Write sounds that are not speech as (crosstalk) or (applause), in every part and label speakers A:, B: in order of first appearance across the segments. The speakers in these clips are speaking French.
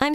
A: I'm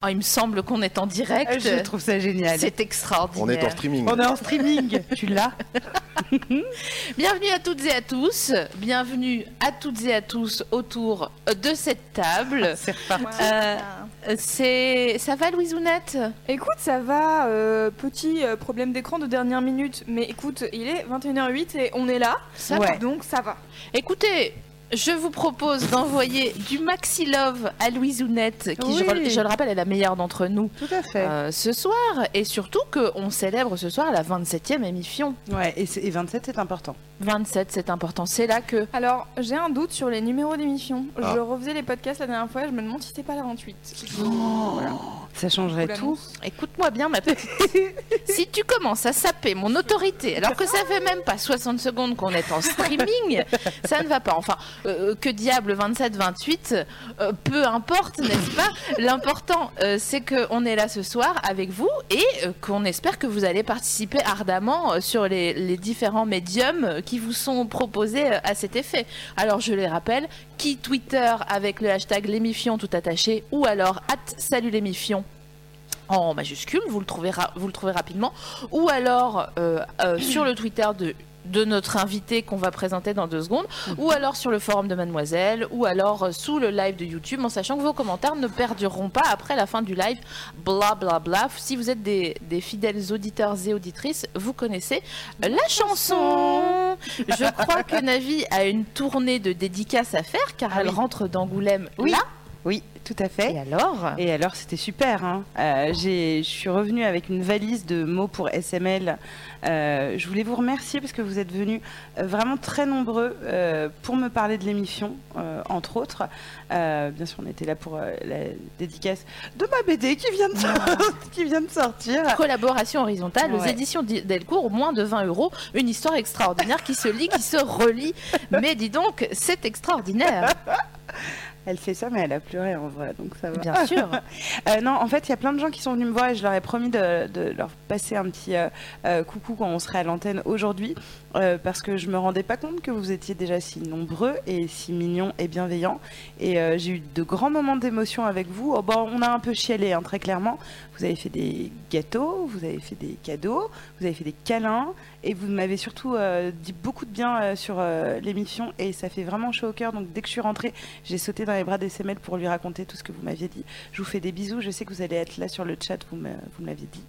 B: Ah, il me semble qu'on est en direct.
C: Je trouve ça génial.
B: C'est extraordinaire.
D: On est en streaming.
C: Euh, On est en streaming. tu l'as
B: Bienvenue à toutes et à tous. Bienvenue à toutes et à tous autour de cette table.
C: Ah, C'est reparti.
B: Euh, c'est ça va Louisounette
E: Écoute, ça va, euh, petit euh, problème d'écran de dernière minute, mais écoute, il est 21h08 et on est là,
B: Ça
C: Ouais.
E: donc ça va.
B: Écoutez, je vous propose d'envoyer du maxi love à Louisounette, qui je,
C: Oui.
B: re- je le rappelle est la meilleure d'entre nous
C: (laughs) Tout à fait.
B: euh, ce soir, et surtout qu'on célèbre ce soir la 27e émission.
C: Ouais, et, c'est- et 27, c'est important.
B: 27, c'est important. C'est là que
E: Alors, j'ai un doute sur les numéros d'émission.
D: Ah.
E: Je refaisais les podcasts la dernière fois, je me demande si c'est pas la 28. Voilà.
C: Ça
E: Je vous
C: changerait tout.
E: l'annonce.
B: Écoute-moi bien, ma petite. si tu commences à saper mon autorité, alors que ça fait même pas 60 secondes qu'on est en streaming, ça ne va pas. Enfin, euh, que diable, 27, 28, euh, peu importe, n'est-ce pas L'important, euh, c'est qu'on est là ce soir avec vous et euh, qu'on espère que vous allez participer ardemment euh, sur les, les différents médiums euh, qui vous sont proposés euh, à cet effet. Alors, je les rappelle, qui Twitter avec le hashtag Lémifion tout attaché ou alors at salut Lémifion en majuscule, vous le trouvez, ra- vous le trouvez rapidement, ou alors euh, euh, sur le Twitter de de notre invité qu'on va présenter dans deux secondes, ou alors sur le forum de mademoiselle, ou alors euh, sous le live de YouTube, en sachant que vos commentaires ne perdureront pas après la fin du live, bla bla bla. Si vous êtes des, des fidèles auditeurs et auditrices, vous connaissez la chanson. Je crois que Navi a une tournée de dédicaces à faire, car elle
C: oui.
B: rentre d'Angoulême
C: Oui. Eh.
B: là.
C: Oui, tout à fait.
B: Et alors
C: Et alors, c'était super. hein. Euh, j'ai- je suis revenue avec une valise de mots pour SML. Euh, je voulais vous remercier parce que vous êtes venus euh, vraiment très nombreux euh, pour me parler de l'émission, euh, entre autres. Euh, bien sûr, on était là pour euh, la dédicace de ma BD qui vient de, (laughs) qui vient de sortir.
B: (laughs) Collaboration horizontale aux
C: Ouais.
B: éditions Di- Delcourt, moins de 20 euros. Une histoire extraordinaire qui se lit, qui se relit. Mais dis donc, c'est extraordinaire,
C: Elle fait ça, mais elle a pleuré en vrai, donc ça va. (laughs)
B: bien sûr.
C: Euh, non, en fait, il y a plein de gens qui sont venus me voir et je leur ai promis de, de leur passer un petit euh, euh, coucou quand on serait à l'antenne aujourd'hui, euh, parce que je me rendais pas compte que vous étiez déjà si nombreux et si mignons et bienveillants. Et euh, j'ai eu de grands moments d'émotion avec vous. Oh, bon, on a un peu chialé, hein, très clairement. Vous avez fait des gâteaux, vous avez fait des cadeaux, vous avez fait des câlins, et vous m'avez surtout euh, dit beaucoup de bien euh, sur euh, l'émission, et ça fait vraiment chaud au cœur. Donc dès que je suis rentrée, j'ai sauté dans les bras des SML pour lui raconter tout ce que vous m'aviez dit. Je vous fais des bisous. Je sais que vous allez être là sur le chat, vous me, vous me l'aviez dit.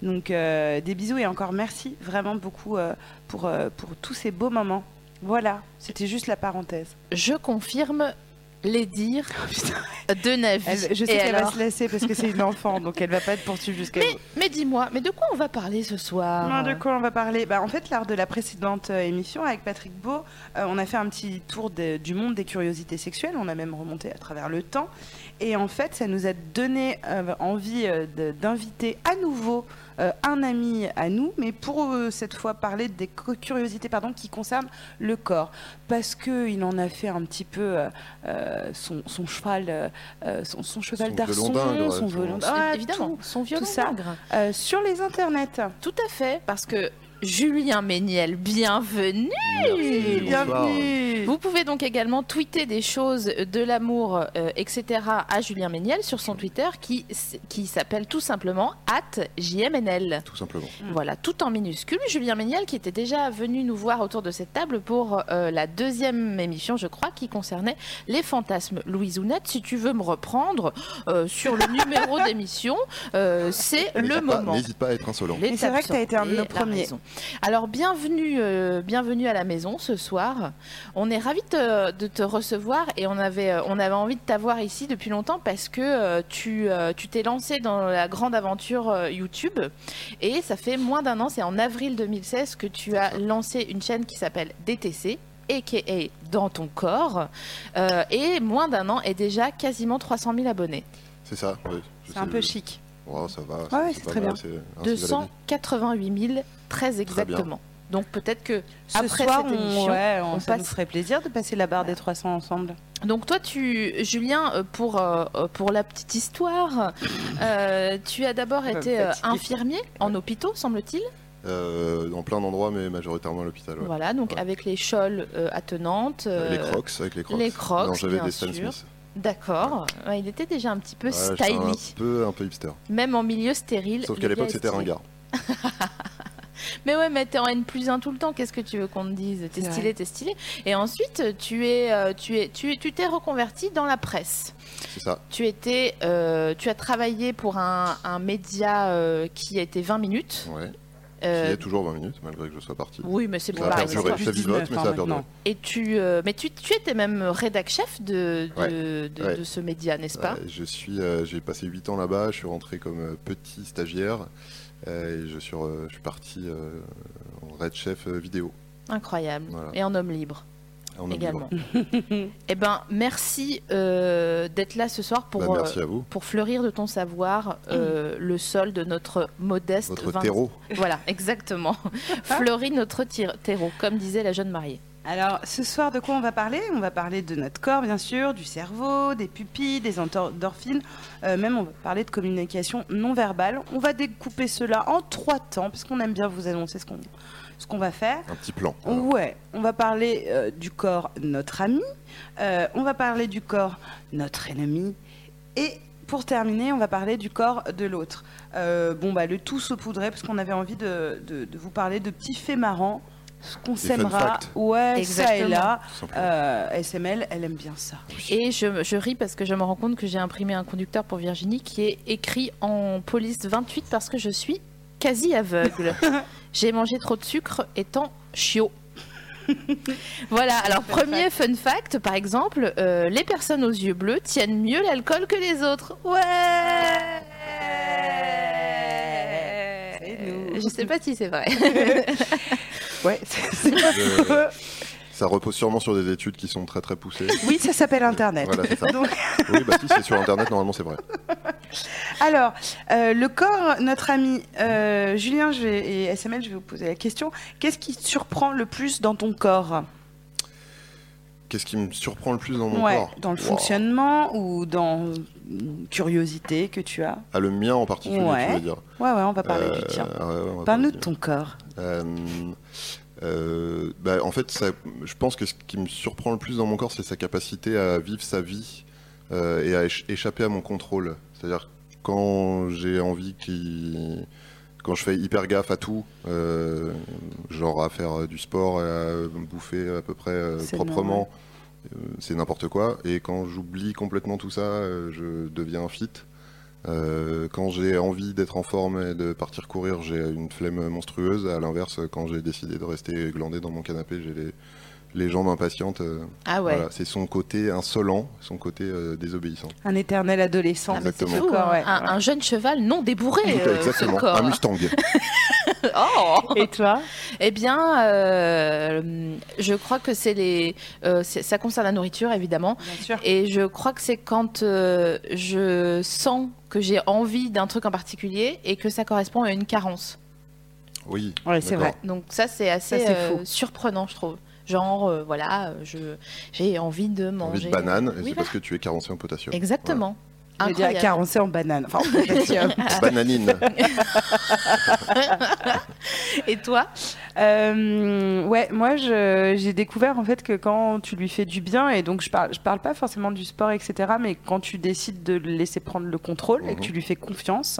C: Donc, euh, des bisous et encore merci vraiment beaucoup euh, pour, euh, pour tous ces beaux moments. Voilà, c'était juste la parenthèse.
B: Je confirme les dires
C: Oh, Putain,
B: de Navi.
C: elle- je
B: Et
C: sais qu'elle va
B: alors
C: se laisser parce que c'est une enfant, donc elle va pas être poursuivie jusqu'à
B: mais mais dis-moi, mais de quoi on va parler ce soir
C: Non, de quoi on va parler bah, En fait, lors de la précédente euh, émission avec Patrick Beau, euh, on a fait un petit tour de- du monde des curiosités sexuelles. On a même remonté à travers le temps. Et en fait, ça nous a donné euh, envie euh, de- d'inviter à nouveau euh, un ami à nous, mais pour euh, cette fois parler des cu- curiosités pardon, qui concernent le corps. Parce qu'il en a fait un petit peu euh, euh, son, son cheval, euh, euh, son, son cheval
D: Son
C: d'arçon,
D: velon d'Inde, ouais,
C: son
D: tu
C: velon
D: vois.
C: d'Inde, ouais,
B: Évidemment, son violon
C: tout ça.
B: d'ogre.
C: tout, euh, sur les internets.
B: Tout à fait, parce que Julien Méniel, bienvenue
D: Merci, bonsoir.
C: Bienvenue
B: Vous pouvez donc également tweeter des choses de l'amour, euh, etc. à Julien Méniel sur son Twitter qui, s- qui s'appelle tout simplement at JMNL.
D: Tout simplement.
B: Voilà, tout en minuscule. Julien Méniel qui était déjà venu nous voir autour de cette table pour euh, la deuxième émission, je crois, qui concernait les fantasmes. Louise Ounette, si tu veux me reprendre euh, sur le numéro d'émission, euh, c'est le
D: N'hésite pas-
B: moment.
D: N'hésite pas à être insolent.
B: Les
C: Mais c'est vrai que t'as été un de
B: absents
C: nos
B: et la
C: premiers.
B: raison. Alors bienvenue, euh, bienvenue à la maison ce soir. On est ravis de te, de te recevoir et on avait, euh, on avait envie de t'avoir ici depuis longtemps parce que euh, tu, euh, tu t'es lancé dans la grande aventure euh, YouTube et ça fait moins d'un an, c'est en avril 2016 que tu as lancé une chaîne qui s'appelle DTC. a.k.a. Dans ton corps. euh, et moins d'un an et déjà quasiment 300 000 abonnés.
D: C'est ça, oui. Je
C: C'est un
D: sais-
C: peu chic.
D: Ouais, ça va.
C: ouais, c'est
D: pas
C: très
D: mal,
C: bien.
D: c'est- hein, c'est de la vie.
B: 288 000, très exactement. Donc peut-être que
C: Ce
B: après
C: soir,
B: cette
C: on-
B: émission,
C: ouais, on,
B: on
C: ça
B: passe-
C: nous ferait plaisir de passer la barre des 300 ensemble.
B: Donc toi, tu, Julien, euh, pour, euh, euh, pour la petite histoire, euh, tu as
C: (laughs)
B: d'abord
C: va me
B: été euh,
C: fatiguer.
B: infirmier en hôpitaux, semble-t-il.
D: Euh, dans plein d'endroits, mais majoritairement à l'hôpital. ouais.
B: Voilà, donc
D: Ouais.
B: avec les choles euh, attenantes.
D: Euh, Les
B: euh,
D: crocs, avec les crocs.
B: les Crocs,
D: Non, j'avais
B: bien
D: des Stan
B: sûr.
D: Smith.
B: D'accord. Ouais, il était déjà un petit peu
D: Ouais, j'étais
B: stylish,
D: un peu, un peu hipster.
B: même en milieu stérile.
D: Sauf qu'à
B: le gars
D: l'époque,
B: est
D: c'était
B: stylé.
D: ringard.
B: Mais ouais, mais t'es en N plus 1 tout le temps, qu'est-ce que tu veux qu'on te dise T'es
C: C'est
B: stylé, t'es stylé. Et ensuite, tu es, euh, tu es, tu, tu t'es reconverti dans la presse.
D: C'est ça.
B: Tu étais, euh, tu as travaillé pour un, un média euh, qui était 20 minutes.
D: Ouais. Il y
B: Euh,
D: a toujours 20 minutes, malgré que je sois parti.
B: oui, mais c'est
D: Ça
B: bon.
D: a
B: pareil,
D: perduré,
B: c'est
D: ça vivote, mais ça a perduré.
C: maintenant.
B: pas- Et tu, euh, mais tu, tu étais même rédac chef de de, de-
D: ouais.
B: de ce média, n'est-ce pas
D: Euh, je suis, euh, j'ai passé 8 ans là-bas, je suis rentré comme euh, petit stagiaire euh, et je suis, re- je suis parti euh, en Red Chef euh, vidéo.
B: Incroyable.
D: Voilà.
B: Et en homme libre.
D: en homme
B: également.
D: libre.
B: eh ben, merci euh, d'être là ce soir pour,
D: Bah,
B: euh,
D: merci à vous.
B: pour fleurir de ton savoir euh, le sol de notre modeste.
D: Votre
B: 20
D: terreau.
B: Voilà, exactement. Fleurit notre tir- terreau, comme disait la jeune mariée.
C: Alors, ce soir, de quoi on va parler On va parler de notre corps, bien sûr, du cerveau, des pupilles, des endorphines. Euh, même, on va parler de communication non verbale. On va découper cela en trois temps, parce qu'on aime bien vous annoncer ce qu'on ce qu'on va faire.
D: Un petit plan. Voilà.
C: Ouais, on va parler euh, du corps notre ami, euh, on va parler du corps notre ennemi, et pour terminer, on va parler du corps de l'autre. Euh, bon, bah le tout saupoudré, parce qu'on avait envie de, de- de vous parler de petits faits marrants, ce qu'on
D: fun
C: s'aimera.
D: facts.
C: Ouais, ça et
B: Exactement.
C: là.
D: Tout simplement.
C: Euh, SML, elle aime bien ça.
B: Et je, je ris parce que je me rends compte que j'ai imprimé un conducteur pour Virginie qui est écrit en police 28 parce que je suis
C: (laughs)
B: quasi aveugle. j'ai mangé trop de sucre étant chiot. voilà, alors
C: Fun fact.
B: premier fun fact, par exemple, euh, les personnes aux yeux bleus tiennent mieux l'alcool que les autres. Ouais
C: C'est nous.
B: Je sais pas si
C: (laughs)
B: c'est vrai.
C: Ouais, c'est (laughs) c'est pas
D: Je-
C: (laughs) faux.
D: Ça repose sûrement sur des études qui sont très très poussées.
C: Oui, ça s'appelle Internet.
D: Voilà, c'est ça.
C: Donc,
D: oui, bah si, c'est sur internet, normalement c'est vrai.
C: Alors, euh, le corps, notre ami euh, Julien je vais- et SML, je vais vous poser la question. Qu'est-ce qui te surprend le plus dans ton corps
D: Qu'est-ce qui me surprend le plus dans mon
C: Ouais,
D: corps
C: Dans le
D: Wow.
C: fonctionnement ou dans une curiosité que tu as
D: Ah, le mien en particulier,
C: Ouais.
D: tu veux dire.
C: Ouais, ouais, on va parler du tien.
D: Euh, ouais, on va
C: Parle-nous
D: parler
C: de
D: du-
C: ton corps.
D: Euh, euh, bah, en fait, ça- je pense que ce qui me surprend le plus dans mon corps, c'est sa capacité à vivre sa vie euh, et à éch- échapper à mon contrôle. C'est-à-dire quand j'ai envie qu'il quand je fais hyper gaffe à tout, euh, genre à faire euh, du sport, à bouffer à peu près euh,
C: C'est
D: proprement, euh, c'est n'importe quoi. Et quand j'oublie complètement tout ça, euh, je deviens un fit. Euh, quand j'ai envie d'être en forme et de partir courir, j'ai une flemme monstrueuse. À l'inverse, quand j'ai décidé de rester glandé dans mon canapé, j'ai les, les jambes impatientes. euh,
B: Ah ouais.
D: voilà. C'est son côté insolent, son côté euh, désobéissant.
C: Un éternel adolescent.
D: Ah, mais c'est
C: Ce
D: Exactement.
B: Fou,
C: corps,
B: hein.
C: ouais.
B: un, un jeune cheval non débourré, euh,
D: (laughs)
B: ce
D: Exactement,
B: corps.
D: un Mustang.
B: Oh
C: Et toi
B: Eh bien, euh, je crois que c'est les. euh, c'est- ça concerne la nourriture, évidemment.
C: Bien sûr.
B: Et je crois que c'est quand euh, je sens que j'ai envie d'un truc en particulier et que ça correspond à une carence.
D: Oui,
C: Ouais, c'est
D: d'accord.
C: vrai.
B: Donc, ça, c'est assez
C: Ça, c'est
B: euh,
C: fou.
B: surprenant, je trouve. Genre, euh, voilà, euh, je, j'ai envie de manger.
D: Envie de banane, et
B: Oui,
D: c'est
B: voilà.
D: parce que tu es carencé en potassium.
B: Exactement.
C: Je veux dire,
B: Incroyable.
C: carencé en banane. Enfin, en potassium.
D: (laughs) Bananine.
B: Et toi
C: Euh, ouais, moi je- j'ai découvert en fait que quand tu lui fais du bien, et donc je parle, je parle pas forcément du sport, etc., mais quand tu décides de le laisser prendre le contrôle et
D: Mhm.
C: que tu lui fais confiance,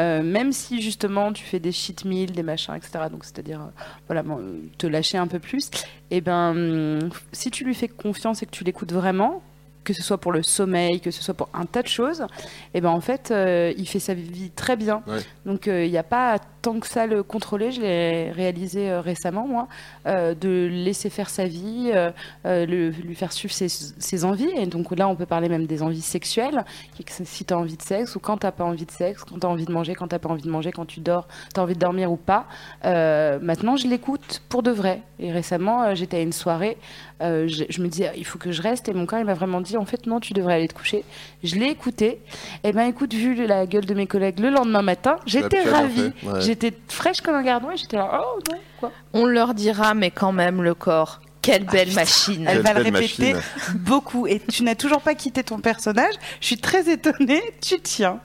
C: euh, même si justement tu fais des cheat meals, des machins, etc., donc c'est-à-dire euh, voilà, bon, euh, te lâcher un peu plus, et ben hum, si tu lui fais confiance et que tu l'écoutes vraiment, que ce soit pour le sommeil, que ce soit eh pour un tas de choses, et ben en fait euh, il fait sa vie très bien.
D: Ouais.
C: Donc euh, il n'y a pas tant que ça le contrôler, je l'ai réalisé euh, récemment, moi, euh, de laisser faire sa vie, euh, euh, le- lui faire suivre ses, ses envies. Et donc là, on peut parler même des envies sexuelles, qui- que si tu as envie de sexe ou quand tu pas envie de sexe, quand tu as envie de manger, quand tu pas envie de manger, quand tu dors, tu as envie de dormir ou pas. Euh, maintenant, je l'écoute pour de vrai. Et récemment, euh, j'étais à une soirée, euh, je, je me disais, il faut que je reste. Et mon corps, il m'a vraiment dit, en fait, non, tu devrais aller te coucher. Je l'ai écouté. Et ben écoute, vu la gueule de mes collègues le lendemain matin, j'étais
D: l'as bien
C: ravie.
D: fait, ouais.
C: J'étais fraîche comme un gardon et j'étais là, oh non, quoi.
B: On leur dira, mais quand même, le corps. Quelle belle machine.
C: Ah, Elle va le
D: Quelle belle
C: répéter (laughs) beaucoup. Et tu n'as toujours pas quitté ton personnage. Je suis très étonnée. Tu
D: (laughs)
C: tiens.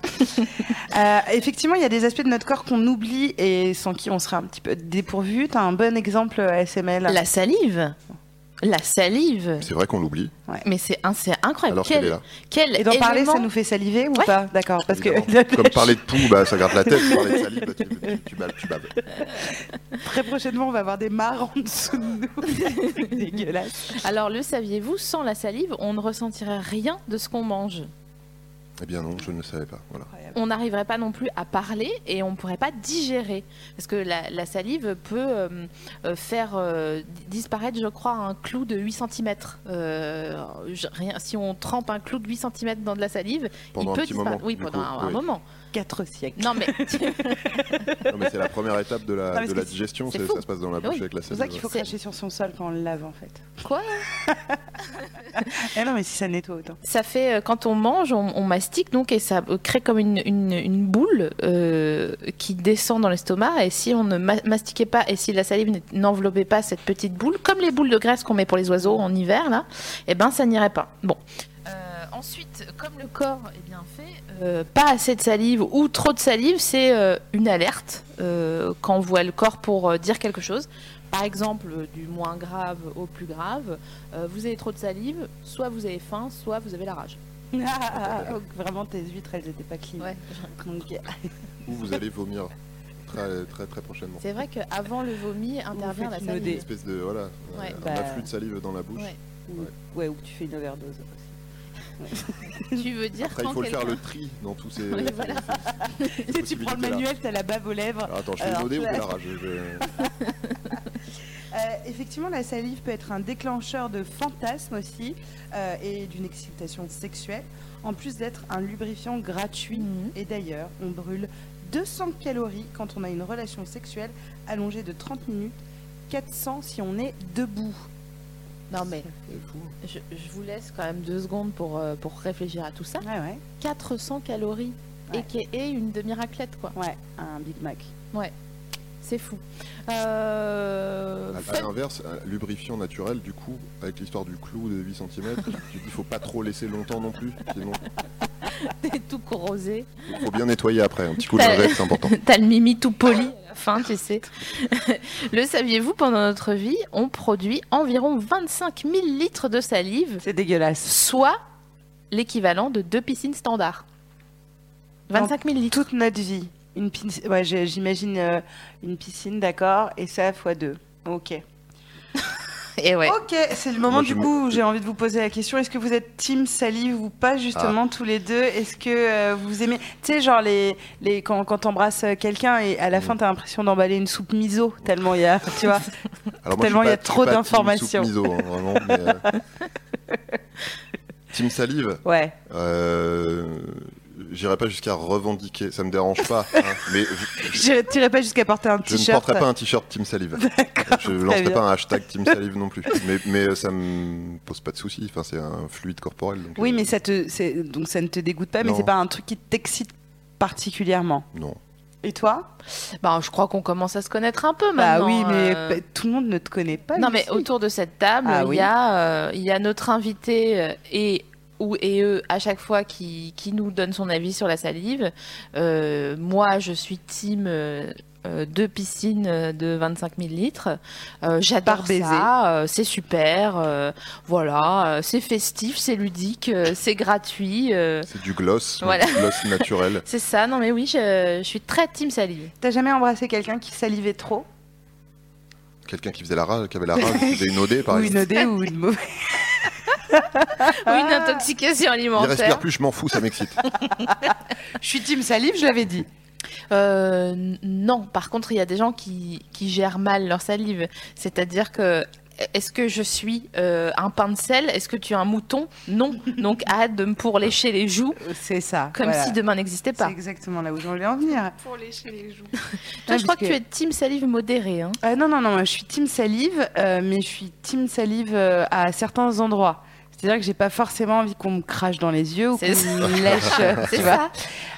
C: Euh, effectivement, il y a des aspects de notre corps qu'on oublie et sans qui on sera un petit peu dépourvu. Tu as un bon exemple euh, SML.
B: La salive. La salive.
D: C'est vrai qu'on l'oublie,
B: Mais c'est un- c'est incroyable.
D: alors
B: quel
D: qu'elle est là.
B: quel
C: Et d'en parler,
B: élément-
C: ça nous fait saliver ou
B: Ouais.
C: pas D'accord. Parce que (laughs)
B: (laughs)
D: évidemment. Comme parler de poux, bah, ça gratte la tête. Parler de salive, bah, tu, tu, tu baves, tu baves.
C: très prochainement, on va avoir des mares en dessous de
D: (laughs)
C: nous. Dégueulasse.
B: Alors, le saviez-vous, sans la salive, on ne ressentirait rien de ce qu'on mange.
D: Eh bien non, je ne le savais pas. Voilà.
B: On n'arriverait pas non plus à parler et on ne pourrait pas digérer. Parce que la, la salive peut euh, euh, faire euh, di- disparaître, je crois, un clou de 8 cm. rien, si on trempe un clou de 8 cm dans de la salive,
D: Pendant
B: il
D: un
B: peut
D: petit moment.
B: disparaître. oui,
D: du
B: pendant
D: coup,
B: un, un
D: oui.
B: moment.
C: Quatre siècles.
B: Non,
D: (laughs)
B: mais
D: Non, mais c'est la première étape de
B: (laughs)
C: Ah,
D: la,
C: parce
D: de la
C: que c'est-
D: digestion,
B: c'est
D: c'est-
B: fou.
D: ça se passe dans la bouche
B: Oui,
D: avec la
C: C'est pour
D: salive.
C: ça qu'il faut cracher sur son sol quand on le lave en fait.
B: quoi
C: (laughs) Eh non mais si ça nettoie autant.
B: Ça fait euh, quand on mange, on, on mastique donc et ça euh, crée comme une, une- une boule euh, qui descend dans l'estomac. Et si on ne ma- mastiquait pas et si la salive n'est- n'enveloppait pas cette petite boule, comme les boules de graisse qu'on met pour les oiseaux en hiver là, eh ben ça n'irait pas. Bon. Euh, ensuite, comme le corps est bien fait, euh, pas assez de salive ou trop de salive, c'est euh, une alerte euh, quand on voit le corps pour euh, dire quelque chose. Par exemple, euh, du moins grave au plus grave, euh, vous avez trop de salive, soit vous avez faim, soit vous avez la rage.
C: Ah, vraiment tes huîtres elles étaient pas clean. Donc,
D: Ou vous allez vomir très très, très prochainement.
B: C'est vrai qu'avant le vomi intervient la
C: faites une
D: Une
B: salive.
C: OD.
D: espèce de voilà,
B: Ouais.
D: un
C: Bah.
D: afflux de salive dans la bouche.
B: Ouais.
C: ou-
D: Ouais.
C: ouais, ou que tu fais une overdose. aussi.
B: (laughs) Tu veux dire
D: Après, il
B: quand
D: faut le faire
B: quelqu'un-
D: le tri dans tous
C: (laughs)
D: ces.
B: Oui, voilà.
D: ces- ces
C: Tu sais, tu prends le
D: possibilités-là.
C: manuel, t'as la bave aux lèvres.
D: Alors, Ah, attends, je fais
C: Alors,
D: une OD ou
C: tu
D: je
C: vois.
D: la rage Je-
C: Euh, effectivement, la salive peut être un déclencheur de fantasmes aussi euh, et d'une excitation sexuelle, en plus d'être un lubrifiant gratuit.
B: Mhm.
C: Et d'ailleurs, on brûle 200 calories quand on a une relation sexuelle allongée de 30 minutes, 400 si on est debout.
B: Non mais je, je vous laisse quand même deux secondes pour, euh, pour réfléchir à tout ça.
C: Ah Ouais, ouais,
B: 400 calories
C: Ouais.
B: et qui est une demi-raclette quoi.
C: ouais, un Big Mac.
B: C'est fou. Euh,
D: À-
B: faites-
D: À l'inverse, un lubrifiant naturel, du coup, avec l'histoire du clou de 8 cm,
C: (laughs)
D: tu dis faut pas trop laisser longtemps non plus, sinon
B: T'es tout corrosé.
D: faut bien nettoyer après. Un petit
C: (laughs)
D: coup de lingette, c'est important.
B: (laughs) T'as le mimi tout poli à la fin, tu sais. (laughs) le saviez-vous, pendant notre vie, on produit environ 25 000 litres de salive
C: C'est dégueulasse.
B: soit l'équivalent de deux piscines standards. 25 000 litres.
C: Toute notre vie, une piscine, ouais, j'ai- j'imagine euh, une piscine, d'accord, et ça fois deux. Ok.
B: Et ouais.
C: Ok, c'est le moment
D: Moi,
C: du
D: je me-
C: coup où j'ai envie de vous poser la question. Est-ce que vous êtes team salive ou pas justement
D: Ah.
C: tous les deux Est-ce que euh, vous aimez, tu sais, genre les les quand quand t'embrasses euh, quelqu'un et à la
D: Mm.
C: fin t'as l'impression d'emballer une soupe miso tellement il y a, tu (laughs) vois.
D: Alors
C: Tellement
D: je suis
C: il y a
D: pas-
C: trop
D: je suis pas
C: d'informations.
D: Team soupe miso, hein, vraiment. mais,
C: (laughs)
D: euh, Team salive,
C: Ouais.
D: euh, j'irai pas jusqu'à revendiquer, ça me dérange pas, hein, mais
C: (laughs)
D: je-
C: Je tirais pas jusqu'à porter un
D: je ne
C: t-shirt. (laughs)
D: porterai pas un t-shirt Team salive. Je
C: très
D: lancerai
C: bien.
D: pas un hashtag Team salive non
B: (laughs)
D: plus. Mais, mais euh, ça me pose pas de soucis. Enfin, c'est un fluide corporel. donc,
C: Oui,
D: euh,
C: mais ça te c'est- donc ça ne te dégoûte pas, mais
D: Non.
C: c'est pas un truc qui t'excite particulièrement.
D: Non.
C: Et toi
B: Bah, je crois qu'on commence à se connaître un peu
C: Bah
B: maintenant.
C: oui, mais
B: euh.
C: bah, tout le monde ne te connaît pas.
B: Non,
C: Lucie.
B: mais autour de cette table,
C: Ah
B: il,
C: oui.
B: y a, euh, il y a notre invité euh, et ou et eux à chaque fois qui, qui nous donne son avis sur la salive. Euh, moi, je suis team euh, euh, deux piscines euh, de 25 000 litres. Euh, J'adore
C: Par baiser.
B: ça, euh, c'est super. euh, voilà, euh, c'est festif, c'est ludique, euh, c'est gratuit. euh,
D: C'est du gloss, mais
B: Voilà.
D: du gloss
B: (laughs)
D: naturel.
B: C'est ça, non mais oui, je, je suis très team salive.
C: T'as jamais embrassé quelqu'un qui salivait trop
D: Quelqu'un qui faisait la rage, qui avait la rage, qui faisait une OD par
C: Ou une
D: exemple.
C: OD ou une
B: (laughs)
C: mauvaise.
B: Ou une
C: Ah.
B: Ah. intoxication
D: Il respire
B: alimentaire.
D: plus, je m'en fous, ça m'excite.
C: Je suis team salive, je l'avais dit.
B: Euh, n- non, par contre, il y a des gens qui, qui gèrent mal leur salive. C'est-à-dire que, est-ce que je suis euh, un pain de sel Est-ce que tu es un mouton Non. Donc, (laughs) hâte de me pourlécher les joues,
C: C'est ça.
B: comme
C: voilà.
B: si demain n'existait pas.
C: C'est exactement là où je voulais en venir.
E: pour lécher les joues.
B: Toi,
C: parce
B: je crois que...
C: que-
B: tu es team salive modérée. Hein.
C: Euh, non, non, non, je suis team salive, euh, mais je suis team salive euh, à certains endroits. C'est-à-dire que j'ai pas forcément envie qu'on me crache dans les yeux ou qu'on
B: C'est ça.
C: me
B: (laughs)
C: lèche, euh, tu
B: C'est
C: vois,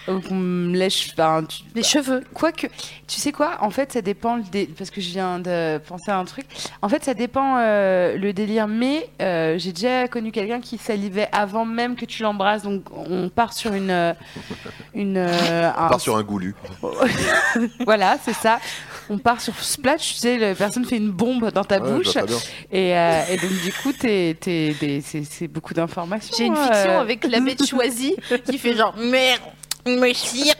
B: ça,
C: ou qu'on me lèche. ben, tu-
B: les cheveux.
C: Quoique, tu sais quoi En fait, ça dépend le dé- parce que je viens de penser à un truc. En fait, ça dépend euh, le délire. Mais euh, j'ai déjà connu quelqu'un qui salivait avant même que tu l'embrasses. Donc, on part sur une, euh, une, euh,
D: On
C: un-
D: part sur un goulu.
C: voilà, c'est ça. On part sur splash. Tu sais, la personne fait une bombe dans ta
D: Ouais, je vois
C: bouche.
D: très bien.
C: Et, euh, et donc, du coup, t'es- t'es- des- c'est c'est beaucoup d'informations.
B: J'ai une
C: hein,
B: fiction
C: euh. (laughs)
B: avec l'abbé de Choisy qui fait (laughs) genre merde, monsieur,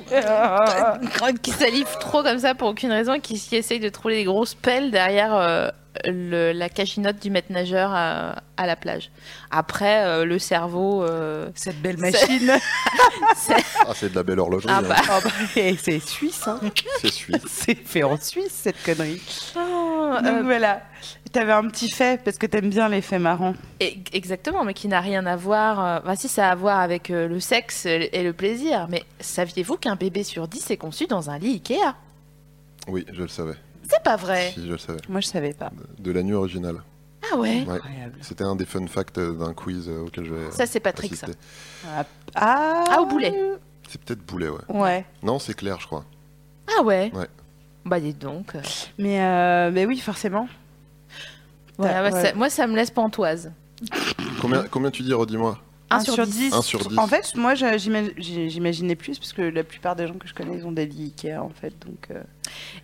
B: qui salive trop comme ça pour aucune raison et qui, qui essaye de trouver des grosses pelles derrière euh, le- la cachinote du maître nageur à, à la plage. Après, euh, le cerveau, euh,
C: Cette belle
B: C'est-
C: machine.
B: c'est-
D: Ah, c'est de la belle horlogerie.
B: Ah
D: hein.
B: bah.
C: (laughs) Oh, bah, c'est suisse, hein.
D: C'est suisse.
C: C'est fait en Suisse, cette connerie. Donc
B: euh,
C: voilà, t'avais un petit fait parce que t'aimes bien les faits marrants.
B: e- exactement, mais qui n'a rien à voir. euh, Enfin, si ça a à voir avec euh, le sexe et et le plaisir, mais saviez-vous qu'un bébé sur 10 est conçu dans un lit Ikea
D: Oui, je le savais.
B: C'est pas vrai.
D: Si, je le savais.
C: Moi, je savais pas.
D: De la nuit originale.
B: Ah ouais.
D: Ouais.
C: Incroyable.
D: C'était un des fun facts euh, d'un quiz euh, auquel je vais.
B: Ça c'est Patrick ça.
D: assister.
C: Ah,
B: Ah, au boulet.
D: C'est peut-être Boulet, ouais.
C: Ouais,
D: Non, c'est clair, je crois.
B: Ah ouais.
D: Ouais.
B: Bah dis donc.
C: mais, euh, mais oui, forcément.
B: Voilà,
C: Ouais.
B: bah, ça- moi ça me laisse pantoise.
D: Combien, combien tu dis, redis-moi
B: Un sur dix.
C: 10.
D: Un sur dix.
C: En fait, moi, je- j'ima- j'ai- j'imaginais plus parce que la plupart des gens que je connais, ils ont des lits Ikea en fait. Donc, euh,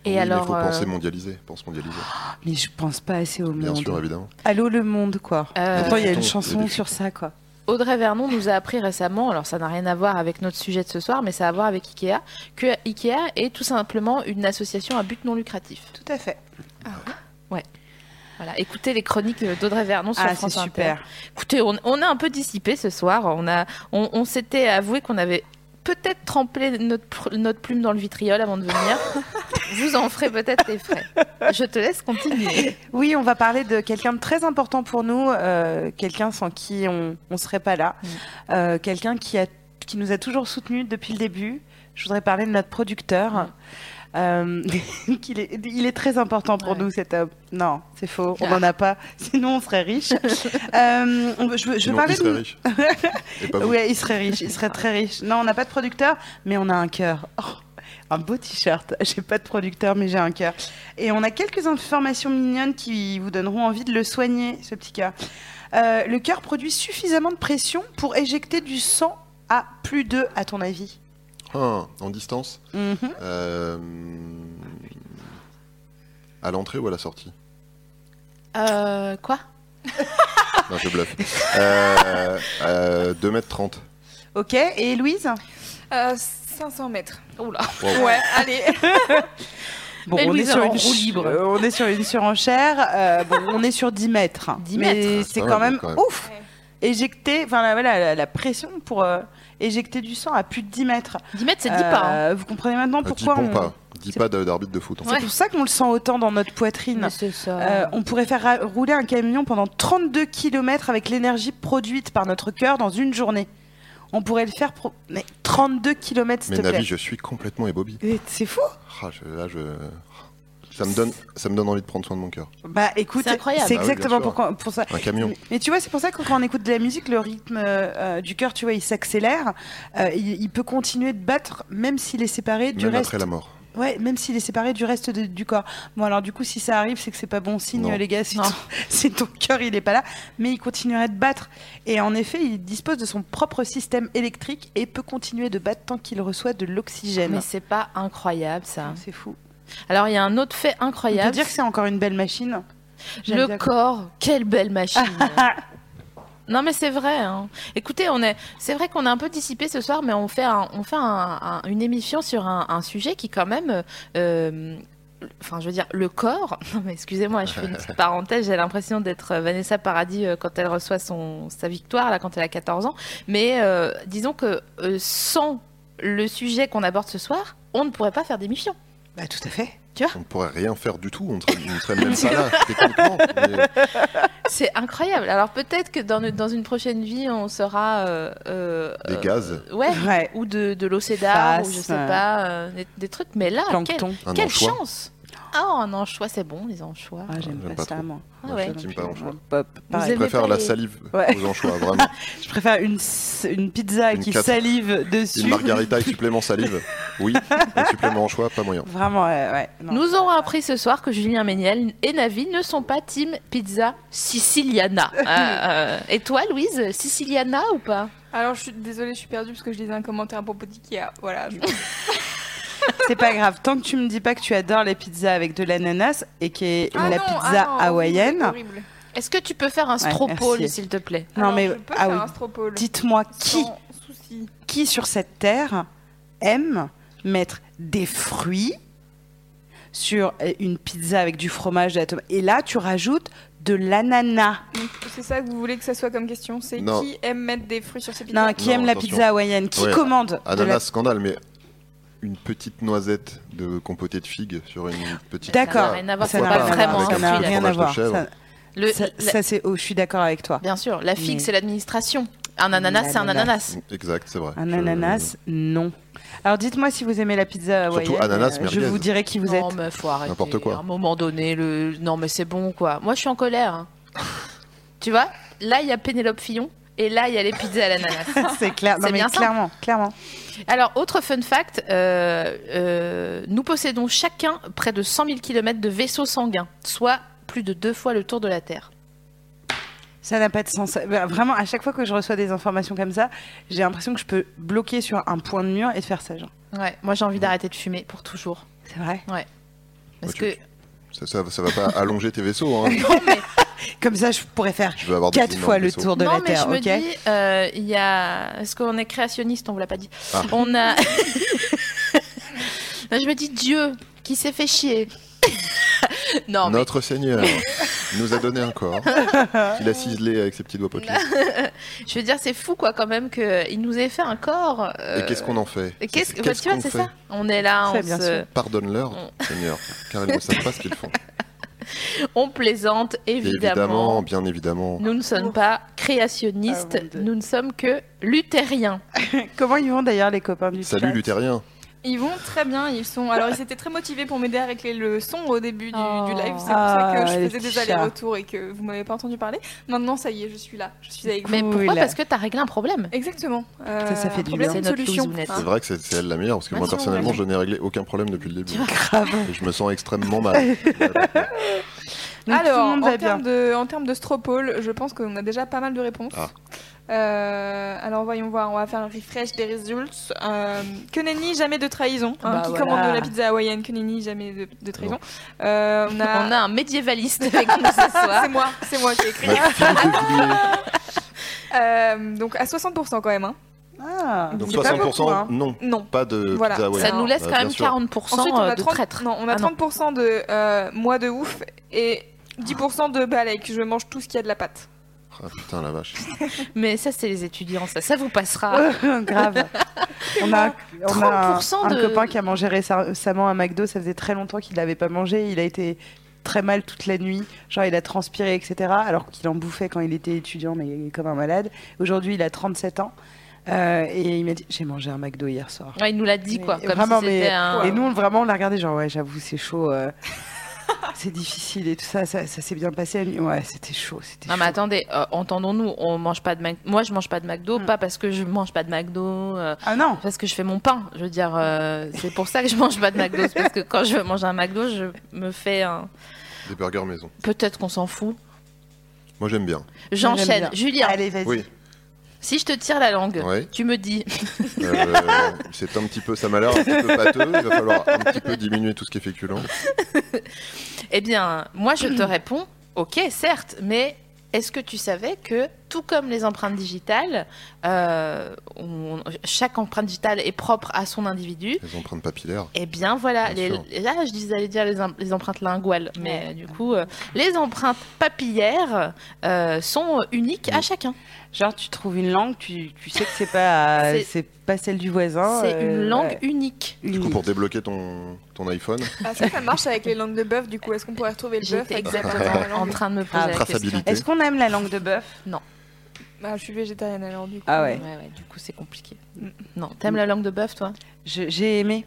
B: Et
D: Oui, mais
B: alors,
D: faut
B: euh,
D: penser mondialisé. Pense mondialisé.
C: Ah, Mais je pense pas assez au
D: Bien
C: monde.
D: sûr, évidemment.
C: Allô, le monde, quoi.
B: Euh,
C: Pourtant, il y a une
D: Des
C: chanson
D: futons.
C: sur ça, quoi.
B: Audrey Vernon nous a appris récemment, alors ça n'a rien à voir avec notre sujet de ce soir, mais ça a à voir avec Ikea, que Ikea est tout simplement une association à but non lucratif.
C: Tout à fait.
B: Voilà, écoutez les chroniques d'Audrey Vernon sur
C: Ah, c'est
B: France Inter.
C: super.
B: Écoutez, on, on a un peu dissipé ce soir, on, a, on, on s'était avoué qu'on avait peut-être trempé notre, pr- notre plume dans le vitriol avant
C: (laughs)
B: de venir. Vous en ferez peut-être les frais. Je te laisse continuer.
C: Oui, on va parler de quelqu'un de très important pour nous, euh, quelqu'un sans qui on ne serait pas là,
B: Mm.
C: euh, quelqu'un qui, a, qui nous a toujours soutenus depuis le début. Je voudrais parler de notre producteur.
B: Mm.
C: Euh, (laughs) qu'il est, il est très important pour
B: Ouais. Ah.
C: nous cet homme. Non, c'est faux, on n'en a pas, sinon on serait
B: (laughs)
C: riche. Euh, on- je, je
D: Sinon,
C: parlais
D: il serait
C: de- (laughs)
D: riche. Et pas vous.
C: Ouais, il serait riche, il serait très riche. Non, on n'a pas de producteur, mais on a un cœur. Oh, un beau t-shirt. (laughs) J'ai pas de producteur, mais j'ai un cœur. Et on a quelques informations mignonnes qui vous donneront envie de le soigner, ce petit cœur. Euh, le cœur produit suffisamment de pression pour éjecter du sang à plus de, à ton avis.
D: Ah, en distance
C: Mhm.
D: Euh, À l'entrée ou à la sortie
B: Euh, quoi
D: Non, je bluffe. Euh, euh, 2m30.
C: Ok, et Louise
E: Euh, 500 mètres.
C: Oh
B: Oula.
D: Wow.
E: Ouais, allez. (laughs)
C: Bon,
B: Mais Louise, en
C: ch-
B: roue libre.
C: euh, on est sur une surenchère. euh, bon, on est sur 10 mètres.
B: (laughs)
C: hein.
B: 10
C: mais
B: mètres.
C: c'est
D: Ah,
C: quand,
D: ouais,
C: même
D: quand même.
C: ouf.
E: Ouais.
C: Éjecter, enfin la, voilà, la- la pression pour euh, éjecter du sang à plus de 10 mètres.
B: 10 mètres, c'est 10
C: Euh,
B: pas. hein.
C: Vous comprenez maintenant
D: Euh, Dis
C: pourquoi
D: bon
C: on-
D: pas. Dis
C: c'est-
D: pas de- d'arbitre de foot. hein. en fait.
C: C'est pour ça qu'on le sent autant dans notre poitrine.
B: Mais c'est ça.
C: Euh, on pourrait faire ra- rouler un camion pendant 32 km avec l'énergie produite par notre cœur dans une journée. On pourrait le faire. pro- Mais 32 km, s'il
D: Mais
C: te
D: Navi,
C: plaît.
D: je suis complètement ébobi.
C: Eh, C'est fou.
D: Ah, je- là, je... Ça me, donne, ça me donne envie de prendre soin de mon cœur.
C: Bah écoute,
B: C'est incroyable.
C: c'est
D: Ah oui, bien
C: exactement
D: sûr.
C: pourquoi- pour ça.
D: Un camion.
C: Mais- Mais tu vois, c'est pour ça que quand on écoute de la musique, le rythme euh, euh, du cœur, tu vois, il s'accélère. Euh, il, il peut continuer de battre, même s'il est séparé du
D: Même
C: reste.
D: après la mort.
C: Ouais, même s'il est séparé du reste de- du corps. Bon, alors du coup, si ça arrive, c'est que c'est pas bon signe,
D: Non.
C: les gars. Si,
B: Non.
C: ton- (laughs) si ton cœur, il est pas là, mais il continuerait de battre. Et en effet, il dispose de son propre système électrique et peut continuer de battre tant qu'il reçoit de l'oxygène.
B: Mais c'est pas incroyable ça.
C: C'est fou.
B: Alors il y a un autre fait
C: On peut
B: incroyable.
C: dire que c'est encore une belle machine. J'aime
B: le
C: bien quand-
B: corps, quelle
C: (laughs)
B: belle machine. non mais c'est vrai. hein. Écoutez, on est, c'est vrai qu'on a un peu dissipé ce soir, mais on fait, un- on fait un- un- une émission sur un, un sujet qui quand même. euh, Enfin, je veux dire, le corps. (laughs) Non, mais excusez-moi, je fais
C: (laughs)
B: une petite parenthèse. J'ai l'impression d'être euh, Vanessa Paradis euh, quand elle reçoit son, sa victoire, là, quand elle a 14 ans. Mais euh, disons que euh, sans le sujet qu'on aborde ce soir, on ne pourrait pas faire d'émission.
C: Bah, tout à fait.
D: On ne pourrait rien faire du tout, on traîne, on traîne
C: (laughs)
D: même ça là, techniquement. mais-
B: C'est incroyable. Alors peut-être que dans, ne- dans une prochaine vie, on sera euh, euh,
D: Des
B: euh,
D: gaz,
B: ouais,
C: Ouais.
B: ou de, de l'eau cédar, ou je
C: Face,
B: sais
C: euh,
B: pas, euh, des, des trucs. Mais là, quelle,
C: Plancton.
D: un
B: quelle
D: anchois.
B: chance Ah, un anchois, c'est bon, les anchois.
C: Ah, j'aime
D: j'aime
C: pas,
D: pas
C: ça,
D: trop.
C: moi.
B: Ah
D: Moi,
B: ouais.
D: je suis team pas anchois.
C: Pop, pareil.
D: Je
B: aimez
D: préfère
B: pas
D: la
B: les-
D: salive
C: Ouais.
D: aux anchois, vraiment.
C: Je préfère une, s- une pizza
D: Une
C: qui
D: quatre-
C: salive dessus.
D: Une margarita avec supplément salive, oui. Un supplément anchois, pas moyen.
C: Vraiment, ouais. ouais, non.
B: Nous aurons appris ce soir que Julien Méniel et Navi ne sont pas team pizza
C: (laughs)
B: siciliana. Euh, euh, et toi, Louise, siciliana ou pas
E: Alors, je suis désolée, je suis perdue parce que je lisais un commentaire à propos d'IKEA. Voilà.
C: (laughs)
E: je-
C: C'est pas grave, tant que tu me dis pas que tu adores les pizzas avec de l'ananas et qui est
E: Ah
C: la
E: non, ah
C: pizza
E: non,
C: hawaïenne.
E: horrible, horrible.
B: Est-ce que tu peux faire un
C: Ouais,
B: stropole,
C: merci.
B: s'il te plaît
C: Non
E: Alors,
C: mais
E: je peux
C: ah
E: faire
C: oui,
E: un stropole.
C: dites-moi qui
E: Sans souci.
C: qui sur cette terre aime mettre des fruits sur euh, une pizza avec du fromage de la tomate et là tu rajoutes de l'ananas.
E: Donc, C'est ça que vous voulez que ça soit comme question C'est
D: Non.
E: qui aime mettre des fruits sur ses pizzas
C: Non, qui
D: Non,
C: aime la
D: attention.
C: pizza hawaïenne Qui
D: Ouais,
C: commande de
D: Ananas,
C: la...
D: Ah scandale, mais une petite noisette de compotée de figues sur une petite.
C: D'accord. Ça
D: Ah,
C: n'a
B: rien à voir,
D: pourquoi
B: c'est pas vraiment
D: avec
C: ça
D: un
C: n'a
D: petit
B: fruit,
C: rien
D: fromage
C: à
D: de
C: voir.
D: chèvre.
C: Ça,
B: Le-
C: ça-
B: la-
C: ça, c'est oh, je suis d'accord avec toi.
B: Bien sûr, la figue,
C: Mais-
B: c'est l'administration. Un ananas, c'est un ananas.
D: Exact, c'est vrai.
C: Un
D: Je-
C: ananas, non. Alors dites-moi si vous aimez la pizza hawaïenne.
D: Surtout ananas
C: euh, je
D: merguez.
C: vous dirai qui vous êtes.
B: non, mais faut arrêter.
D: N'importe quoi.
B: À un moment donné, le... non, mais c'est bon, quoi. Moi, je suis en colère.
D: (laughs)
B: hein. tu vois Là, il y a Pénélope Fillon. Et là, il y a les pizzas à l'ananas.
D: (laughs)
C: (laughs) c'est clair. Non
B: C'est
C: mais
B: bien simple.
C: clairement, clairement.
B: Alors, autre fun fact, euh, euh, nous possédons chacun près de 100 000 km de vaisseaux sanguins, soit plus de deux fois le tour de la Terre.
C: Ça n'a pas de sens. Bah, Vraiment, à chaque fois que je reçois des informations comme ça, j'ai l'impression que je peux bloquer sur un point de mur et de faire ça. Genre.
B: Ouais, moi j'ai envie
D: Mmh.
B: d'arrêter de fumer pour toujours.
C: C'est vrai.
B: Parce
D: Ouais,
B: que...
D: tu- Ça, ça, ça va pas allonger tes vaisseaux.
B: (laughs)
D: Hein.
C: Comme ça, je pourrais faire
D: Je vais avoir des
C: quatre
D: énormes
C: fois le
D: vaisseaux.
C: tour de
B: non,
C: la
B: mais
C: Terre.
B: je me
C: ok.
B: dis, euh, il y a... Est-ce qu'on est créationniste On vous l'a pas dit.
D: Ah. (laughs)
B: On a... Non, je me dis Dieu qui s'est fait chier. (laughs) non, mais
D: Notre
B: (laughs)
D: Seigneur nous a donné un corps qu'il a ciselé avec ses petits doigts potelés.
B: je veux dire, c'est fou quoi quand même qu'il nous ait fait un corps. euh,
D: Et qu'est-ce qu'on en fait
B: et qu'est-ce-
D: C'est-
B: bah, tu vois,
D: qu'on
B: c'est
D: fait
B: ça. Mm. On est là,
C: Très
B: on
C: bien
B: se...
C: sûr.
D: Pardonne-leur,
B: On-
D: Seigneur, car ils ne savent pas ce qu'ils
B: (laughs)
D: font.
B: On plaisante,
D: Et
B: évidemment.
D: bien évidemment.
B: Nous ne sommes pas créationnistes,
C: Ah, mon Dieu.
B: nous ne sommes que luthériens.
C: Comment ils vont d'ailleurs les copains du
D: Salut
C: chat
D: luthérien.
E: Ils vont très bien, ils sont. Alors ils étaient très motivés pour m'aider à régler le son au début du,
B: Oh.
E: du live. C'est pour
C: Ah,
E: ça que
C: les
E: je faisais
C: petits
E: des allers-retours et que vous m'avez pas entendu parler. Maintenant, ça y est, je suis là, je suis avec vous.
B: Mais pourquoi
C: Cool.
B: Parce que tu as réglé un problème.
E: Exactement. Euh,
C: Ça, ça fait du
E: problème,
C: bien.
B: C'est notre
E: solution. Hein.
B: loose ounette.
C: Hein
D: C'est vrai que c'est c'est elle la meilleure, parce que
C: Bah
D: moi
E: Absolument.
D: personnellement, je n'ai réglé aucun problème depuis le début.
C: Grave.
D: Et je me sens
C: (laughs)
D: extrêmement mal.
C: Donc, tout
E: Alors,
C: le monde
E: en
C: va bien.
E: termes de, en termes de stropole, je pense qu'on a déjà pas mal de réponses.
D: Ah.
E: Euh, alors voyons voir, on va faire un refresh des résultats. Euh, que nenni, jamais de trahison. hein,
C: Bah
E: qui
C: voilà.
E: commande de la pizza hawaïenne Que nenni, jamais de, de trahison. Euh, on
C: (laughs)
E: a,
B: On a un médiévaliste avec nous ce soir.
E: (laughs) c'est moi, c'est moi qui ai écrit.
D: Ma fille de
E: Euh, donc à 60% quand même. Hein.
C: Ah,
D: Dieu. Donc
C: c'est pas
D: 60%,
C: beaucoup, hein.
D: non.
E: Non.
D: Pas de
E: Voilà.
D: pizza
E: ouais.
B: Ça
D: hawaïenne.
B: nous laisse
D: Bah,
B: quand
D: bien
B: même
D: sûr.
B: 40%
E: Ensuite, on
B: euh,
E: a
B: de
E: 30
B: traîtres.
E: Non, on a
B: Ah non.
E: 30% de euh, moi de ouf et 10% de balèque. Je mange tout ce qu'il y a de la pâte.
D: Ah putain la vache.
B: Mais ça, c'est les étudiants, ça. Ça vous passera.
C: (laughs)
B: (laughs)
C: Grave. On a, on a un,
B: 30%
C: un
B: de-
C: copain qui a mangé récem- récemment un McDo, ça faisait très longtemps qu'il l'avait pas mangé, il a été très mal toute la nuit, genre il a transpiré, etc. Alors qu'il en bouffait quand il était étudiant, mais il est comme un malade. Aujourd'hui, il a 37 ans. euh, et il m'a dit, j'ai mangé un McDo hier soir.
B: Ouais, il nous l'a dit, quoi.
C: Mais
B: Comme
C: vraiment,
B: si
C: mais-
B: c'était un...
C: Et nous, on- vraiment, on l'a regardé, genre, ouais, j'avoue, c'est chaud, euh, (laughs) c'est difficile et tout ça, ça, ça s'est bien passé. la nuit. Ouais, c'était chaud, c'était
B: Non
C: chaud.
B: mais attendez, euh, entendons-nous, on mange pas de Mac- moi je mange pas de McDo,
C: Hmm.
B: pas parce que je mange pas de McDo, euh,
C: Ah non
B: parce que je fais mon pain. Je veux dire, euh, c'est pour ça que je mange pas de McDo, c'est parce que quand je mange un McDo, je me fais un.
D: Des burgers maison.
B: Peut-être qu'on s'en fout.
D: Moi j'aime bien.
C: j'aime
B: J'enchaîne.
C: bien.
B: Julien,
C: Allez, vas-y.
D: Oui.
B: si je te tire la langue,
D: Ouais.
B: tu me dis.
D: Euh, c'est un petit peu, ça m'a l'air un petit peu pâteux. Il va falloir un petit peu diminuer tout ce qui est féculent.
E: (clears throat)
B: Eh bien, moi, je te réponds Ok, certes, mais est-ce que tu savais que tout comme les empreintes digitales, euh, on- chaque empreinte digitale est propre à son individu.
D: Les empreintes papillaires.
B: Eh bien voilà,
D: Bien
B: les-
D: sûr.
B: les- là je disais j'allais dire les, em- les empreintes linguales, mais euh, du coup euh, les empreintes papillaires euh, sont euh, uniques
D: Mm.
B: à chacun.
C: Genre, tu trouves une langue, tu, tu sais que c'est pas,
B: C'est-
C: (laughs) c'est pas celle du
E: Oh,
C: voisin.
B: C'est
C: euh,
B: une langue
C: ouais.
B: unique.
D: Du coup,
C: Unique.
D: pour débloquer ton, ton iPhone,
E: Ah, ça, ça marche avec les langues de bœuf, du coup, est-ce qu'on pourrait retrouver le bœuf
B: J'étais
E: avec sa
B: exactement
E: propre
B: en
E: langue
B: train de me poser
C: Ah,
B: la question.
D: traçabilité.
C: Est-ce qu'on aime la langue de bœuf
E: Ah, je suis végétarienne alors, du coup.
C: Ah
B: Ouais,
C: ouais,
B: ouais, du coup c'est compliqué.
E: Mm.
B: Non, t'aimes la langue de bœuf toi
C: Je- j'ai aimé.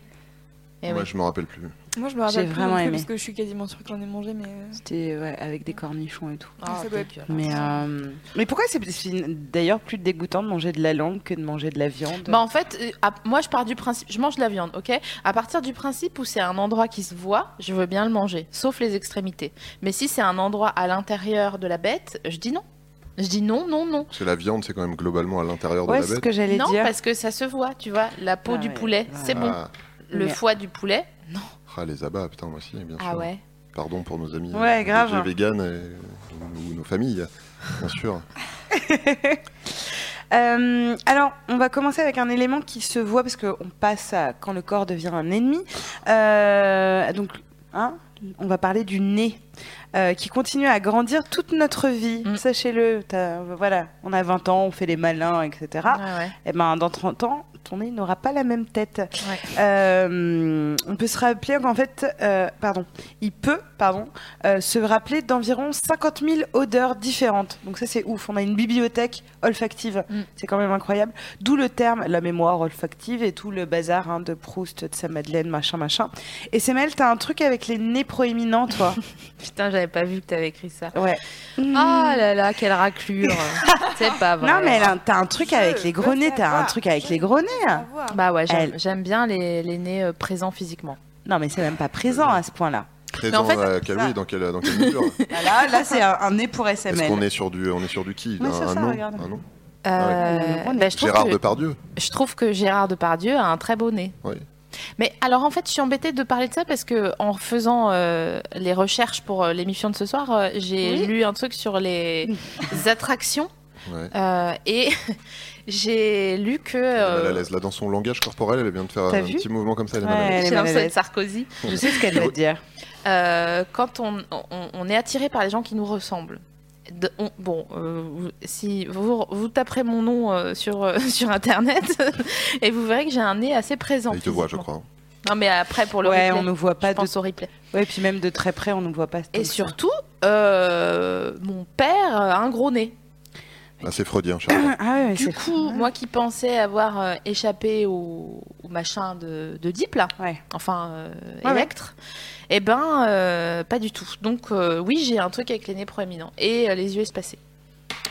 B: Eh
D: moi
B: oui.
D: je me rappelle plus.
E: Moi, je me
C: J'ai
E: rappelle plus non
C: vraiment
E: plus,
C: aimé.
E: parce que je suis quasiment sûre que j'en ai mangé, mais. euh,
C: C'était ouais, avec des cornichons et tout.
B: Ah,
E: ça doit être-
B: dégueulasse.
C: Mais, euh, mais pourquoi c'est c'est d'ailleurs plus dégoûtant de manger de la langue que de manger de la viande
B: Bah en fait, euh, à- moi je pars du principe, je mange de la viande, ok À partir du principe où c'est un endroit qui se voit, je veux bien le manger, sauf les extrémités. Mais si c'est un endroit à l'intérieur de la bête, je dis non. Je dis non, non, non.
D: Parce que la viande, c'est quand même globalement à l'intérieur
C: Ouais,
D: de la
C: c'est ce
D: bête.
C: que j'allais
B: Non,
C: dire.
B: parce que ça se voit, tu vois. La peau
C: Ah
B: du
C: ouais,
B: poulet,
C: ouais.
B: c'est bon.
D: Ah,
B: Le
C: Mais-
B: foie du poulet, non.
D: ah, les abats, putain, moi aussi, bien sûr.
B: Ah ouais.
D: Pardon pour nos amis
C: Ouais,
D: euh,
C: grave.
D: végés, véganes et- ou nos familles, bien sûr.
C: (laughs) Euh, alors, on va commencer avec un élément qui se voit parce qu'on passe à quand le corps devient un ennemi. Euh, donc, hein, on va parler du nez euh, qui continue à grandir toute notre vie.
B: Mm.
C: Sachez-le, t'as- voilà, on a 20 ans, on fait les malins, etc.
B: ah Ouais, ouais.
C: Eh ben, dans 30 ans, ton nez n'aura pas la même tête. Euh, on peut se rappeler qu'en fait, euh, pardon, il peut, pardon, euh, se rappeler d'environ 50 000 odeurs différentes. Donc ça, c'est ouf. On a une bibliothèque olfactive.
B: Mm.
C: C'est quand même incroyable. D'où le terme la mémoire olfactive et tout le bazar hein, de Proust, de sa Madeleine, machin, machin. Et Semel, t'as un truc avec les nez proéminents, toi.
B: Putain, j'avais pas vu que t'avais écrit ça.
C: ouais.
B: Ah là là, quelle (laughs) raclure. c'est pas vrai.
C: Non, mais elle a- t'as un truc
E: Je
C: avec les gros
E: veux
C: nez. T'as un
E: savoir.
C: truc avec
E: Je
C: les
E: veux
C: gros nez. hein.
E: savoir.
B: Bah ouais, j'aime
C: Elle-
B: j'aime bien les, les nez euh, présents physiquement.
C: Non, mais c'est même pas présent à ce point-là.
D: Présent
B: fait,
D: à Calais, dans quelle, dans quelle
C: (laughs)
D: mesure
C: Là, là c'est un, un nez pour SML.
D: Est-ce qu'on est sur du, on est sur du qui
C: Ouais,
D: un,
C: c'est
D: un
C: ça,
D: nom,
C: regarde.
D: un nom
B: Euh,
D: Ah
C: ouais.
B: bah, je trouve
D: Gérard
B: que-
D: Depardieu
B: Je trouve que Gérard Depardieu a un très beau nez.
D: Oui.
B: Mais alors en fait, je suis embêtée de parler de ça parce que en faisant euh, les recherches pour euh, l'émission de ce soir, euh, j'ai
C: Oui.
B: lu un truc
C: (laughs)
B: sur les attractions
D: ouais.
B: euh, et (laughs) j'ai lu que
D: Elle est
B: euh,
D: mal à l'aise. Là, dans son langage corporel, elle vient de faire
C: T'as
D: un
C: vu
D: petit mouvement comme ça. Elle est
C: Ouais.
D: mal à l'aise.
C: Elle est
B: j'ai l'impression
C: mal à l'aise.
B: d'être Sarkozy.
C: Je sais ce qu'elle va dire.
B: Euh, quand on, on- on est attiré par les gens qui nous ressemblent. De- on- bon, euh, vous- si vous, vous taperez mon nom euh, sur, euh, (laughs) sur internet et vous verrez que j'ai un nez assez présent.
D: Elle te voit, je
B: physiquement.
D: crois.
B: Non, mais après pour le
C: ouais,
B: replay,
C: on ne voit
B: je
C: pas de.
B: pense au replay.
C: Ouais, puis même de très près, on ne voit pas.
B: Et
C: donc
B: surtout, euh, mon père a un gros nez.
D: Ah, c'est freudien,
C: (coughs) ça.
D: Charles.
C: (coughs) Ah ouais, mais
B: Du
C: c'est
B: coup, moi qui pensais avoir euh, échappé au, au machin de, de Deep, là,
C: Ouais.
B: enfin euh,
C: Ouais, ouais.
B: Electre, eh ben, euh, pas du tout. Donc, euh, oui, j'ai un truc avec les nez proéminents et euh, les yeux espacés.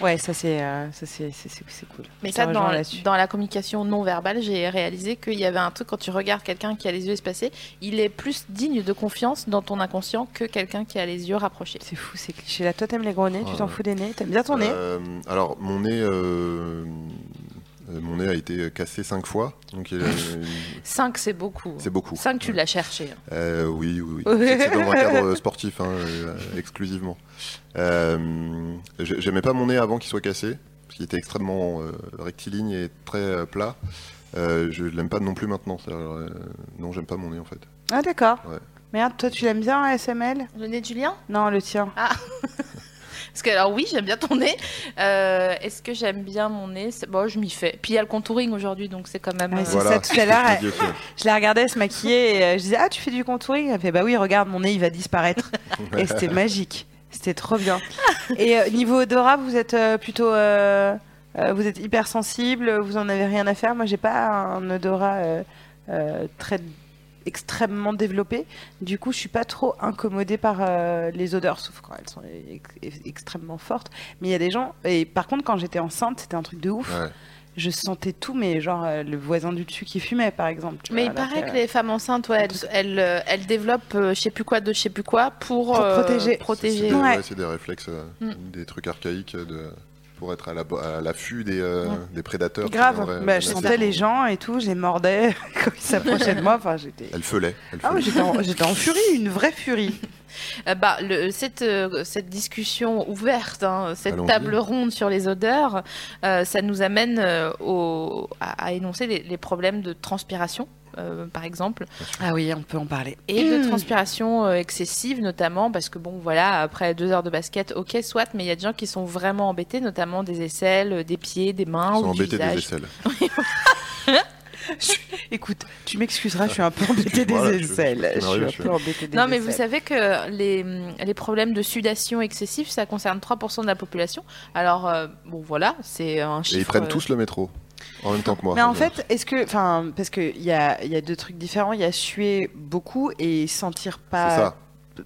C: Ouais, ça c'est, euh, ça c'est, c'est, c'est- c'est cool.
B: Mais
C: Je te
B: ça,
C: rejoins
B: dans,
C: là-dessus.
B: dans la communication non verbale, j'ai réalisé qu'il y avait un truc quand tu regardes quelqu'un qui a les yeux espacés, il est plus digne de confiance dans ton inconscient que quelqu'un qui a les yeux rapprochés.
C: C'est fou, c'est cliché. Là, toi t'aimes les gros nez, tu
D: Ah
C: t'en
D: ouais.
C: fous des nez, t'aimes bien ton nez.
D: Euh, alors, mon nez, euh, euh, mon nez a été cassé cinq fois, donc il a- euh,
C: (laughs)
B: 5, c'est beaucoup.
D: c'est beaucoup.
B: 5, tu l'as cherché. hein.
D: Euh, oui, oui, oui. C'est c'est dans
C: (laughs)
D: un cadre sportif, hein, euh, exclusivement. Euh, j'ai- J'aimais pas mon nez avant qu'il soit cassé, parce qu'il était extrêmement euh, rectiligne et très euh, plat. Euh, je l'aime pas non plus maintenant. c'est-à-dire, euh, non, j'aime pas mon nez en fait.
C: Ah d'accord.
D: Ouais.
C: Merde, toi tu l'aimes bien SML
B: Le nez de Julien
C: Non, le tien.
B: Parce que alors oui, j'aime bien ton nez. Euh, Est-ce que j'aime bien mon nez C'est- Bon, je m'y fais. Puis il y a le contouring aujourd'hui, donc c'est quand même.
C: Ouais,
B: euh,
C: C'est ça, tout à
D: ce que (laughs)
C: l'heure,
D: je me dis aussi.
C: (laughs) Je la regardais se maquiller et euh, je disais ah tu fais du contouring. Elle fait bah oui regarde mon nez il va disparaître. et c'était magique, c'était trop bien. et euh, niveau odorat, vous êtes euh, plutôt, euh, euh, vous êtes hyper sensible, vous en avez rien à faire. Moi j'ai pas un odorat euh, euh, très extrêmement développé. Du coup, je suis pas trop incommodée par euh, les odeurs, sauf quand elles sont ex- ex- extrêmement fortes. Mais il y a des gens. Et par contre, quand j'étais enceinte, c'était un truc de ouf.
D: Ouais.
C: Je sentais tout, mais genre euh, le voisin du dessus qui fumait, par exemple. tu
B: Mais
C: vois,
B: il
C: alors
B: paraît que les femmes enceintes, ouais, elles, elles, euh, elles développent euh, je sais plus quoi de je sais plus quoi pour,
C: Pour
B: euh,
C: protéger.
D: C'est- C'est
B: protéger.
D: des,
C: Ouais.
D: ouais, c'est des réflexes, euh,
B: Mm.
D: des trucs archaïques de pour être à la- à l'affût des, euh, des prédateurs. qui euh, viendraient
C: Grave. Bah, je
D: menacer.
C: sentais les gens et tout, je les mordais (laughs) quand ils s'approchaient de moi. Enfin, j'étais.
D: Elle feulait. elle
C: Ah
D: feulait.
C: oui, j'étais en, j'étais en furie, une vraie furie.
B: Euh, bah, le- cette, euh, cette discussion ouverte, hein, cette
D: Allons-y.
B: table ronde sur les odeurs, euh, ça nous amène euh, au- à, à énoncer les, les problèmes de transpiration, euh, par exemple,
C: Ah oui, on peut en parler.
B: et de transpiration euh, excessive, notamment parce que, bon, voilà, après deux heures de basket, ok, soit, mais il y a des gens qui sont vraiment embêtés, notamment des aisselles, euh, des pieds, des mains
D: Ils sont
B: ou du
D: embêtés des
B: visage.
D: aisselles.
C: Écoute, tu m'excuseras, je suis un peu embêtée des
D: Voilà, je- je-
C: aisselles.
D: je-
C: Je suis un
D: je-
C: peu embêtée des
B: Non, mais vous
C: aisselles.
B: savez que les, les problèmes de sudation excessive, ça concerne 3% de la population. Alors, euh, bon, voilà, c'est un
D: Et
B: chiffre.
D: ils prennent
B: euh,
D: tous le métro en même temps que moi.
C: Mais en
D: Donc,
C: fait, est-ce que, enfin, parce que il y a, il y a deux trucs différents. Il y a suer beaucoup et sentir
D: c'est
C: pas.
D: ça.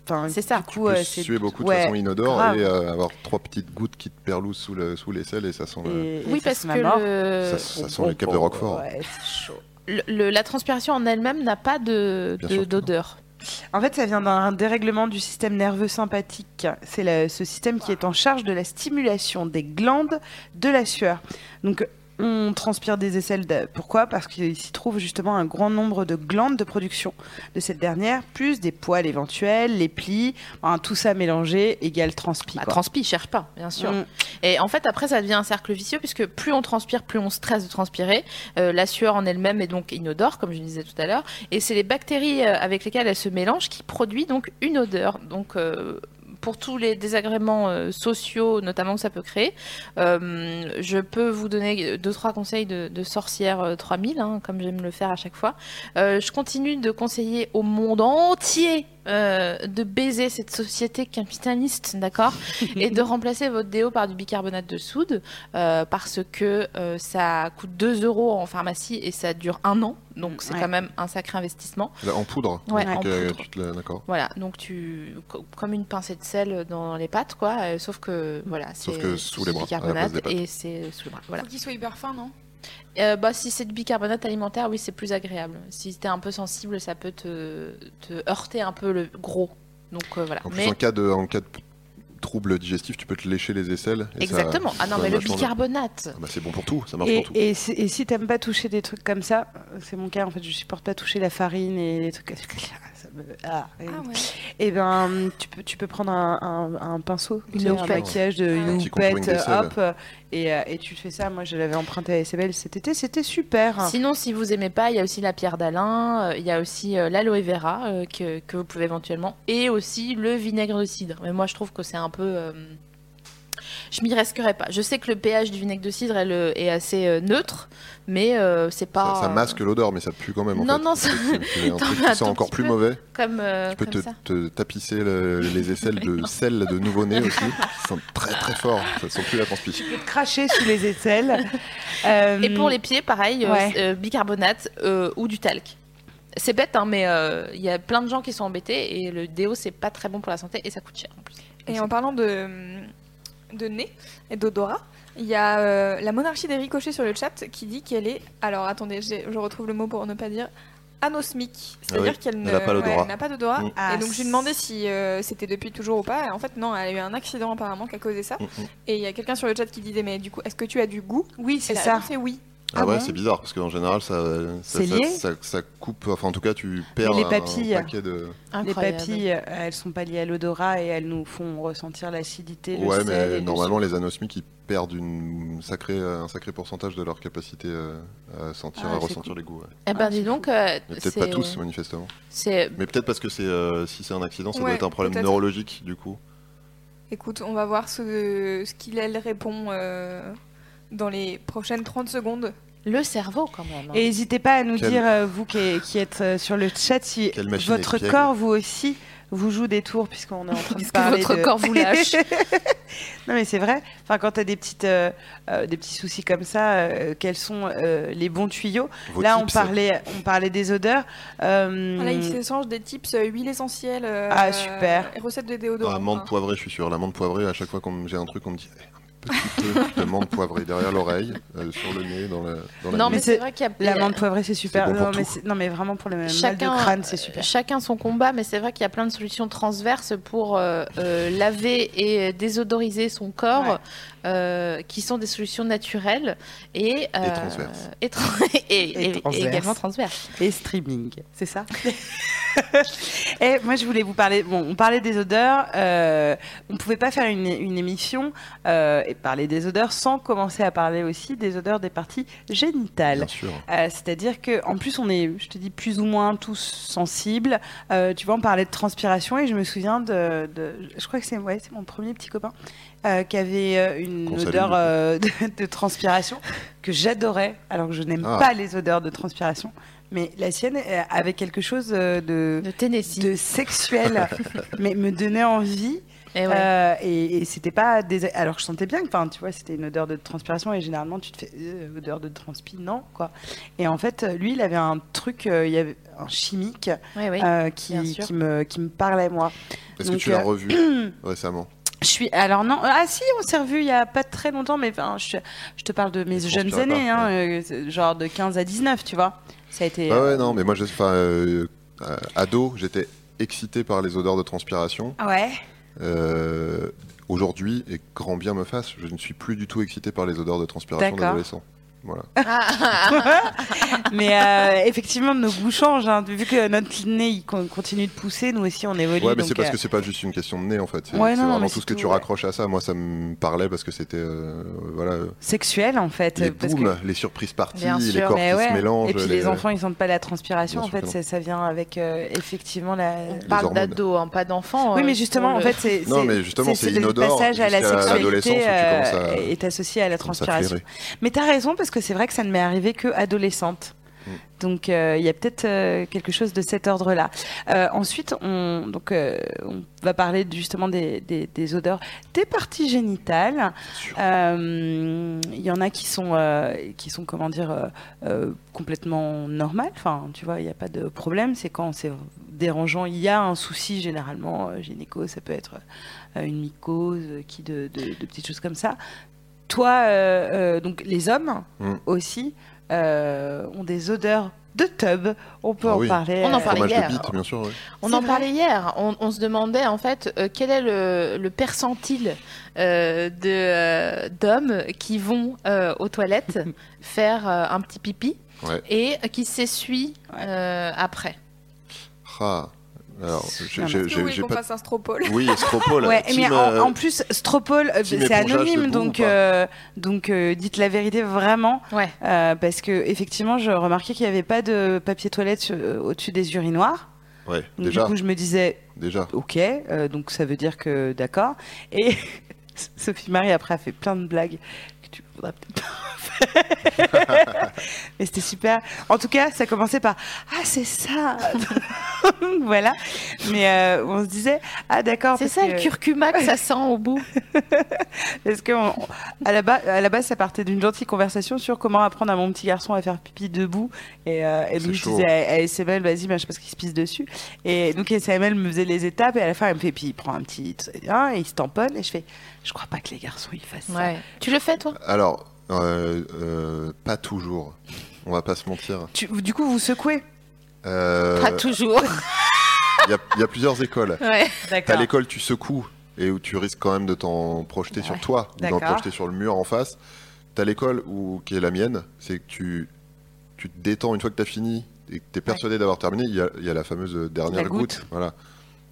C: Enfin,
B: C'est ça.
C: du coup,
D: Tu
C: euh,
D: peux
C: c'est-
D: suer beaucoup de
C: ouais,
D: façon inodore
C: grave.
D: et euh, avoir trois petites gouttes qui te perlousent sous le- sous l'aisselle et ça sent le-
C: et- et
B: Oui,
C: ça
B: parce
C: sent la
B: que
C: mort. Oh,
B: le-
D: ça, ça sent le cap de Roquefort.
C: Ouais, c'est chaud.
B: le- le- la transpiration en elle-même n'a pas de-
D: Bien
B: de-
D: sûr que non.
B: d'odeur.
C: En fait, ça vient d'un dérèglement du système nerveux sympathique. C'est la- ce système qui est en charge de la stimulation des glandes de la sueur. Donc, on transpire des aisselles. de- Pourquoi Parce qu'il s'y trouve justement un grand nombre de glandes de production de cette dernière, plus des poils éventuels, les plis, Enfin, tout ça mélangé égale transpi.
B: Bah,
C: quoi.
B: transpire, cherche pas, bien sûr.
C: Mm.
B: Et en fait, après, ça devient un cercle vicieux puisque plus on transpire, plus on stresse de transpirer. Euh, la sueur en elle-même est donc inodore, comme je disais tout à l'heure. Et c'est les bactéries euh, avec lesquelles elle se mélange qui produit donc une odeur. Donc, euh, pour tous les désagréments euh, sociaux, notamment que ça peut créer, euh, je peux vous donner deux trois conseils de, de sorcière euh, 3000, hein, comme j'aime le faire à chaque fois. Euh, je continue de conseiller au monde entier euh, de baiser cette société capitaliste, d'accord et de remplacer votre déo par du bicarbonate de soude euh, parce que euh, ça coûte 2 euros en pharmacie et ça dure un an. Donc c'est
C: Ouais.
B: quand même un sacré investissement.
D: Là, en poudre.
B: Ouais,
D: Donc,
B: en
D: euh,
B: poudre.
D: tu te la- D'accord.
B: Voilà, donc tu co- comme une pincée de sel dans les pâtes quoi, euh, sauf que voilà,
D: Sauf
B: c'est
D: que sous les
B: c'est
D: bras,
B: du
D: à la place des
B: bicarbonate
D: pâtes.
B: et c'est sous les bras. Voilà.
E: Faut qu'il soit hyper fin, non
B: Euh, bah si c'est du bicarbonate alimentaire, oui, c'est plus agréable. Si t'es un peu sensible, ça peut te, te heurter un peu le gros. Donc euh, voilà.
D: En plus,
B: Mais-
D: en, cas de, en cas de trouble digestif, tu peux te lécher les aisselles. et ça-
B: exactement. Ah non,
D: ça
B: mais le
D: vachement bien.
B: bicarbonate.
D: Ah bah, c'est bon pour tout, ça marche
C: Et,
D: pour tout.
C: et si- et si t'aimes pas toucher des trucs comme ça, euh, c'est mon cas en fait, je supporte pas toucher la farine et les trucs. Ça (laughs) me... ah, et-
E: Ah ouais.
C: Et ben, tu peux, tu peux prendre un, un- un pinceau,
B: Une Ah
C: tu sais, un
B: houppette.
C: maquillage de
E: Un
C: une
D: petit contouring
C: houppette,
D: d'aisselle.
C: hop, et, euh, et tu te fais ça. Moi, je l'avais emprunté à SBL cet été, c'était super.
B: Sinon, si vous aimez pas, il y a aussi la pierre d'Alain, euh, il y a aussi euh, l'aloe vera euh, que, que vous pouvez éventuellement, et aussi le vinaigre de cidre. Mais moi, je trouve que c'est un peu. euh, je m'y risquerais pas. Je sais que le pH du vinaigre de cidre est, le- est assez euh, neutre, mais euh, c'est pas.
D: Ça, ça masque l'odeur, mais ça pue quand même. en
B: Non,
D: fait.
B: non, ça-
D: Tu- tu- tu- Un
B: (laughs) T'en
D: truc
B: mets un
D: qui sent
B: tout
D: encore
B: petit
D: plus
B: peu.
D: mauvais.
B: euh, Comme, euh,
D: Tu peux
B: comme
D: te,
B: ça.
D: te tapisser le- les aisselles de sel de nouveau-né
B: (laughs)
D: aussi. Ça sent très très fort. Ça sent plus la transpi.
C: Tu peux cracher sous les
B: (laughs)
C: aisselles. Euh,
B: Et pour les pieds, pareil, euh,
C: Ouais.
B: euh, bicarbonate euh, ou du talc. C'est bête, hein, mais euh, il y a plein de gens qui sont embêtés et le déo, c'est pas très bon pour la santé et ça coûte cher en plus.
E: Et en parlant de, de nez et d'odorat, il y a euh, la monarchie des ricochets sur le chat qui dit qu'elle est. Alors attendez, j'ai- je retrouve le mot pour ne pas dire anosmique, c'est-à-dire
D: Ah oui,
E: qu'elle ne-
D: elle a pas l'odorat.
E: ouais, elle n'a pas d'odorat.
D: Mm.
C: Ah,
E: et donc j'ai demandé si euh, c'était depuis toujours ou pas. Et en fait non, elle a eu un accident apparemment qui a causé ça.
D: Mm, mm.
E: Et il y a quelqu'un sur le chat qui disait mais du coup est-ce que tu as du goût
C: oui,
E: Et
C: c'est
E: la
C: ça.
E: réponse est oui.
D: Ah,
C: Ah
D: ouais,
C: bon
D: c'est bizarre parce qu'en général, ça, ça,
C: C'est
D: ça-
C: lié
D: ça- ça coupe. Enfin, en tout cas, tu perds
C: les
D: un
C: papilles.
D: paquet de.
C: Les
B: Incroyable.
C: papilles, euh, elles sont pas liées à l'odorat et elles nous font ressentir l'acidité, le
D: ouais,
C: sel. et
D: mais
C: le
D: normalement, les anosmiques, ils perdent une sacrée, un sacré pourcentage de leur capacité euh, à sentir,
C: Ah,
D: à
C: c'est
D: ressentir
C: cool.
D: les goûts. ouais.
B: Eh ben, dis donc, euh,
D: Mais peut-être pas
B: c'est-
D: tous, manifestement.
B: c'est
D: Mais peut-être parce que c'est, euh, si c'est un accident, ça doit
E: Ouais,
D: être un problème
E: peut-être.
D: neurologique, du coup.
E: Écoute, on va voir ce, ce qu'il elle répond euh, dans les prochaines 30 secondes.
B: Le cerveau, quand même. hein.
C: Et n'hésitez pas à nous
D: Quelle-
C: dire, euh, vous qui, qui êtes euh, sur le chat, si
D: Quelle machine
C: votre
D: épiègle.
C: corps, vous aussi, vous joue des tours, puisqu'on est en train de
B: Puisque
C: parler
B: votre
C: de-
B: corps vous lâche.
C: (laughs) non, mais c'est vrai. Enfin, quand tu as des, petites, euh, euh, des petits soucis comme ça, euh, quels sont euh, les bons tuyaux
D: Vos
C: Là,
D: tips.
C: on parlait, on parlait des odeurs. euh,
E: Là, ils s'échangent des tips euh, huiles essentielles. euh,
C: Ah, super.
E: Et recettes de
D: Ah,
E: déodorant.
D: amande
E: hein.
D: poivrée, je suis sûr. L'amande poivrée, à chaque fois que j'ai un truc, on me dit eh, petit peu de menthe poivrée derrière l'oreille, euh, sur le nez, dans la. Dans la
B: Non, mais
D: nuque.
B: c'est vrai qu'il y a.
C: La menthe poivrée, c'est super.
D: C'est bon pour
C: non, mais
D: tout.
C: c'est- non, mais vraiment pour le mal
B: Chacun-
C: de crâne, c'est super.
B: Chacun son combat, mais c'est vrai qu'il y a plein de solutions transverses pour euh, euh, laver et désodoriser son corps,
C: Ouais.
B: euh, qui sont des solutions naturelles et, euh,
D: transverses.
B: et tra- (laughs) et- et- et
C: transverses.
B: également transverses.
C: Et streaming, c'est ça Et moi, je voulais vous parler. Bon, on parlait des odeurs. euh, on pouvait pas faire une, une émission euh, et parler des odeurs sans commencer à parler aussi des odeurs des parties génitales.
D: Bien sûr.
C: Euh, C'est-à-dire que, en plus, on est, je te dis, plus ou moins tous sensibles. Euh, tu vois, on parlait de transpiration et je me souviens de, de- je crois que c'est, ouais, c'est mon premier petit copain euh, qui avait euh, une
D: Qu'on salue,
C: odeur
D: du coup.
C: euh, de, de transpiration que j'adorais, alors que je n'aime
D: Ah.
C: pas les odeurs de transpiration. Mais la sienne euh, avait quelque chose euh, de,
B: De Tennessee.
D: (laughs)
C: de sexuel, mais me donnait envie.
B: Et Eh ouais.
C: Euh, et, et c'était pas des... alors que je sentais bien que enfin tu vois c'était une odeur de transpiration et généralement tu te fais euh, odeur de transpi non quoi et en fait lui il avait un truc euh, il y avait un chimique
B: Ouais, ouais.
C: euh,
B: bien
C: qui,
B: sûr.
C: qui me qui me parlait moi
D: Est-ce que
C: Donc,
D: tu l'as
C: euh,
D: revu
C: (clears throat)
D: récemment
C: je suis alors non ah si on s'est revu il y a pas très longtemps mais enfin, je, je te parle de mes
D: Je
C: jeunes
D: sortirai
C: années
D: pas,
C: hein, euh, c'est- genre de 15 à 19 tu vois ça a été
D: Bah
C: euh,
D: ouais, non, mais moi, je- enfin, euh, euh, ado, j'étais excité par les odeurs de transpiration.
C: ah ouais
D: Euh, Aujourd'hui, et grand bien me fasse, je ne suis plus du tout excité par les odeurs de transpiration
C: D'accord.
D: d'adolescent. Voilà.
C: (laughs) mais euh, effectivement nos goûts changent hein. vu que notre nez il con- continue de pousser nous aussi on évolue
D: Ouais, mais
C: donc,
D: c'est parce
C: euh,
D: que c'est pas juste une question de nez en fait. C'est
C: Ouais,
D: c'est
C: non, non, mais
D: vraiment tout
C: c'est
D: ce que
C: tout,
D: tu
C: ouais.
D: raccroches à ça. Moi, ça me parlait parce que c'était euh, voilà euh,
C: sexuel en fait
D: les
C: parce que-
D: booms, les surprises parties,
B: Bien
D: les
B: sûr.
D: corps
C: Mais
D: qui
C: ouais.
D: se mélangent. euh,
C: Et puis les enfants, ils sentent pas la transpiration.
D: Bien
C: En
D: sûr
C: fait,
D: que non.
C: ça, ça vient avec euh, effectivement la. euh,
B: On parle
D: hormones.
B: d'ados, hein, pas d'enfants.
C: Oui,
B: euh,
C: mais justement,
B: pour
C: en
B: le-
C: fait,
D: (laughs)
C: c'est
D: Non,
C: c'est-
D: mais justement, c'est
C: le
D: inodore
C: passage à la
D: jusqu'à l'adolescence où
C: sexualité
D: tu
C: euh,
D: commences à-
C: est associé à la
D: commences à
C: transpiration.
D: flairer.
C: Mais t'as raison parce que c'est vrai que ça ne m'est arrivé que adolescente.
D: Mm.
C: Donc euh, il y a peut-être euh, quelque chose de cet ordre-là. Euh, ensuite, on, donc, euh, on va parler justement des, des- des odeurs des parties génitales.
D: Sûr.
C: Euh, Il y en a qui sont, euh, qui sont comment dire, euh, euh, complètement normales. Enfin, tu vois, il n'y a pas de problème. C'est quand c'est dérangeant, il y a un souci généralement euh, gynéco. Ça peut être euh, une mycose, euh, qui de, de- de petites choses comme ça. Toi, euh, euh, donc les hommes
D: Mm.
C: aussi euh, ont des odeurs de tub. On peut
D: Ah
C: en
D: oui.
C: parler.
B: On en
C: euh,
B: parlait
D: Fromage
B: hier.
D: de bite, bien sûr. ouais.
B: On
C: C'est
B: en
C: vrai.
B: parlait hier. On, on se demandait en fait euh, quel est le, le percentile euh, de euh, d'hommes qui vont euh,
C: (laughs)
B: aux toilettes faire euh, un petit pipi
D: Ouais.
B: et qui s'essuient euh, après.
D: Ah. Alors, j'ai-
C: Non,
D: j'ai
E: Est-ce que vous
D: j'ai-
E: voulez
D: j'ai
E: qu'on
D: pas.
E: fasse un stropole
D: Oui, Estropole.
C: Ouais,
D: team,
C: mais en,
D: euh,
C: en plus, Stropole, euh,
D: team
C: c'est
D: épongeage de hein.
C: anonyme,
D: boue
C: donc,
D: ou pas
C: euh, donc euh, dites la vérité vraiment.
B: Ouais.
C: euh, parce que, effectivement, je remarquais qu'il n'y avait pas de papier toilette sur- euh, au-dessus des urinoirs.
D: ouais,
C: Donc,
D: déjà,
C: Du coup, je me disais,
D: déjà.
C: ok, euh, donc ça veut dire que d'accord. Et (laughs) Sophie Marie, après, a fait plein de blagues que tu voudrais peut-être pas
D: (laughs)
C: faire. Mais c'était super. En tout cas, ça commençait par Ah, c'est ça (laughs) Voilà. Mais euh, on se disait Ah, d'accord.
B: C'est
C: parce
B: ça le
C: que-
B: curcuma que
C: (laughs)
B: ça sent au bout.
C: Parce que on- à, la ba- à la base, ça partait d'une gentille conversation sur comment apprendre à mon petit garçon à faire pipi debout. Et, euh, et
D: C'est
C: donc, je
D: chaud. hein.
C: disais à, à SML, vas-y, ben, je pense qu'il se pisse dessus. Et donc, SML me faisait les étapes. Et à la fin, elle me fait, puis il prend un petit. hein, et il se tamponne. Et je fais, je crois pas que les garçons, ils fassent ça.
B: Ouais. Tu le fais toi
D: Alors, euh, euh, pas toujours. On va pas se mentir.
C: Tu- du coup, vous secouez.
D: Euh,
B: Pas
D: (laughs)
B: toujours.
D: Il y a- il y a plusieurs écoles.
B: Ouais.
D: À
C: D'accord.
D: l'école, tu secoues et où tu risques quand même de t'en projeter sur toi ou d'en
C: D'accord.
D: projeter sur le mur en face. T'as l'école où, qui est la mienne, c'est que tu, tu te détends une fois que t'as fini et que t'es persuadé d'avoir terminé. Il y, a, il y a la fameuse dernière
C: La
D: goutte.
C: goutte.
D: Voilà.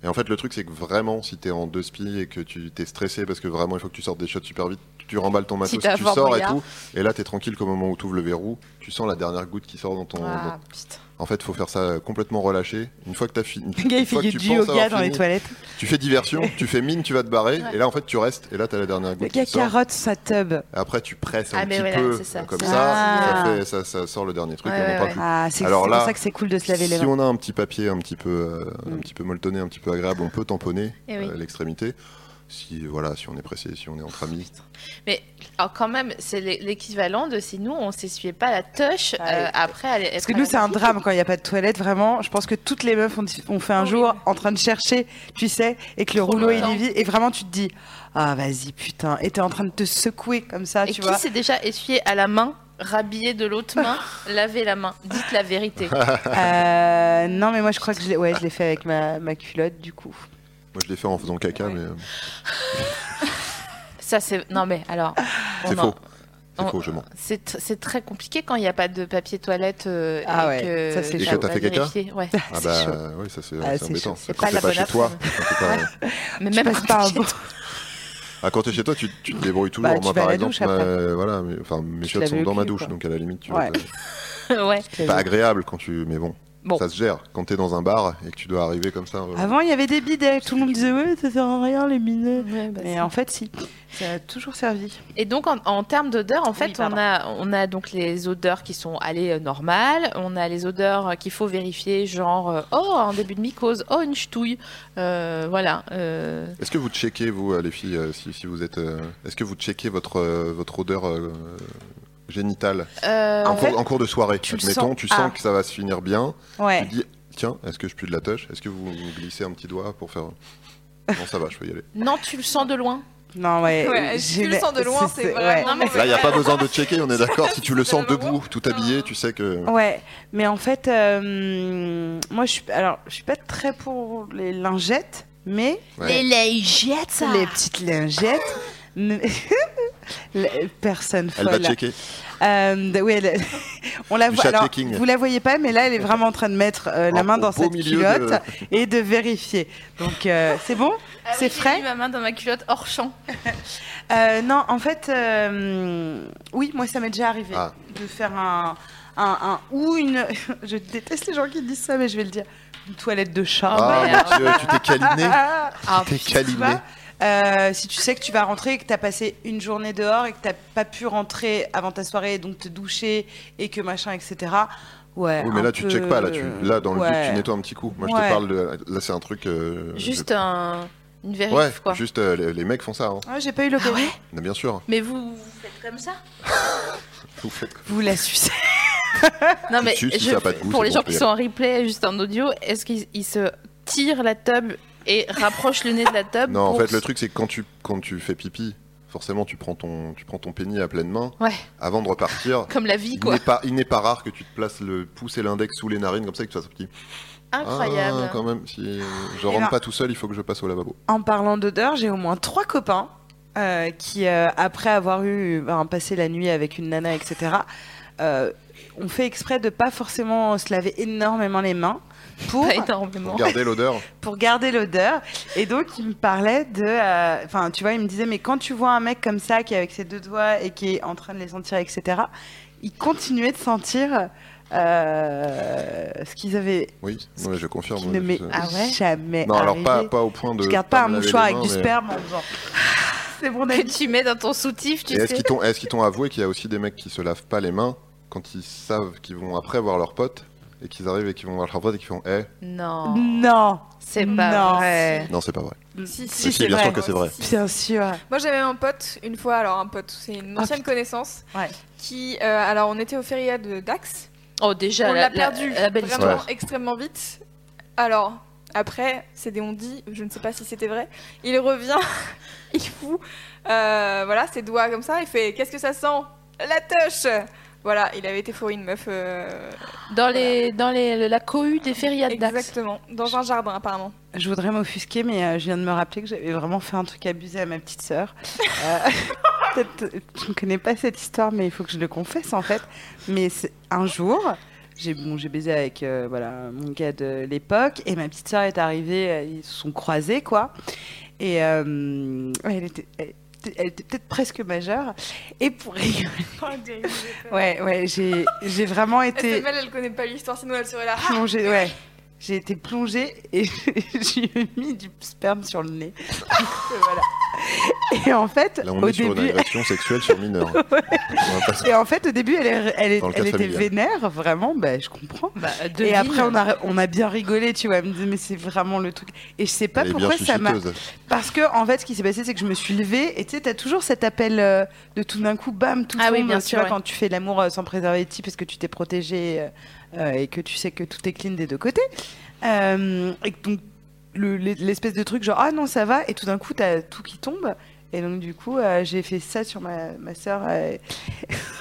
D: Et en fait, le truc, c'est que vraiment, si t'es en deux spies et que tu t'es stressé parce que vraiment, il faut que tu sortes des shots super vite, tu remballes ton matos,
B: t'as
D: tu
B: Fort
D: sors et
B: Boyard.
D: tout. Et là, t'es tranquille qu'au moment où t'ouvres le verrou, tu sens la dernière goutte qui sort dans ton. dans-
B: Ah, putain.
D: En fait, faut faire ça complètement relâché. Une fois que t'as fini.
C: Le gars,
D: une
C: il
D: fois
C: fait
D: que
C: du
D: tu penses avoir
C: yoga dans les
D: fini,
C: toilettes.
D: tu fais diversion, tu fais mine, tu vas te barrer, et là en fait tu restes, et là t'as la dernière
C: Le
D: goutte
C: gars
D: qui sort.
C: carotte sa tub.
D: Après tu presses un
B: Ah, mais
D: petit
B: voilà,
D: peu
B: c'est ça.
D: comme
B: C'est
D: ça,
C: ça.
D: ça, fait- ça- ça sort le dernier truc.
B: Ouais,
D: et on en
B: ouais,
D: parle
B: ouais.
D: plus.
C: Ah, c'est c'est
D: Alors
C: pour
D: là,
C: ça que c'est cool de se laver les
D: si
C: mains.
D: on a un petit papier un petit peu, euh, un
C: Mm.
D: petit peu molletonné, un petit peu agréable, on peut tamponner
B: Eh oui.
D: euh, l'extrémité. si voilà, si on est pressé, si on est entre amis.
B: Mais alors, quand même, c'est l'é- l'équivalent de si nous, on s'essuyait pas la touche euh,
C: Ouais.
B: après. aller-
C: Parce
B: être
C: que
B: à
C: nous,
B: la
C: c'est un
B: piscine.
C: drame quand il n'y a pas de toilette, vraiment. Je pense que toutes les meufs ont, ont fait un jour en train de chercher, tu sais, et que le
B: Trop
C: rouleau est
B: longtemps.
C: lié. Et vraiment, tu te dis, ah vas-y, putain. Et t'es en train de te secouer comme ça,
B: Et
C: tu
B: qui
C: vois. (laughs)
B: s'est déjà essuyé à la main, rhabillé de l'autre main, laver la main Dites la vérité.
C: Euh, non, mais moi, je crois que je l'ai ouais, je l'ai fait avec ma, ma culotte, du coup. (laughs)
D: Moi, je l'ai fait en faisant caca, mais euh,
B: Ça, c'est. Non, mais alors.
C: Ah,
B: on
D: c'est
B: en-
D: faux. C'est
B: on-
D: faux, je mens.
B: C'est tr- c'est très compliqué quand il n'y a pas de papier toilette. euh,
C: Ah
B: et
C: ouais,
B: que
C: ça, c'est
B: t'as
C: chaud. Et que
D: t'as
B: pas
D: fait caca
B: vérifié.
C: (laughs)
B: Ouais.
D: Ah
C: c'est
D: bah
C: chaud.
D: oui, ça c'est
C: Ah,
D: c'est
C: c'est
D: embêtant.
C: chaud.
B: C'est
D: Quand
B: pas
D: t'es
B: la
D: pas
B: bonne
D: chez toi.
B: après.
D: quand t'es pas-
B: Mais
C: Tu
B: même
C: passes
B: quand
C: par un
B: t'es-
C: bon-
D: Ah, quand t'es chez toi, tu, tu te débrouilles toujours.
C: Bah, tu
D: Moi,
C: vas à
D: par
C: la
D: exemple,
C: douche
D: ma-
C: après.
D: voilà, mes, enfin, mes
C: Tu
D: chiottes
C: laves
D: sont
C: le
D: dans ma
C: cul,
D: douche,
C: quoi.
D: donc à la limite, tu
C: Ouais.
D: vois,
B: (laughs) ouais.
C: euh.
D: c'est pas agréable quand tu. Mais bon,
B: Bon.
D: ça se gère. Quand t'es dans un bar et que tu dois arriver comme ça. euh,
C: Avant, il y avait des bidets. Tout le monde disait, ouais, ça sert à rien, les minets.
B: Ouais, bah,
C: Mais en fait, si. Ça a toujours servi.
B: Et donc, en, en termes d'odeur, en fait, on,
C: pardon.
B: a, on a donc les odeurs qui sont allées euh, normales, on a les odeurs euh, qu'il faut vérifier, genre, euh, oh, un début de mycose, oh, une ch'touille, euh, voilà. euh,
D: Est-ce que vous checkez, vous, euh, les filles, euh, si, si vous êtes. euh, Est-ce que vous checkez votre, euh, votre odeur euh, génitale
B: euh,
D: en,
C: fait,
D: cours, en cours de soirée
C: tu le
D: Admettons,
C: sens.
D: tu sens
C: Ah.
D: que ça va se finir bien. Tu
C: Ouais.
D: te dis, tiens, est-ce que je pue de la touche Est-ce que vous vous glissez un petit doigt pour faire. Non, ça va, je peux y aller.
B: non, tu le sens de loin.
C: Non, ouais.
E: Ouais, si tu le
C: j'ai-
E: sens de loin, c'est vraiment.
B: Non, mais
D: Là, il n'y a pas besoin de checker, on est d'accord. Si tu le
C: (laughs)
D: sens debout, tout habillé, tu sais que.
C: Ouais, mais en fait, euh, moi, je suis, alors, je suis pas très pour les lingettes, mais
D: Ouais.
B: Les jettes,
C: les petites lingettes. mais- (laughs) Les- Personne
D: Elle va
C: folle.
D: checker.
C: Euh, d- oui, elle- (laughs) on la
D: Du
C: voit. Alors,
D: chat-checking.
C: vous la voyez pas, mais là, elle est vraiment en train de mettre euh, la
D: Au-
C: main
D: au
C: dans
D: beau
C: cette
D: milieu de-
C: culotte et de vérifier. Donc, euh, c'est bon, c'est frais.
B: ma main dans ma culotte hors champ.
C: Euh, non, en fait, euh, oui, moi ça m'est déjà arrivé
D: Ah.
C: de faire un, un, un- ou une. (laughs) je déteste les gens qui disent ça, mais je vais le dire. Une toilette de chat.
B: Ah,
D: Ah, mon
B: ouais,
D: Dieu, tu t'es câliné.
C: (laughs) Ah,
B: Ah,
D: T'es
C: tu
D: câliné.
C: vois, euh, si tu sais que tu vas rentrer et que t'as passé une journée dehors et que t'as pas pu rentrer avant ta soirée, donc te doucher et que machin, etc. Ouais.
D: Oui, mais
C: un
D: là, tu
C: peu-
D: checkes pas. Là, tu, là dans le doute,
C: Ouais.
D: tu nettoies un petit coup. Moi, je
C: Ouais.
D: te parle de. Là, c'est un truc. euh,
B: juste
D: je-
B: un- une vérif,
D: Ouais,
B: quoi.
D: juste euh, les, les mecs font ça. hein.
C: Ah, J'ai pas eu l'occasion.
D: Mais Bien sûr.
B: Mais vous, vous faites comme ça
D: Vous faites-
C: Vous la sucez.
B: Non, mais
D: Dessus, si
B: je-
D: ça a pas de goût,
B: pour
D: c'est
B: les
D: bon,
B: gens
D: on peut
B: qui
D: y
B: sont en replay, juste en audio, est-ce qu'ils ils se tirent la tub et rapprochent le nez de la tub
D: Non, en
B: pour
D: fait, le truc, c'est que quand tu, quand tu fais pipi, forcément, tu prends ton, tu prends ton pénis à pleine main.
B: Ouais.
D: Avant de repartir,
B: Comme la vie,
D: il
B: quoi.
D: n'est pas, il n'est pas rare que tu te places le pouce et l'index sous les narines, comme ça, et que tu fasses un petit. Ah,
B: Incroyable.
D: quand même, si je
C: Et
D: rentre
C: ben-
D: pas tout seul, il faut que je passe au lavabo.
C: En parlant d'odeur, j'ai au moins trois copains euh, qui, euh, après avoir eu ben, passé la nuit avec une nana, etc., euh, ont fait exprès de pas forcément se laver énormément les mains pour,
B: Pas énormément.
D: Regardez l'odeur.
C: pour garder l'odeur. Et donc, ils me parlaient de... euh, Enfin, tu vois, ils me disaient, mais quand tu vois un mec comme ça, qui est avec ses deux doigts et qui est en train de les sentir, etc., ils continuaient de sentir euh, ce qu'ils avaient...
D: Oui, ouais, je confirme.
C: qui
D: ouais,
C: ne
D: je-
C: m'est
B: Ah ouais
C: jamais
D: non, alors pas,
C: arrivé.
D: pas au point de.
C: Je garde pas, un
D: me laver
C: mouchoir
D: les
C: avec du
D: mains, mais-
C: sperme en disant (laughs) c'est bon
B: Que
C: d'avis.
B: tu mets dans ton soutif, tu
D: Et est-ce
B: sais.
D: qu'ils t'ont, est-ce qu'ils t'ont avoué qu'il y a aussi des mecs qui se lavent pas les mains quand ils savent qu'ils vont après voir leurs potes et qu'ils arrivent et qu'ils vont voir leurs potes et qu'ils font Eh,
B: Non,
C: Non,
B: c'est pas
C: Non.
B: vrai.
D: non, c'est pas vrai.
E: Si,
D: (laughs)
C: Si,
D: si, bien sûr que c'est vrai.
E: Si, si.
C: bien sûr.
E: Moi j'avais un pote, une fois, alors un pote, c'est une
C: Ah,
E: ancienne connaissance,
C: Ouais.
E: qui, euh, alors on était au Feria de Dax,
B: Oh, déjà,
E: on
B: la,
E: l'a
B: la-
E: perdu
B: la belle histoire.
E: vraiment extrêmement vite. Alors, après, c'est des ondits, je ne sais pas si c'était vrai, il revient, (laughs) il fout, euh, voilà, ses doigts comme ça, il fait « Qu'est-ce que ça sent La touche !» Voilà, il avait été fourré une meuf, euh,
B: Dans, les, dans les, la cohue des fériades d'Ax.
E: exactement, dans un jardin apparemment.
C: Je voudrais m'offusquer, mais euh, je viens de me rappeler que j'avais vraiment fait un truc abusé à ma petite
D: (laughs)
C: sœur. Euh, (laughs) peut-être- euh, je ne connais pas cette histoire, mais il faut que je le confesse en fait. Mais c'est- un jour, j'ai bon, j'ai baisé avec euh, voilà mon gars de l'époque, et ma petite sœur est arrivée, euh, ils se sont croisés quoi. Et euh, elle était, elle était- elle était peut-être presque majeure. Et pour (laughs) rigoler- ouais, ouais, j'ai j'ai vraiment été.
E: SML, Oh, elle connaît pas l'histoire, sinon elle serait là. Ah
C: plongée, ouais. J'ai été (laughs)
E: Ah,
C: plongée et j'ai mis du sperme sur le nez. voilà. Et en fait,
D: Là, on
C: au
D: est sur une
C: début,
D: agression sexuelle sur
C: (laughs)
D: mineur. On va pas se-
C: et en fait, au début, elle, est- elle est-
D: Dans le
C: elle
D: cadre
C: était
D: familial.
C: vénère, vraiment. Bah, je comprends.
B: Bah,
C: Et
B: devine.
C: après, on
B: (laughs)
C: a, on a bien rigolé, tu vois. Elle me dit, mais c'est vraiment le truc. Et je sais pas
D: Elle est bien
C: pourquoi ça m'a.
D: chichiteuse.
C: Parce que, en fait, ce qui s'est passé, c'est que je me suis levée. Et tu sais, t'as toujours cet appel euh, de tout d'un coup, bam, tout
B: Ah oui,
C: tombe,
B: bien
C: tu
B: sûr,
C: vois,
B: ouais.
C: quand tu fais l'amour euh, sans préservatif parce que tu t'es protégée euh, euh, et que tu sais que tout est clean des deux côtés. Euh, et que donc, le- l'es- l'espèce de truc genre, ah non, ça va. Et tout d'un coup, t'as tout qui tombe. Et donc, du coup, euh, j'ai fait ça sur ma, ma soeur.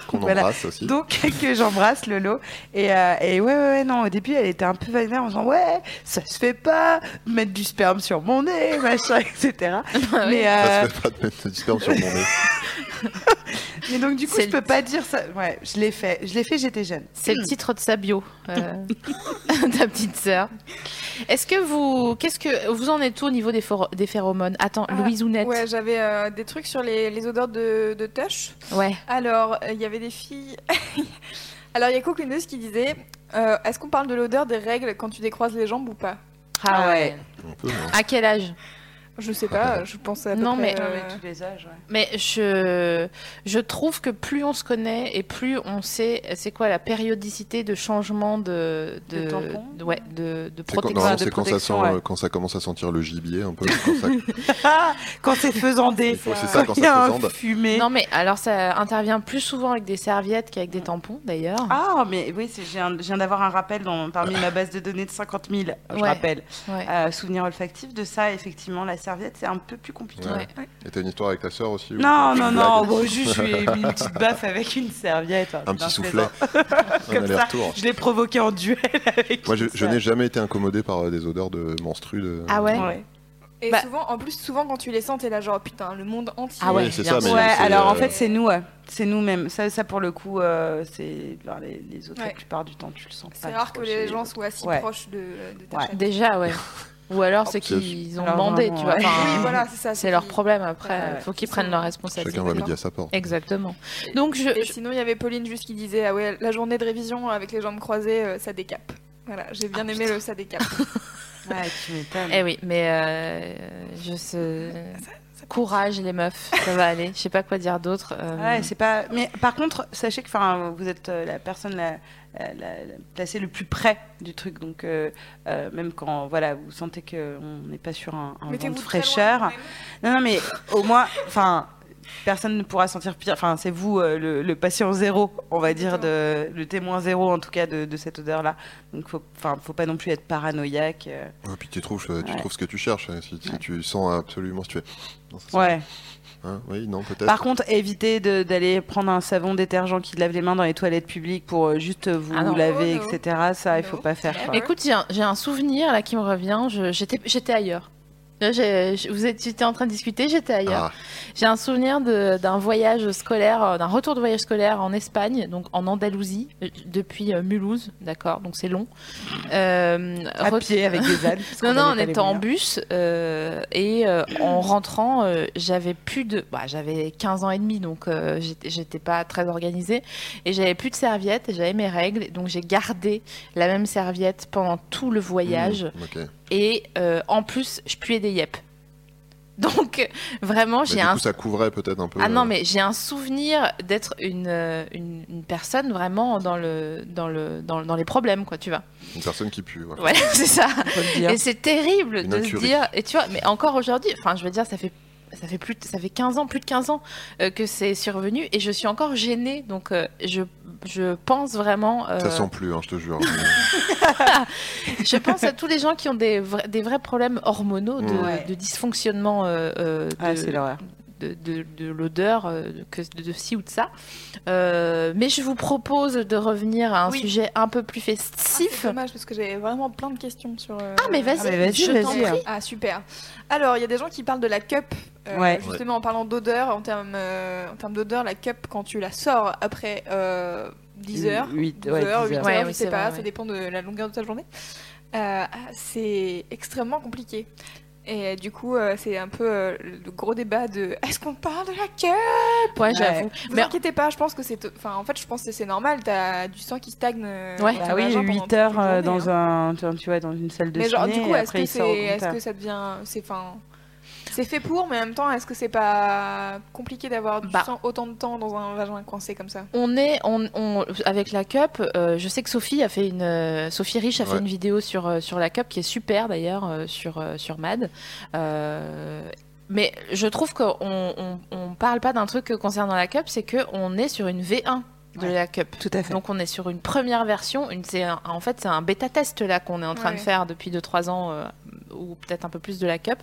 D: Qu'on
C: Voilà.
D: embrasse aussi.
C: Donc (laughs) que j'embrasse Lolo et, euh, et ouais, ouais ouais, non au début elle était un peu vénère en disant ouais ça se fait pas de mettre du sperme sur mon nez machin (laughs) etc
B: Ah
C: mais,
D: Ça
C: euh,
D: se fait pas de mettre de sperme sur mon nez.
C: mais donc du coup
B: C'est
C: je
B: le-
C: peux pas dire ça ouais je l'ai fait je l'ai fait j'étais jeune
B: C'est le titre de sa bio,
C: (laughs)
B: euh, (laughs) ta petite sœur. Est-ce que vous, qu'est-ce que vous en êtes où au niveau des, phoro- des phéromones Attends,
E: Ah,
B: Louise Ounette.
E: Ouais,
B: Ouais.
E: j'avais euh, des trucs sur les, les odeurs de, de touche. Alors, euh, il y avait des filles. (laughs) Alors, il y a Coquineuse qui disait euh, Est-ce qu'on parle de l'odeur des règles quand tu décroises les jambes ou pas
B: Ah
C: Ah
B: ouais.
C: ouais.
D: Un peu, hein.
B: À quel âge
E: Je sais pas, je pense à peu
B: Non,
E: près,
B: mais,
E: euh,
C: les âges
B: Mais je, je trouve que plus on se connaît et plus on sait c'est quoi la périodicité de changement de de,
C: De tampon
B: de- ouais, de, de
D: C'est quand-
B: protection.
D: normalement,
C: de
D: c'est quand, ça sent,
C: protection, ouais.
D: euh, quand ça commence à sentir le gibier un peu. Quand
C: (laughs)
D: ça-
C: (laughs) quand c'est faisandé
D: C'est ça, quand ça
C: il y a un
D: faisande.
C: fumé
B: Non mais alors ça intervient plus souvent avec des serviettes qu'avec des tampons d'ailleurs.
C: ah mais oui c'est- j'ai un- je viens d'avoir un rappel dans, parmi ma base de données de 50 000 je
B: Ouais.
C: rappelle
B: Ouais.
C: Euh, souvenir olfactif de ça effectivement la serviette c'est un peu plus compliqué
D: Ouais. Et t'as une histoire avec ta sœur aussi ou-
C: Non,
D: Une
C: non,
D: blague
C: non, bon, juste, je lui ai mis une petite baffe avec une serviette. hein,
D: Un
C: putain,
D: petit
C: je
D: soufflet.
C: plaisante. (laughs)
D: Un
C: Comme ça,
D: aller-retour.
C: je l'ai provoqué en duel (laughs) avec
D: Moi, je,
C: une
D: je n'ai jamais été incommodé par euh, des odeurs de menstru. De...
B: Ah ouais.
C: serviette. Ouais.
E: Et
B: Bah-
E: souvent, en plus, souvent quand tu les sens, t'es là genre putain, le monde entier.
B: Ah ouais,
D: Oui, c'est
B: bien
D: ça,
B: sûr.
D: mais
C: Ouais,
D: c'est,
C: alors en
D: euh,
C: fait, c'est nous, ouais. c'est nous-mêmes. Ça, ça, pour le coup, euh, c'est ben, les, les autres,
E: Ouais.
C: la plupart du temps, tu le sens pas.
E: C'est rare que
C: trop
E: les
C: chez
E: gens
C: autres.
E: soient si
C: Ouais.
E: proches de, de ta
C: Ouais.
E: chambre.
C: (laughs)
B: Déjà ouais. Ou alors c'est
D: Obsession.
B: qu'ils ont
C: Alors,
B: demandé,
C: vraiment,
B: tu vois.
C: ouais.
B: enfin,
E: Oui, voilà, c'est ça.
B: Ah, C'est leur
E: qui-
B: problème après.
C: Ouais, ouais.
B: faut qu'ils prennent leurs responsabilités.
D: Chacun va
E: d'accord.
D: midi à sa porte.
B: Exactement. Donc je,
E: Et
B: je-
E: sinon, il y avait Pauline juste qui disait Ah ouais, la journée de révision avec les jambes croisées, euh, ça décape. Voilà, j'ai bien
B: Ah,
E: aimé le ça décape.
C: Ouais, tu m'étonnes.
B: eh oui, mais euh, je sais. Courage les meufs, ça va aller. Je sais pas quoi dire d'autre. euh,
C: Ouais, c'est pas. Mais par contre, sachez que, enfin, vous êtes euh, la personne la, la- la- la- placée le plus près du truc, donc euh, euh, même quand, voilà, vous sentez que on n'est pas sur un,
B: Ah,
C: un vent de
E: Mettez-vous très loin,
C: fraîcheur.
E: quand même.
C: Non, non, mais au moins, enfin, personne ne pourra sentir pire. Enfin, c'est vous euh, le, le patient zéro, on va dire, de, le témoin zéro en tout cas de, de cette odeur-là. Donc, faut, enfin, faut pas non plus être paranoïaque. euh.
D: Et puis tu trouves, euh, tu
C: Ouais.
D: trouves ce que tu cherches. hein, Si, si tu sens absolument, si tu fais. Non, ça sent-
C: Ouais.
D: hein, oui, non, peut-être.
C: Par contre, évitez de- d'aller prendre un savon détergent qui lave les mains dans les toilettes publiques pour euh, juste euh, vous
B: Ah non.
C: laver,
E: Oh, non.
C: etc. Ça, il faut
E: Non.
C: pas faire. quoi.
B: Écoute, j'ai un, j'ai un souvenir là qui me revient. Je- J'étais j'étais ailleurs. Là, j'ai- je- vous étiez en train de discuter, j'étais
D: Ah,
B: ailleurs. J'ai un souvenir de- d'un voyage scolaire, euh, d'un retour de voyage scolaire en Espagne, donc en Andalousie, euh, depuis euh, Mulhouse, d'accord, donc c'est long. Euh,
C: à
B: re-
C: pied avec des ânes. parce
B: Non,
C: qu'on
B: non, on
C: avait pas les
B: était en
C: moyens.
B: bus euh, et euh, en rentrant, euh, j'avais plus de. bah, j'avais 15 ans et demi, donc euh, j'étais- j'étais pas très organisée. Et j'avais plus de serviette, et j'avais mes règles, donc j'ai gardé la même serviette pendant tout le voyage.
D: hmm, ok.
B: Et euh, en plus, je puais des yep. Donc, euh, vraiment,
D: Mais
B: j'ai
D: Bah, du
B: un.
D: coup, ça couvrait peut-être un peu.
B: Ah non,
D: euh,
B: mais j'ai un souvenir d'être une, euh, une, une personne vraiment dans, le, dans, le, dans, le- dans les problèmes, quoi, tu vois.
D: Une personne qui pue. voilà.
B: Ouais, (laughs) c'est ça.
C: Faut le dire.
B: Et c'est terrible
D: Une
B: de se
D: incurie.
B: dire. Et tu vois, mais encore aujourd'hui, enfin, je veux dire, ça fait. Ça fait plus, de- ça fait 15 ans, plus de 15 ans euh, que c'est survenu et je suis encore gênée. Donc, euh, je, je pense vraiment. euh,
D: Ça sent plus, hein, je te
E: (laughs)
D: jure.
B: je pense à tous les gens qui ont des, vra- des vrais problèmes hormonaux, de,
C: Ouais.
B: de dysfonctionnement euh, euh, de,
C: Ah, c'est l'horreur.
B: de, de- de l'odeur, euh, que de, de ci ou de ça. Euh, mais je vous propose de revenir à un
E: Oui.
B: sujet un peu plus
E: Ah,
B: festif.
E: C'est dommage parce que j'avais vraiment plein de questions sur. euh,
B: Ah, mais vas-y,
C: Ah, mais vas-y,
B: je
C: vas-y,
B: t'en
C: hein.
B: prie.
E: Ah super. Alors il y a des gens qui parlent de la cup. euh,
C: Ouais.
E: Justement en parlant d'odeur, en termes euh, en termes d'odeur, la cup quand tu la sors après euh, 10 heures,
C: Huit,
E: 12
C: ouais,
E: heures,
C: 10
E: 8
C: heures.
E: heures,
B: Ouais,
E: je
B: oui,
E: sais
B: c'est
E: pas,
B: vrai,
E: ça
B: ouais.
E: dépend de la longueur de ta journée. Euh, c'est extrêmement compliqué. Et euh, du coup, euh, c'est un peu euh, le gros débat de (laughs) est-ce qu'on parle de la cup
B: Ouais, j'avoue.
E: Vous
B: Mais
E: inquiétez pas, je pense que c'est. Enfin, en fait, je pense que c'est normal, t'as du sang qui stagne. euh,
B: Ouais.
E: sur
C: Bah
E: le
C: oui,
E: vagin pendant
C: 8
E: toute
C: heures
E: une
C: euh,
E: journée,
C: dans
E: hein.
C: un, tu vois, tu vois, dans une salle de
E: Mais genre,
C: ciné,
E: du coup,
C: et
E: est-ce
C: après
E: que
C: il sort
E: c'est.
C: au
E: Est-ce
C: compteur.
E: que ça devient. C'est. Enfin. C'est fait pour, mais en même temps, est-ce que c'est pas compliqué d'avoir du
B: Bah.
E: sang autant de temps dans un vagin coincé comme ça
B: On est, on, on- avec la cup. euh, je sais que Sophie a fait une, euh, Sophie Rich a fait
D: Ouais.
B: une vidéo sur euh, sur la cup qui est super d'ailleurs euh, sur euh, sur Mad. Euh, mais je trouve qu'on on, on parle pas d'un truc concernant la cup, c'est que on est sur une V1 de
C: Ouais.
B: la cup.
C: Tout à fait.
B: Donc on est sur une première version, une, c'est un- en fait c'est un bêta test là qu'on est en train
E: Ouais.
B: de faire depuis 2-3 ans euh, ou peut-être un peu plus de la cup.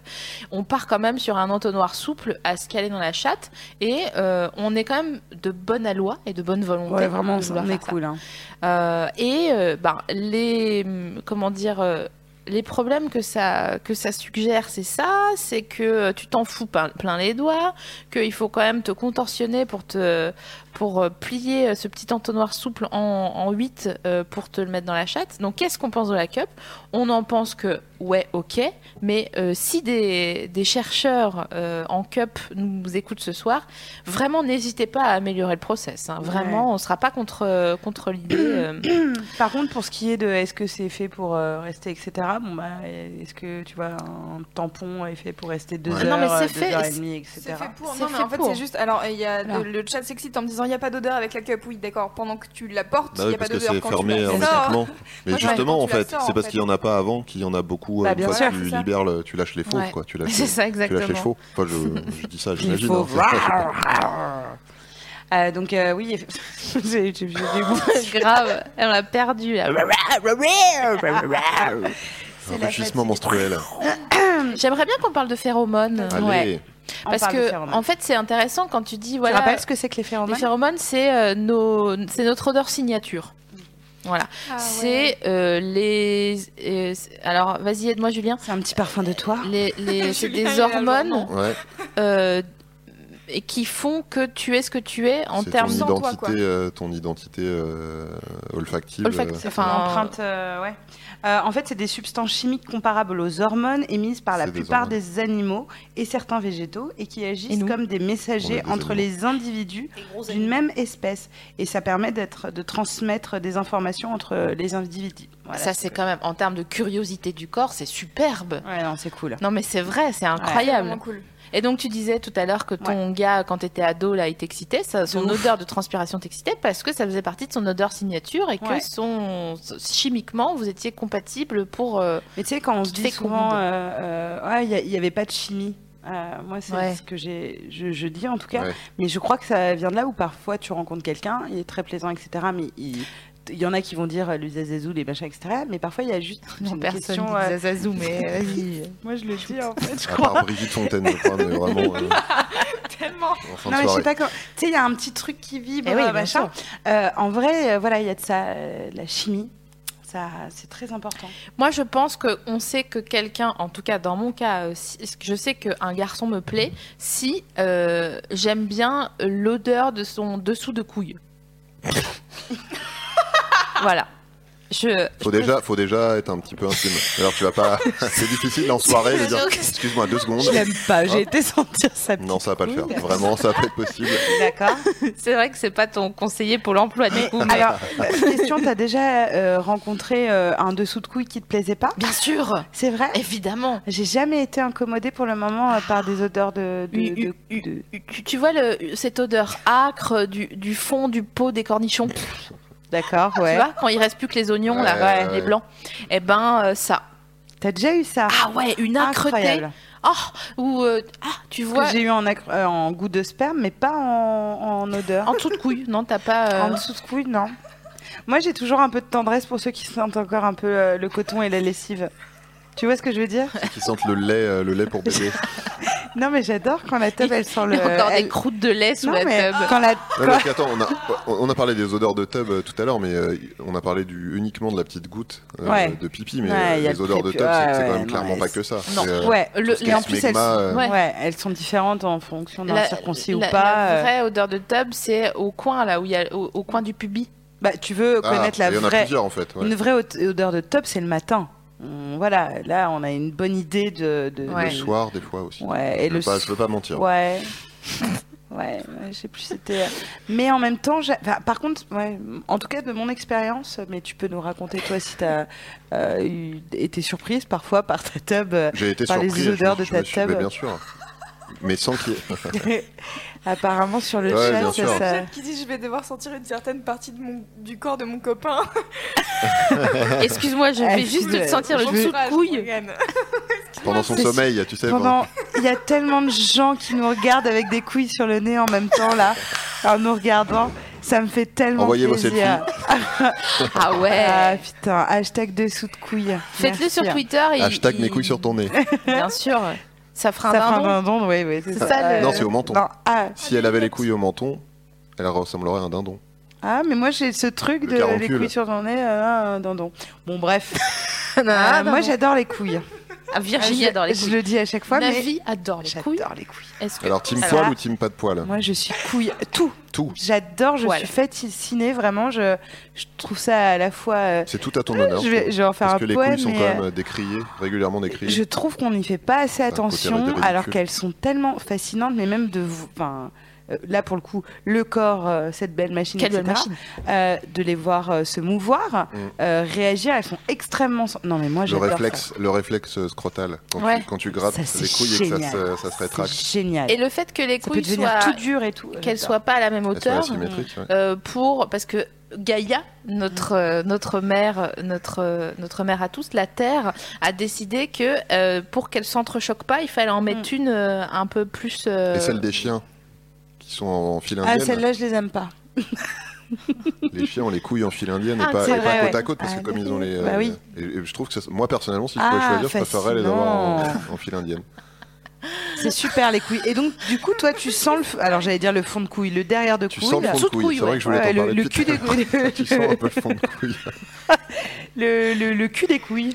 B: On part quand même sur un entonnoir souple à se caler dans la chatte et euh, on est quand même de bonne aloi et de bonne volonté.
C: ouais, vraiment,
B: de vouloir
C: on est
B: faire ça.
C: cool. hein.
B: Euh, et euh, ben, les hum, comment dire euh, les problèmes que ça que ça suggère, c'est ça, c'est que euh, tu t'en fous plein, plein les doigts, qu'il faut quand même te contorsionner pour te pour euh, plier euh, ce petit entonnoir souple en, en 8 euh, pour te le mettre dans la chatte. Donc qu'est-ce qu'on pense de la cup On en pense que ouais, ok, mais euh, si des, des chercheurs euh, en cup nous écoutent ce soir, vraiment n'hésitez pas à améliorer le process. hein. Vraiment, on sera pas contre euh, contre l'idée. euh, (coughs)
C: Par contre, pour ce qui est de est-ce que c'est fait pour euh, rester, etc., bon, bah, est-ce que tu vois, un tampon est fait pour rester deux
D: Ouais.
C: heures,
B: Ah Non, mais c'est
C: euh, deux
B: fait,
C: heures et
B: c'est-
C: demie, etc.
E: C'est fait pour.
B: C'est
E: Non, mais
B: fait
E: en fait,
B: pour.
E: c'est juste. Alors, il y a
B: Voilà.
E: le chat s'excite en me disant il n'y a pas d'odeur avec la cup. Oui, d'accord. Pendant que tu la portes, il
D: Bah oui,
E: n'y a pas
D: parce que
E: d'odeur
D: c'est
E: quand
D: fermé
E: tu la sors.
D: hermétiquement. Mais
E: Ouais,
D: justement,
E: quand
D: en
E: tu la
D: fait,
E: sors,
D: c'est
E: en
D: parce
E: fait.
D: qu'il y en a pas avant qu'il y en a beaucoup. euh,
C: Bah,
D: une
C: bien
D: fois
C: sûr,
D: que tu
E: c'est ça.
D: libères, le- tu lâches les fauves,
B: Ouais.
D: quoi. Tu lâches,
B: C'est ça,
D: tu lâches les
B: exactement.
D: chevaux. Enfin,
E: (laughs)
D: je, je dis ça,
C: Il
D: j'imagine.
C: faut
D: hein, c'est pas-
C: voir. Euh, donc euh, oui, (laughs) eff- j'ai j'ai- j'ai des bouts.
B: Grave, elle l'a perdu. là.
E: C'est la
D: Enrichissement
E: fatigue.
D: menstruel.
B: J'aimerais bien qu'on parle de phéromones.
D: Allez.
B: Ouais.
C: On
B: Parce
C: parle de
B: que,
C: phéromones.
B: en fait, c'est intéressant quand tu dis,
C: Tu
B: voilà,
C: rappelles ce que c'est que les phéromones
B: les phéromones, c'est euh, nos- c'est notre odeur signature. Voilà.
E: Ah ouais.
B: c'est euh, les. euh, c'est- alors, vas-y, aide-moi, Julien.
C: C'est un petit parfum de toi.
B: Les, les-
E: Julien,
B: c'est
E: il est
B: des
E: là, genre,
B: hormones
E: non.
D: Ouais,
B: euh, et qui font que tu es ce que tu es en
D: c'est ton
B: termes
E: sans toi,
D: identité,
E: quoi.
D: euh, ton identité euh, olfactive.
B: olfactifs.
D: euh,
C: Enfin,
B: Enfin,
C: empreinte, euh, ouais. Euh, en fait, c'est des substances chimiques comparables aux hormones émises par la
D: C'est des
C: plupart
D: hormones.
C: des animaux et certains végétaux et qui
B: Et
C: agissent
B: nous
C: comme des
D: On est
C: messagers
D: des
C: entre
D: animaux.
C: les individus d'une même espèce. Et ça permet d'être, de transmettre des informations entre les individus. Voilà.
B: ça, c'est quand même, en termes de curiosité du corps, c'est superbe.
C: Ouais, non, c'est cool.
B: Non, mais c'est vrai, c'est
E: C'est
B: Ah incroyable.
E: vraiment Ah cool.
B: Et donc tu disais tout à l'heure que ton gars, quand t'étais ado, là, il t'excitait, ça- son
C: De ouf.
B: odeur de transpiration t'excitait parce que ça faisait partie de son odeur signature et que
C: Ouais.
B: son chimiquement vous étiez compatibles pour. euh,
C: Mais tu sais, quand on se
B: te
C: dit
B: fait
C: souvent,
B: commande.
C: euh, euh, Ah, il n'y avait pas de chimie. Euh, moi, c'est
B: Ouais.
C: ce que j'ai, je, je dis en tout cas.
D: Ouais.
C: Mais je crois que ça vient de là où parfois tu rencontres quelqu'un, il est très plaisant, etc. Mais il, il y en a qui vont dire euh, le zazazou, les machins, etc. Mais parfois, il y a juste
B: Non,
C: une
B: personne
C: question.
B: dit
C: euh,
B: Zazazou,
C: (laughs)
B: mais (laughs) vas-y.
C: moi, je le dis en fait, je
D: À
C: crois.
D: part Brigitte Fontaine, je crois, mais vraiment. euh,
E: Tellement.
D: en fin de
C: Non, mais je sais
D: soirée.
C: pas quand- Tu sais, il y a un petit truc qui vibre,
B: Eh oui,
C: euh,
B: bien
C: machin. Euh, en vrai, euh, voilà, il y a de ça, euh, la chimie. Ça, c'est très important.
B: Moi, je pense que on sait que quelqu'un, en tout cas dans mon cas, euh, si- je sais qu'un garçon me plaît si euh, j'aime bien l'odeur de son dessous
C: (laughs)
B: de couille. voilà. Je,
D: Faut déjà, faut déjà être un petit peu intime. Alors tu vas
C: (laughs)
D: pas. c'est difficile là, en soirée de dire. Excuse-moi deux secondes.
C: Je l'aime pas,
D: Hop.
C: j'ai été (laughs) sentir ça.
D: Ah. Non, ça va pas le faire.
C: Oui.
D: Vraiment, ça va pas être possible.
C: D'accord.
B: (laughs) C'est vrai que c'est pas ton conseiller pour l'emploi du coup. mais-
C: Alors, euh, question, t'as déjà euh, rencontré euh, un dessous de couille qui te plaisait pas
B: bien sûr,
C: C'est vrai
B: évidemment.
C: J'ai jamais été incommodée pour le moment euh, par des odeurs de. de-
B: U-
C: de-
B: u-
C: de-
B: Tu, tu vois le- cette odeur âcre du, du fond du pot des cornichons,
C: D'accord,
B: tu
C: ouais.
B: vois, quand il reste plus que les oignons là,
D: Ouais, ouais.
B: les blancs. Eh ben euh, ça.
C: T'as déjà eu ça
B: Ah ouais, une âcreté.
C: Incroyable.
B: Oh, ou euh, ah, tu
C: Que
B: vois
C: J'ai eu en, acre- euh, en goût de sperme, mais pas en, en odeur.
B: en dessous de couille. Non, t'as pas. euh,
C: En
B: (laughs)
C: dessous de couille, non. Moi, j'ai toujours un peu de tendresse pour ceux qui sentent encore un peu euh, le coton et la lessive. Tu vois ce que je veux dire
D: Ceux qui sentent le lait, euh, le lait pour bébé.
C: Non, mais j'adore quand la teub, elle sent le.
B: encore des
C: elle-
B: croûtes de lait sous
C: Non,
B: la
C: mais
B: tub.
C: quand la.
D: Ouais, parce qu'attends, on a, on a parlé des odeurs de tub euh, tout à l'heure, mais euh, on a parlé du, uniquement de la petite goutte euh,
C: Ouais.
D: de pipi, mais
C: Ouais,
D: euh,
C: y
D: les
C: a le
D: odeurs de
C: prépu-
D: tub, c'est
C: ouais,
D: c'est quand
C: ouais,
D: même clairement
C: non,
D: pas
C: c'est-
D: que ça.
B: Non.
D: C'est, euh,
C: Ouais,
B: Le-
D: ce qui
B: et
D: est
B: en plus, elle
D: smegma, euh,
B: Ouais.
C: Ouais, elles sont différentes en fonction d'un circoncis
B: la-
C: ou pas.
B: la
C: euh.
B: vraie odeur de tub, c'est au coin là où il y a au, au coin du pubis.
C: (laughs) Bah, tu veux
D: ah,
C: connaître
D: il y
C: la
D: en a
C: vraie,
D: plusieurs en fait. ouais.
C: une vraie haute- odeur de top, c'est le matin. On- voilà, là, on a une bonne idée de. de-
B: Ouais.
D: Le soir, des fois aussi.
C: Ouais, et
D: je,
C: le
D: veux pas,
C: s-
D: je veux pas mentir.
C: Ouais. (laughs) Ouais, ouais, je sais plus si c'était. euh. Mais en même temps, j'a- enfin, par contre, ouais, en tout cas de mon expérience, mais tu peux nous raconter toi si t'as euh, eu- été surprise parfois par ta tub euh,
D: J'ai été
C: Par les
D: surpris. et je-
C: odeurs de
D: je
C: ta
D: me suis- mais
C: table.
D: Bien sûr. Mais sans qu'il y ait-
C: apparemment sur le
D: Ouais,
C: chat.
D: bien
E: J'ai
D: sûr.
C: Ça, ça-
E: qui dit je vais devoir sentir une certaine partie de mon- du corps de mon copain.
B: Excuse-moi, je
C: Ah,
B: vais
E: (laughs)
B: juste
C: cool.
B: te sentir le
C: Je
B: dessous de
E: Courage,
B: couille.
E: Morgane.
D: pendant son
C: C'est-
D: sommeil, tu sais. pendant-
C: Pendant, il y a tellement de gens qui nous regardent avec des couilles sur le nez en même temps là, en nous regardant. Ça me fait tellement
D: Envoyez vos
C: plaisir.
B: Ah
C: Ah
B: ouais.
C: putain, hashtag dessous de couilles.
B: Faites-le
C: Merci. hein.
B: sur Twitter. et-
D: Hashtag mes
B: et-
D: couilles sur ton
C: (laughs)
D: nez.
B: Bien sûr. Ça fera un
C: Ça fait un
B: dindon.
C: dindon, oui, oui. C'est
B: C'est
C: ça,
B: ça, le-
D: Non, c'est au menton.
C: Non, ah,
D: Si elle avait les couilles au menton, elle ressemblerait à un dindon.
C: Ah, mais moi j'ai ce truc
D: Le
C: de les
D: caroncule.
C: couilles sur ton nez, euh, un dindon. Bon,
B: (laughs)
C: bref.
B: Non,
C: Euh,
B: non, non.
C: moi j'adore les
B: (laughs)
C: couilles.
B: Ah, Virginie
C: je,
B: Ah, adore les
C: je
B: couilles.
C: le dis à chaque fois, mais
B: Navi adore les couilles.
C: j'adore les couilles.
B: Est-ce que
D: Alors, team
C: Alors-
D: poil ou team pas de poil
C: Moi je suis couille. Tout.
D: Tout.
C: J'adore, je
B: Voilà.
C: suis fascinée, vraiment. Je, je trouve ça à la fois. euh,
D: C'est tout à ton honneur.
C: je, vais, je vais en faire
D: Parce
C: un
D: que les
C: poème.
D: couilles sont
C: mais,
D: quand
C: euh,
D: même décriées, régulièrement décriées.
C: Je trouve qu'on n'y fait pas assez
D: côté
C: attention,
D: ridicule.
C: alors qu'elles sont tellement fascinantes, mais même de vous. Enfin, euh, là pour le coup, le corps, euh, cette belle machine,
B: Quelle
C: etc.,
B: belle machine.
C: euh, de les voir euh, se mouvoir,
D: Mm.
C: euh, réagir, elles sont extrêmement. sen- Non mais moi
D: Le
C: j'adore ça.
D: réflexe, le réflexe euh, scrotal. Quand,
B: Ouais.
D: tu, quand tu grattes
C: Ça, c'est
D: les couilles et que ça
C: génial.
D: se, ça se rétracte.
C: C'est génial.
B: Et le fait que les
C: ça peut
B: couilles
C: devenir
B: soient
C: tout dur et tout. Euh,
B: qu'elles
C: J'adore.
B: soient pas à la même
D: Elles sont
B: hauteur
D: asymétriques, ouais.
B: euh, pour parce que Gaïa, notre euh, notre mère, notre euh, notre mère à tous, la Terre a décidé que euh, pour qu'elles s'entrechoquent pas, il fallait en
C: Mm.
B: mettre une euh, un peu plus. euh,
D: Et celles des chiens, qui sont en file
C: Ah,
D: indienne.
C: celle-là, je les aime pas.
D: les chiens ont les couilles en file indienne
B: Ah,
D: et pas,
C: c'est
D: et pas
C: vrai,
D: côte à
C: ouais.
D: côte, parce
C: Ah,
D: que comme ils ont les. euh,
C: bah oui.
D: et, et je trouve que ça- moi, personnellement, si je pouvais
C: Ah,
D: choisir, je préférerais les avoir en,
C: fascinant.
D: en file indienne.
C: C'est super les couilles. Et donc, du coup, toi, tu sens le. f- Alors, j'allais dire le fond de couille, le derrière de
D: Tu
C: couille.
D: sens le fond de
B: sous de
D: couille,
B: couille,
D: c'est vrai
B: ouais.
D: que je voulais
C: Ouais,
D: t'en
C: le,
D: parler
C: le
D: plus
C: cul des
D: tard. (laughs)
C: couilles.
D: Tu sens un peu le fond de
C: (laughs)
D: couille.
C: Le, le- le cul des couilles.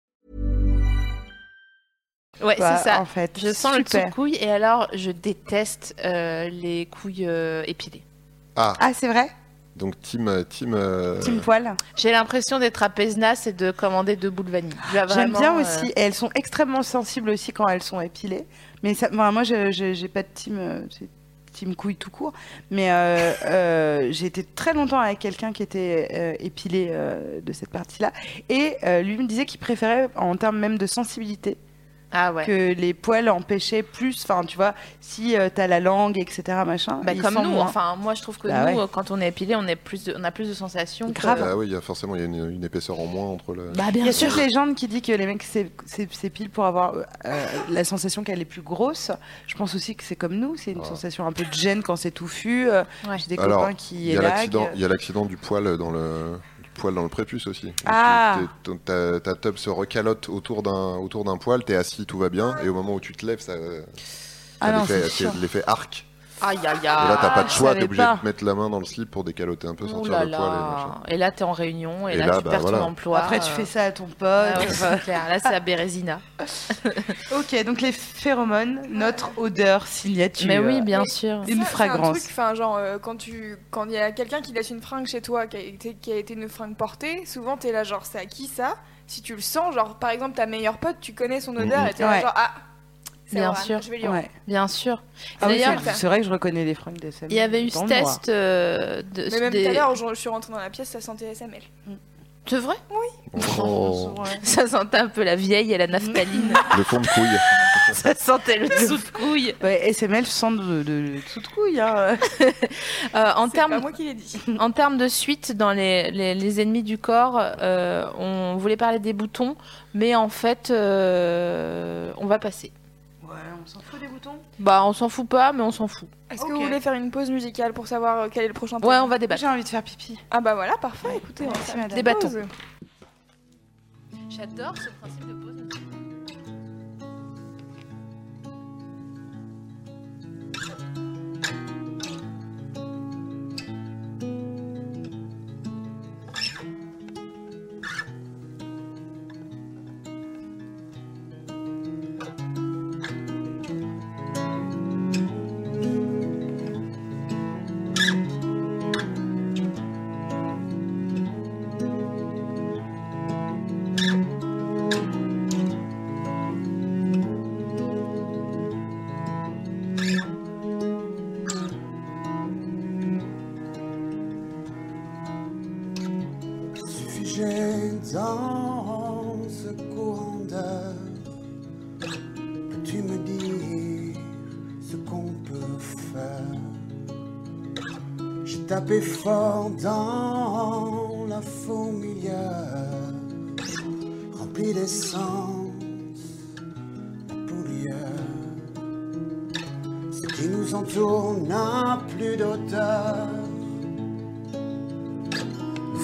B: Ouais,
C: Bah,
B: c'est ça.
C: En fait,
B: Je sens le
C: super.
B: petit couille et alors je déteste euh, les couilles euh, épilées.
D: Ah,
C: Ah, c'est vrai
D: donc team. euh, team euh,
C: Team poil.
B: J'ai l'impression d'être à Pézenas et de commander deux boules vanille. Tu vois,
C: J'aime
B: vraiment,
C: bien
B: euh,
C: aussi. Et elles sont extrêmement sensibles aussi quand elles sont épilées. Mais ça, enfin, moi, je- je- j'ai pas de team, euh, c'est team couille tout court. Mais euh, euh, j'ai été très longtemps avec quelqu'un qui était euh, épilé euh, de cette partie-là. Et euh, lui me disait qu'il préférait, en termes même de sensibilité,
B: Ah ouais.
C: que les poils empêchaient plus. Enfin, tu vois, si euh, t'as la langue, etc., machin.
B: Bah,
C: il
B: comme
C: sent
B: nous,
C: moins.
B: enfin moi je trouve que
C: Bah
B: nous
C: ouais.
B: euh, quand on est épilé on, est plus de- on a plus de sensations. que-
C: Grave.
D: Ah oui, il y a forcément il y a une, une épaisseur en moins entre le.
B: Bah
C: Il y
B: bien
C: a cette
B: sûr.
C: légende qui dit que les mecs s'é- s'é- s'épilent pour avoir euh, euh, la sensation qu'elle est plus grosse. Je pense aussi que c'est comme nous, c'est une
D: Ouais.
C: sensation un peu de gêne quand c'est touffu. euh,
B: Ouais.
C: J'ai des
D: Alors,
C: copains qui
D: Il y a
C: élaguent.
D: l'accident, il y a l'accident du poil dans le du poil dans le prépuce aussi. Donc,
C: Ah.
D: t'es- t'es- Ta, ta tub se recalote autour d'un autour d'un poil, t'es assis, tout va bien, et au moment où tu te lèves, ça, euh,
C: Ah
D: t'as
C: non,
D: l'effet-
C: c'est sûr.
D: c'est l'effet arc.
B: Aïe aïe aïe.
D: et là, t'as pas de
C: je
D: choix,
C: savais
D: t'es obligé
C: pas.
D: de mettre la main dans le slip pour décaloter un peu,
B: Ouh
D: sortir
B: là
D: le poil. Et machin.
B: là. Et là t'es en réunion et,
D: Et
B: là,
D: là,
B: tu
D: bah,
B: perds
D: voilà.
B: ton emploi.
C: Après, tu
B: euh.
C: fais ça à ton pote.
B: Ah ouais, c'est clair. Là c'est à Bérésina.
C: ok, donc les phéromones, notre odeur euh, signature.
B: Mais oui bien sûr.
C: Une
E: Ça,
C: fragrance.
E: C'est un truc, enfin, genre, euh, quand tu, quand il y a quelqu'un qui laisse une fringue chez toi, qui a été, qui a été une fringue portée, souvent t'es là, genre, c'est à qui ça Si tu le sens, genre, par exemple, ta meilleure pote, tu connais son odeur
D: Mhm.
E: et t'es là,
C: Ouais.
E: genre, ah, c'est
B: Bien
E: Orhan,
B: sûr.
E: je vais lui en
C: Ouais.
B: Bien sûr.
C: Ah oui,
B: D'ailleurs,
C: c'est c'est vrai que je reconnais les fringues de Sam.
B: il y avait eu ce
C: dans le noir.
B: test euh, de.
E: Mais même
B: des-
E: tout à l'heure, je, je suis rentrée dans la pièce, ça sentait SML.
B: C'est vrai (laughs)
D: Oh,
B: Ça sentait un peu la vieille et la
C: (laughs)
B: naphtaline.
D: le fond de couille.
B: ça sentait le dessous de couille.
C: Ouais, SML sent de, de, de tout de couille. hein.
B: (laughs) Euh, en
E: C'est pas
B: termes
E: moi qui l'ai dit.
B: en termes de suite dans les, les, les ennemis du corps, euh, on voulait parler des boutons, mais en fait, euh, on va passer.
C: Ouais, on s'en fout des boutons.
B: Bah, on s'en fout pas, mais on s'en fout.
E: Est-ce
C: Ok.
E: que vous voulez faire une pause musicale pour savoir euh, quel est le prochain
B: Ouais,
E: thème
B: on va débattre.
C: J'ai envie de faire pipi.
E: Ah bah voilà, parfait, écoutez, on va
C: Merci,
E: faire
C: madame.
B: Des bâtons.
E: pause.
B: J'adore ce principe de pause.
F: J'ai dans ce courant d'air que tu me dis ce qu'on peut faire. J'ai tapé fort dans la fourmilière, remplie d'essence, la poulière. Ce qui nous entoure n'a plus d'odeur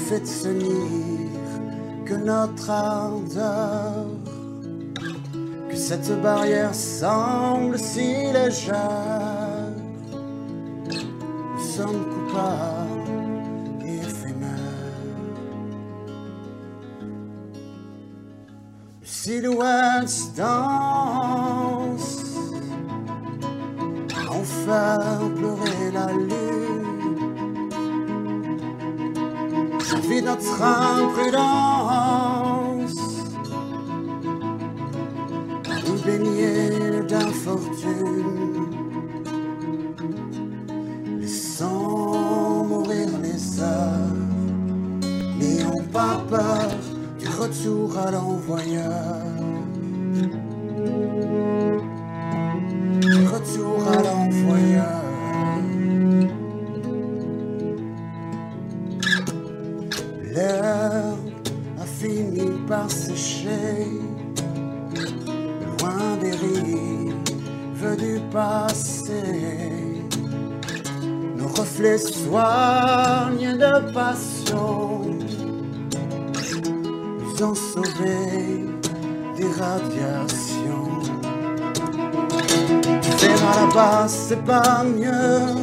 F: faites sonner que notre ardeur, que cette barrière semble si légère. Nous sommes coupables et éphémères. Silhouettes dansent, en faire pleurer la lune. Vit notre imprudence Nous baigner d'infortune Laissons mourir les heures N'ayons pas peur du retour à l'envoyeur Du retour à l'envoyeur L'air a fini par sécher, loin des rives du passé. Nos reflets soignent de passion, nous ont sauvés des radiations. Tu verras là-bas, c'est pas mieux.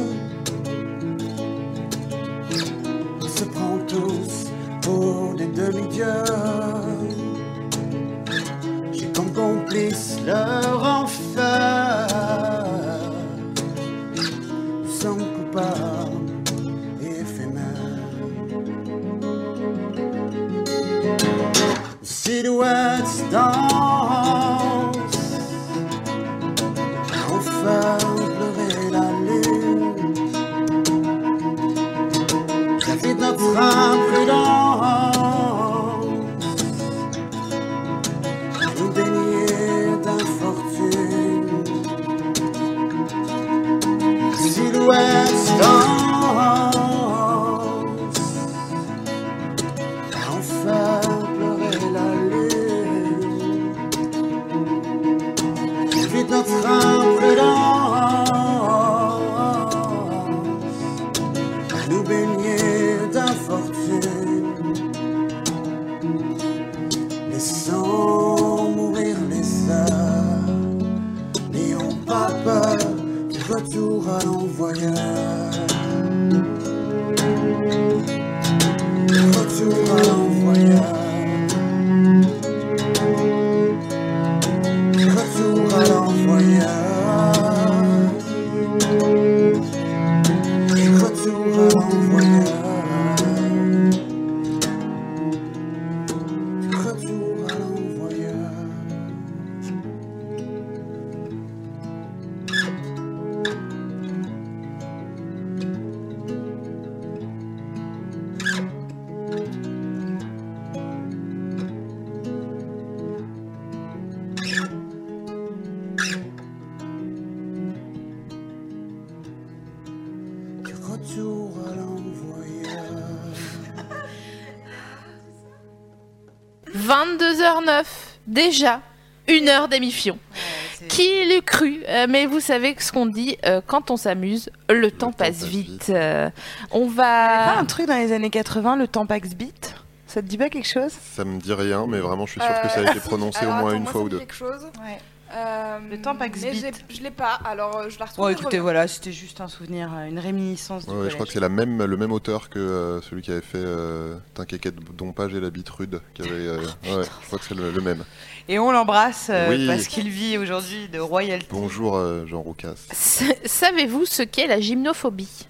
F: On se prend tous pour des demi-dieux. J'ai comme complice leur enfer. Nous sommes coupables et éphémères. Silhouettes dansent. Enfin pleurer la lune. Vite notre imprudence Nous baigner d'infortune Silhouette danse Enfin pleurer la lune Vite notre imprudence nous baigner d'infortune. Laissons mourir les heures, n'ayons pas peur du retour à l'envoyeur. Du Retour à l'envoyeur. Du Retour à l'envoyeur. Retour à l'envoyeur. Retour à l'envoyeur. Du retour à l'envoyeur.
B: 22h09, déjà, une heure d'émission. Qui l'eût cru Euh, Mais vous savez que ce qu'on dit, euh, quand on s'amuse, le, temps passe vite. Euh, on
C: Pas
B: va... (laughs)
C: un truc dans les années 80, le Tampax Beat Ça te dit pas quelque chose
D: Ça me dit rien, mais vraiment, je suis sûr que ça a été
E: Euh, (laughs)
D: prononcé
E: alors,
D: au moins
E: attends,
D: une
E: moi,
D: fois
E: ça
D: ou
E: me dit
D: deux.
E: quelque chose.
C: Ouais.
E: Euh,
C: Le Tampax
E: mais
C: Beat.
E: j'ai- Je l'ai pas, alors euh, je la retrouve.
C: Bon, écoutez, voilà, c'était juste un souvenir, euh, une réminiscence. du
D: Ouais, ouais, je crois
C: collège.
D: que c'est la même, le même auteur que euh, celui qui avait fait euh, T'inquiète, Dompage et la bite rude. Qui avait, euh, ouais, je crois que c'est le, le même.
C: Et on l'embrasse euh,
D: Oui.
C: parce qu'il vit aujourd'hui de royalty.
D: Bonjour euh, Jean Roucas.
B: S- Savez-vous ce qu'est la gymnophobie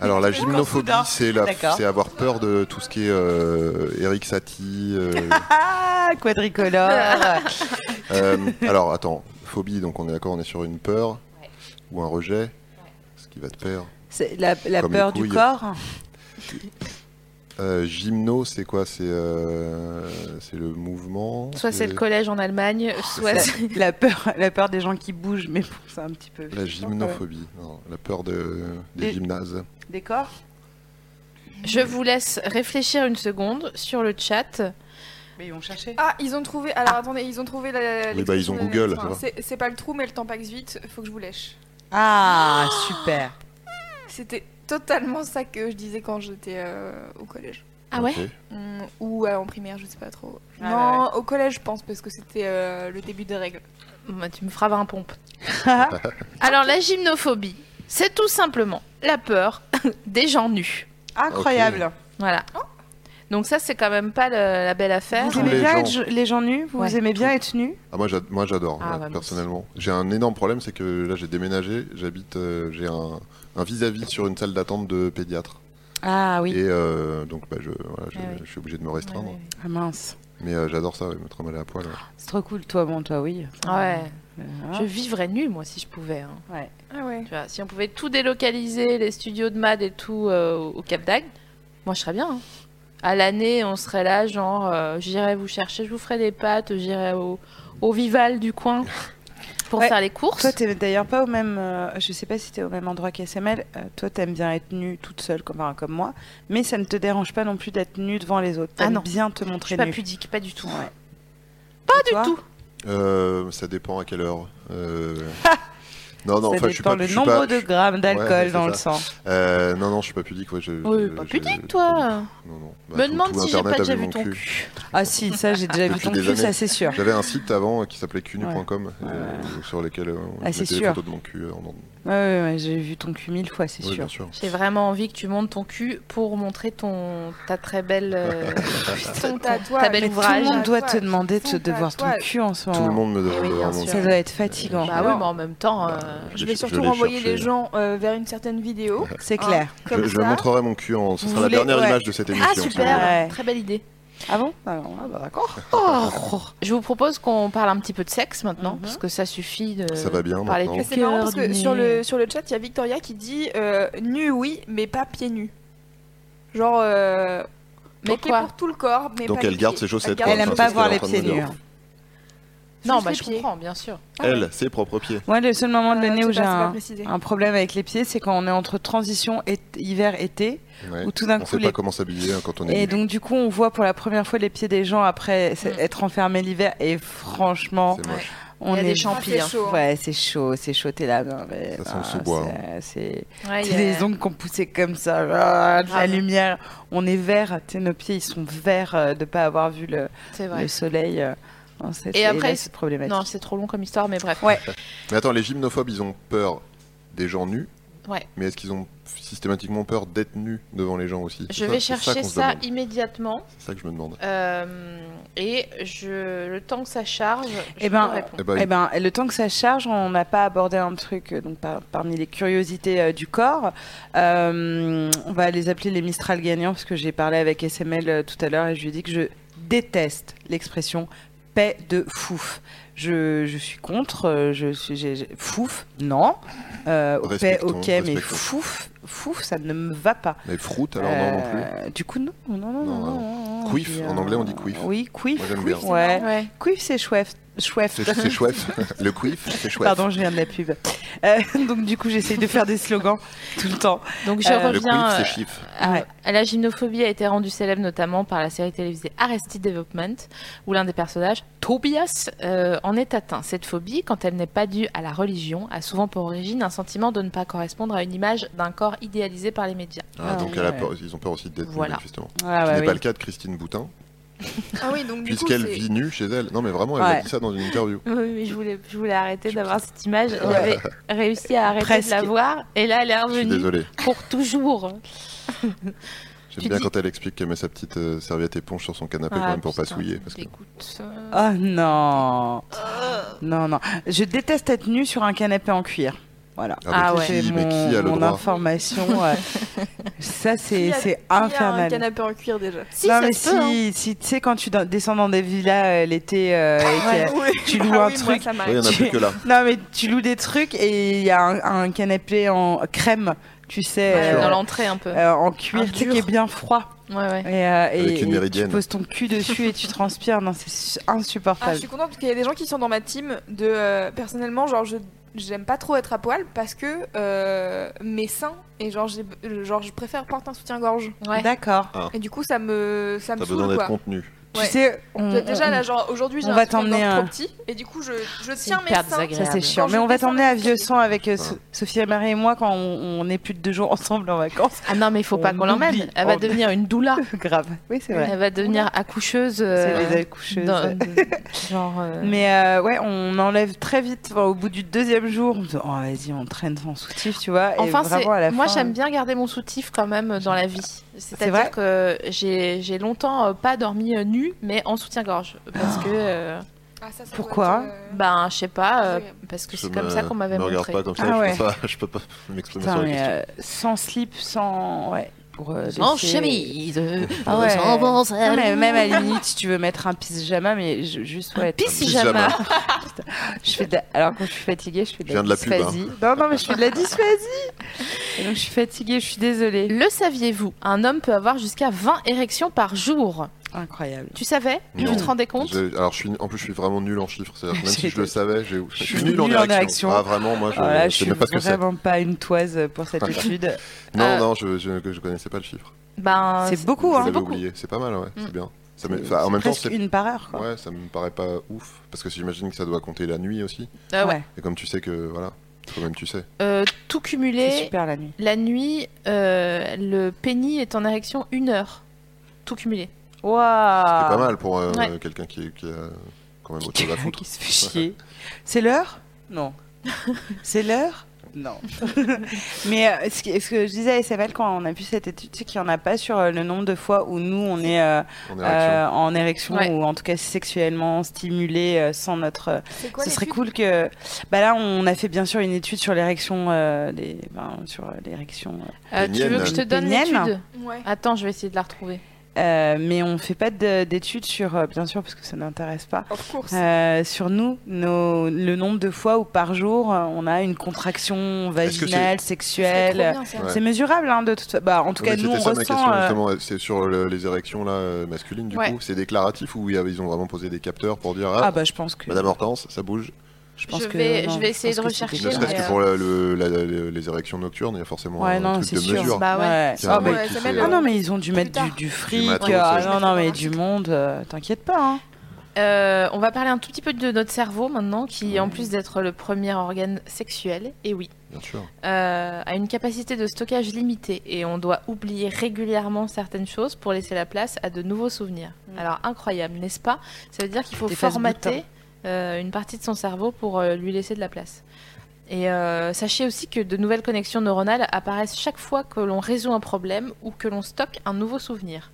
D: Alors la
C: Bonjour,
D: gymnophobie,
C: Soudain.
D: c'est la-
C: D'accord.
D: c'est avoir peur de tout ce qui est euh, Eric Satie. euh,
C: Ah, quadricolore. (laughs)
D: euh, alors attends, phobie, donc on est d'accord, on est sur une peur ou un rejet, ce qui va te perdre.
C: C'est la, la
D: Comme les
C: peur du
D: couilles.
C: corps.
D: Euh, gymno, c'est quoi C'est euh, c'est le mouvement
B: Soit c'est le collège en Allemagne, soit
C: ça.
B: euh,
C: (laughs)
B: c'est-
C: La peur, la peur des gens qui bougent, mais bon, c'est un petit peu.
D: La
C: violent, quand
D: gymnophobie, non, la peur de, des
C: Et-
D: gymnases.
C: même. Des corps
B: je vous laisse réfléchir une seconde sur le chat.
C: Mais ils vont chercher.
E: Ah, ils ont trouvé. Alors attendez, ils ont trouvé la.
D: Oui, bah, ils ont
E: l'expression de-
D: Google,
E: enfin,
D: ça va.
E: c'est- C'est pas le trou, mais le Tampax 8, faut que je vous lèche.
C: Ah, super.
E: C'était totalement ça que je disais quand j'étais euh, au collège.
B: Ah ouais
D: Ok.
E: Hmm, ou euh, en primaire, je sais pas trop.
C: Ah,
E: non,
C: ouais,
E: au collège, je pense, parce que c'était euh, le début des règles.
B: Bah, Tu me frappes un pompe. (laughs) Alors la gymnophobie, c'est tout simplement la peur (laughs) des gens nus.
C: Incroyable.
B: Voilà. Donc ça, c'est quand même pas le- la belle affaire.
D: Tous
C: Vous aimez
D: les
C: bien
D: gens.
C: être les gens nus Vous
B: Ouais.
C: aimez bien être nus
D: Ah, moi, j'ad- moi j'adore,
B: Ah,
D: ouais,
B: bah, moi
D: personnellement. J'ai un énorme problème, c'est que là j'ai déménagé, j'habite, euh, j'ai un un vis-à-vis sur une salle d'attente de pédiatre.
C: Ah oui.
D: Et euh, donc bah, je, voilà, je,
B: Ah oui.
D: je suis obligé de me restreindre.
B: Ouais,
C: Ah mince.
D: Mais euh, j'adore ça, ouais, me trimballer à poil. ouais.
C: C'est trop cool. Toi, bon, toi, oui.
B: Ouais.
C: Ah.
B: Je vivrais nu, moi, si je pouvais. hein.
C: Ouais.
E: Ah ouais.
B: Tu vois, si on pouvait tout délocaliser, les studios de MAD et tout euh, au au Cap d'Agde, moi je serais bien. hein. À l'année, on serait là, genre, euh, j'irai vous chercher, je vous ferai des pâtes, j'irai au, au Vival du coin pour
C: Ouais.
B: faire les courses.
C: Toi, t'es d'ailleurs pas au même. euh, je sais pas si t'es au même endroit qu'SML. Euh, toi, t'aimes bien être nue toute seule, comme, enfin, comme moi. Mais ça ne te dérange pas non plus d'être nue devant les autres.
B: Ah
C: T'aimes
B: non.
C: bien te
B: je
C: montrer
B: suis pas
C: nue.
B: pudique, pas du tout.
C: Ouais.
B: Pas
C: Et toi
B: du tout.
D: Euh, ça dépend à quelle heure. euh. non, non,
C: ça
D: enfin, je suis
C: dépend
D: pas.
C: le
D: je suis
C: nombre
D: pas-
C: de grammes d'alcool
D: Ouais,
C: dans
D: c'est
C: le sang.
D: Euh, non, non, je suis pas pudique. Ouais, je,
B: Oui,
D: je- je-
B: pas Euh, pudique, toi.
D: Non, non. Bah,
B: Me
D: tout-
B: demande
D: tout
B: si j'ai
D: Internet
B: pas
D: a
B: déjà
D: vu
B: vu
D: mon
B: ton
D: cul.
B: cul.
C: Ah si, ça, j'ai
D: (laughs)
C: déjà vu
D: Depuis
C: ton
D: des
C: cul, ça
D: années.
C: c'est sûr.
D: J'avais un site avant qui s'appelait cunu.com
C: Ouais.
D: euh, sur lequel euh, on
C: Ah, c'est
D: mettait des
C: sûr.
D: photos de mon cul. euh, en... en-
C: Ouais, ouais, ouais, j'ai vu ton cul mille fois, c'est
D: Oui,
C: sûr.
D: bien sûr.
B: J'ai vraiment envie que tu montes ton cul pour montrer ton ta très belle (laughs) euh,
E: Ton
B: ta
E: tatouage.
B: belle
C: Mais tout
B: ouvrage.
C: le monde doit te
E: Tatouage.
C: demander de,
E: Son
C: de voir ton
E: tatouage.
C: cul en ce
D: Tout le
C: moment.
D: monde me
B: Eh oui,
D: demande de
B: bien
D: voir mon
B: sûr.
D: cul.
C: Ça doit être fatigant.
B: Bah oui, mais en même temps,
D: Bah,
B: euh,
E: Je vais
D: l'ai-
E: surtout
D: l'ai
E: renvoyer
D: cherché.
E: les gens euh, vers une certaine vidéo.
C: C'est
E: hein,
C: clair.
E: comme
D: Je, je
E: ça.
D: montrerai mon cul en. Ce
C: Vous
D: sera la
C: voulez-
D: dernière
C: ouais.
D: image de cette émission.
B: Ah
D: si vous
B: super,
D: voulez.
C: Ouais.
B: très belle idée.
C: Ah bon Alors, ah, bah, D'accord.
B: Je vous propose qu'on parle un petit peu de sexe maintenant,
C: Mhm.
B: parce que ça suffit de
D: Ça va bien
B: parler
D: maintenant.
E: Mais
B: du
E: c'est marrant
B: cœur,
E: parce
B: du
E: que
B: nez.
E: sur le, sur le chat, il y a Victoria qui dit euh, nu, oui, mais pas pieds nus. Genre. euh,
B: Mais
E: ok
B: quoi
E: pour tout le corps, mais
D: Donc
E: pas
D: elle
E: les
D: garde
E: pieds.
D: ses chaussettes,
E: garde
D: quoi.
C: Elle aime
D: Enfin,
C: pas
D: c'est
C: voir
D: ce
C: les
D: qu'elle est en
C: pieds
D: train de
C: nus.
D: dire.
C: hein.
B: Non,
E: Juste
B: bah
E: les
B: je
E: pieds.
B: comprends, bien sûr.
D: Elle, ses propres pieds.
C: hein. Moi, le seul moment de
B: Ah,
E: Euh,
C: l'année où
E: c'est
C: j'ai
E: pas- c'est pas
C: un, Ah,
E: précisé.
C: un problème avec les pieds, c'est quand on est entre transition et hiver-été,
D: euh, Ouais.
C: où tout d'un
D: On
C: coup
D: sait
C: les
D: pas comment s'habiller hein, quand on est.
C: et
D: nu.
C: donc du coup on voit pour la première fois les pieds des gens après s-
B: Mm.
C: être enfermé l'hiver et franchement
D: C'est moche.
C: on
B: Il y a
C: est
B: des champis,
E: hein.
C: ouais c'est chaud c'est chaud t'es là non, mais,
D: Ça sent le
C: ah,
D: sous-bois, hein.
C: c'est- c'est
B: Ouais,
C: T'as
B: Ah, il y a-
C: des ongles qu'on poussait comme ça, ah, de la
B: Grave.
C: lumière. On est vert, tu sais, nos pieds ils sont verts euh, de pas avoir vu le,
B: c'est
C: le
B: vrai.
C: soleil. euh, non, c'est-
B: Et
C: c'est-
B: après,
C: là, c'est problématique.
B: Non, c'est trop long comme histoire, mais bref.
C: Ouais.
D: Mais attends, les gymnophobes, ils ont peur des gens nus.
B: Ouais.
D: Mais est-ce qu'ils ont systématiquement peur d'être nus devant les gens aussi
B: Je
D: C'est
B: vais
D: c'est qu'on
B: chercher
D: se
B: ça
D: demande.
B: immédiatement
D: C'est ça que je me demande.
B: euh, et je, le temps que ça charge, je
C: Eh ben,
B: te réponds.
D: Eh ben,
C: Eh ben, le temps que ça charge, on n'a pas abordé un truc euh, donc par- parmi les curiosités euh, du corps. Euh, on va les appeler les Mistral gagnants parce que j'ai parlé avec SML euh, tout à l'heure et je lui ai dit que je déteste l'expression paix de fouf. Je, je suis contre, euh, je suis j'ai- j'ai- fouf, non. Euh, paix,
D: Respectons,
C: ok, mais
D: respectons.
C: fouf, fouf, ça ne me va pas.
D: Mais froute, alors non, non plus.
C: Euh, Du coup, non, non, non,
D: Non,
C: non. non,
D: non.
C: non, non.
D: Quiff,
B: oh,
C: Puis,
D: en
C: euh,
D: anglais, on dit quiff.
C: Oui, quiff.
D: Moi, j'aime
C: quiff,
D: bien.
C: Ouais.
B: Ouais.
C: Quiff, c'est chouef. Chouef.
D: C'est c'est chouette. Le
B: (laughs)
D: quiff, c'est chouette.
C: Pardon, je viens de la pub. Euh, donc du coup, j'essaye de faire des slogans tout le temps.
B: Donc je
C: Euh,
D: Le
B: reviens.
D: quiff,
B: euh,
D: c'est chiffre.
B: Ah,
C: Ouais.
B: La gymnophobie a été rendue célèbre notamment par la série télévisée Arrested Development, où l'un des personnages, Tobias, euh, en est atteint. Cette phobie, quand elle n'est pas due à la religion, a souvent pour origine un sentiment de ne pas correspondre à une image d'un corps idéalisé par les médias.
D: Ah,
C: Ah,
D: donc elle a
C: ouais.
D: peur- ils ont peur aussi d'être nus,
B: Voilà.
D: manifestement.
C: Ah,
D: Ce
C: bah
D: n'est
C: oui.
D: pas le cas de Christine Boutin,
E: Ah oui, donc du coup,
D: puisqu'elle
E: c'est-
D: vit nue chez elle. Non, mais vraiment, elle a
C: Ouais.
D: dit ça dans une interview.
B: Oui, mais je voulais, je voulais arrêter d'avoir cette image. J'avais réussi à arrêter
C: Presque.
B: de la voir, et là, elle est
D: Je suis
B: revenue
D: désolé.
B: pour toujours.
D: J'aime
B: Tu
D: bien
B: dis- Ah,
D: quand elle explique qu'elle met sa petite euh, serviette éponge sur son canapé quand même pour pas
B: putain,
D: souiller. Parce que...
B: Écoute, euh,
C: Oh non. Non, non. Je déteste être nue sur un canapé en cuir. Voilà.
B: Ah
D: mais
B: ouais.
D: qui,
C: C'est
D: mais qui a le
C: mon
D: droit
C: information.
D: (laughs)
C: euh, ça,
E: Qui
C: c'est
E: a-
C: c'est
E: Il y a un
C: Ah, infernal.
E: canapé en cuir déjà.
B: si,
C: non,
B: ça
C: mais
B: se
C: si,
B: peut, hein.
C: si tu sais, quand tu dans- descends dans des villas euh, l'été, euh,
B: Ah,
C: et qu'il y a- tu loues
E: Ah
C: un
E: oui, moi,
C: truc.
E: ça
D: Ouais, Il
B: (laughs)
E: m'arrive.
D: y en a plus que là.
C: Non, mais tu loues des trucs et il y a un, un canapé en crème. tu sais,
B: Ouais,
C: euh,
B: dans l'entrée un peu.
C: euh, en cuir,
B: Un
C: tu sais,
B: dur.
C: qui est bien froid.
B: Ouais, ouais.
C: Et, euh, et-
D: Avec une
C: et tu
D: méridienne.
C: poses ton cul dessus et tu transpires. Non, c'est su-
E: Ah,
C: insupportable.
E: je suis contente parce qu'il y a des gens qui sont dans ma team de euh, personnellement genre je j'aime pas trop être à poil parce que euh, mes seins et genre j'ai euh, genre je préfère porter un soutien-gorge
B: Ouais.
C: D'accord.
E: et du coup ça me ça me
D: T'as besoin
E: saoule
D: d'être
E: quoi.
D: contenu.
E: Ouais.
C: Tu sais, on-
E: Déjà- Déjà
C: on-
E: là genre aujourd'hui j'ai
C: on
E: un
C: va
E: soutien-gorge
C: t'emmener
E: trop
C: un-
E: petit et du coup je, je
B: C'est
E: tiens mes
B: hyper
E: seins.
B: désagréable.
C: ça c'est chiant.
E: Quand
C: Mais
E: je
C: on va
E: descends
C: t'emmener
E: la
C: à Vieux
E: escalier.
C: Son avec euh, So- Sophie et Marie et moi quand on, on est plus de deux jours ensemble en vacances.
B: Ah non, mais il faut pas
C: On
B: qu'on l'emmène.
C: oublie.
B: Elle va
C: On-
B: devenir une (laughs) doula.
C: Grave. Oui, c'est vrai.
B: Elle va devenir accoucheuse.
C: C'est
B: euh,
C: les accoucheuses.
B: dans-
C: (laughs)
B: genre. euh,
C: Mais euh, ouais, on enlève très vite. Enfin, au bout du deuxième jour, on se dit, oh, vas-y, on traîne sans soutif, tu vois.
B: Enfin,
C: et
B: c'est-
C: vraiment, à la
B: moi
C: fin,
B: j'aime bien garder mon soutif quand même dans la vie.
C: vrai
B: C'est-à-dire que j'ai j'ai longtemps euh, pas dormi euh, nu, mais en soutien-gorge. Parce que, euh,
E: Ah, ça, ça doit
C: Pourquoi
E: être, euh,
B: ben, je sais pas, euh,
E: Désagréable.
B: parce que
D: Je
B: c'est
D: me-
B: comme ça qu'on m'avait
D: Me regarde
B: montré.
D: pas comme ça,
C: Ah
D: je, peux pas, (laughs) je peux pas m'exprimer
C: Putain,
D: sur la
C: mais,
D: question.
C: euh, sans slip, sans. Ouais. pour, euh,
B: En
C: laisser-
D: (laughs)
B: chemise, euh,
C: Ah ouais.
B: sans bon
C: Non,
B: salut.
C: mais même à la limite, si tu veux mettre un pyjama, mais ju- juste ouais.
B: Pisse
D: pyjama.
C: (laughs)
B: pyjama.
C: Je fais de la- Alors quand je suis fatiguée, je fais de
D: Je
C: la,
D: viens de la pub, hein.
C: dysphasie. Non, non, mais je fais de la dysphasie. Et donc je suis fatiguée, je suis désolée.
B: Le saviez-vous Un homme peut avoir jusqu'à 20 érections par jour.
C: Incroyable.
B: Tu savais
D: Non.
B: Tu te
C: euh,
B: rendais compte
D: Je- alors, je suis, en plus, je suis vraiment nul en chiffres. C'est-à-dire
C: (laughs)
D: que même si je le
C: J'ai-
D: savais, j'ai- je suis
C: (laughs) suis
D: nul en
C: nul en
D: érection.
C: érection.
D: Ah, vraiment, moi, je
C: Alors Oh là,
D: je
C: je
D: sais
C: suis
D: même pas ce que c'est.
C: vraiment pas une toise
D: (laughs)
C: pour cette étude.
D: Non,
B: Euh,
D: non, je, je, je connaissais pas le chiffre.
B: Ben,
C: C'est beaucoup,
D: je
C: hein.
D: l'avais oublié. C'est pas mal, ouais.
B: Mm.
D: C'est bien. Ça me-
C: C'est
D: enfin, en même temps,
C: presque
D: c'est.
C: une par heure. Quoi.
D: Ouais, ça me paraît pas ouf. Parce que j'imagine que ça doit compter la nuit aussi.
B: Ah ouais.
C: Ouais,
D: Et comme tu sais que. Voilà. Toi-même, tu sais.
B: Euh, tout
C: C'est
B: cumulé,
C: super la nuit.
B: la nuit, euh, le pénis est en érection une heure. Tout cumulé.
D: C'est
C: Waouh.
D: pas mal pour euh,
B: Ouais.
D: quelqu'un qui, qui a quand même autre chose à foutre.
C: Ah. Qui se fait chier. C'est l'heure Non. C'est l'heure Non. Mais euh, ce, qui- ce que je disais à SML quand on a vu cette étude, c'est qu'il n'y en a pas sur euh, le nombre de fois où nous, on est euh,
D: En érection.
C: euh, en érection
B: Ouais.
C: ou en tout cas sexuellement stimulé euh, sans notre...
E: C'est quoi
C: ce
E: les
C: serait
E: pubs
C: cool que... Bah là, on a fait bien sûr une étude sur l'érection... euh, des... ben, sur l'érection... euh,
B: Euh, tu veux que je te donne
C: Pénienne.
B: l'étude
E: Ouais.
B: Attends, je vais essayer de la retrouver.
C: euh, mais on fait pas de- d'études sur... euh, bien sûr, parce que ça n'intéresse pas.
E: Of course.
C: Euh, sur nous, nos- le nombre de fois où par jour euh, on a une contraction
D: Est-ce que
C: vaginale,
E: C'est trop
C: sexuelle.
E: bien, ça.
D: Ouais.
C: C'est mesurable, hein, de toute façon. Bah, en tout
D: Ouais,
C: cas,
D: mais
C: nous, on
D: c'était ça ma
C: ressent.
D: question,
C: euh,
D: justement. C'est sur le- les érections là, euh, masculines, du
B: Ouais.
D: coup. C'est déclaratif ou ils ont vraiment posé des capteurs pour dire ah,
C: Ah, bah, je pense que.
D: Madame Hortense, ça bouge
C: je, pense
B: Je
C: que
B: vais-
C: non,
B: je vais essayer
C: pense
B: de
C: que c'est
B: rechercher,
D: Ne
C: des-
D: serait-ce
B: mais,
D: que
B: euh,
D: pour la- le- la- la- les érections nocturnes, il y a forcément
C: Ouais,
D: un
C: non,
D: truc
C: c'est
D: de
C: sûr.
D: mesure.
B: Bah ouais.
C: Ouais.
D: C'est
C: Ah,
D: un
C: bah,
D: mec
E: ouais,
D: qui
E: ça
D: fait,
E: mène
D: euh,
C: ah non, mais ils ont dû
E: Plus
C: mettre du,
E: tard.
C: du fric.
D: matos,
C: ah,
D: ouais.
C: non, non, mais du monde. euh, T'inquiète pas. hein.
B: Euh, on va parler un tout petit peu de notre cerveau maintenant, qui en plus d'être le premier organe sexuel, et oui,
D: Bien sûr.
B: euh, a une capacité de stockage limitée et on doit oublier régulièrement certaines choses pour laisser la place à de nouveaux souvenirs.
C: Mm.
B: Alors incroyable, n'est-ce pas Ça veut dire qu'il faut
C: Des phases
B: formater
C: boutons.
B: euh, une partie de son cerveau pour euh, lui laisser de la place. Et euh, sachez aussi que de nouvelles connexions neuronales apparaissent chaque fois que l'on résout un problème ou que l'on stocke un nouveau souvenir.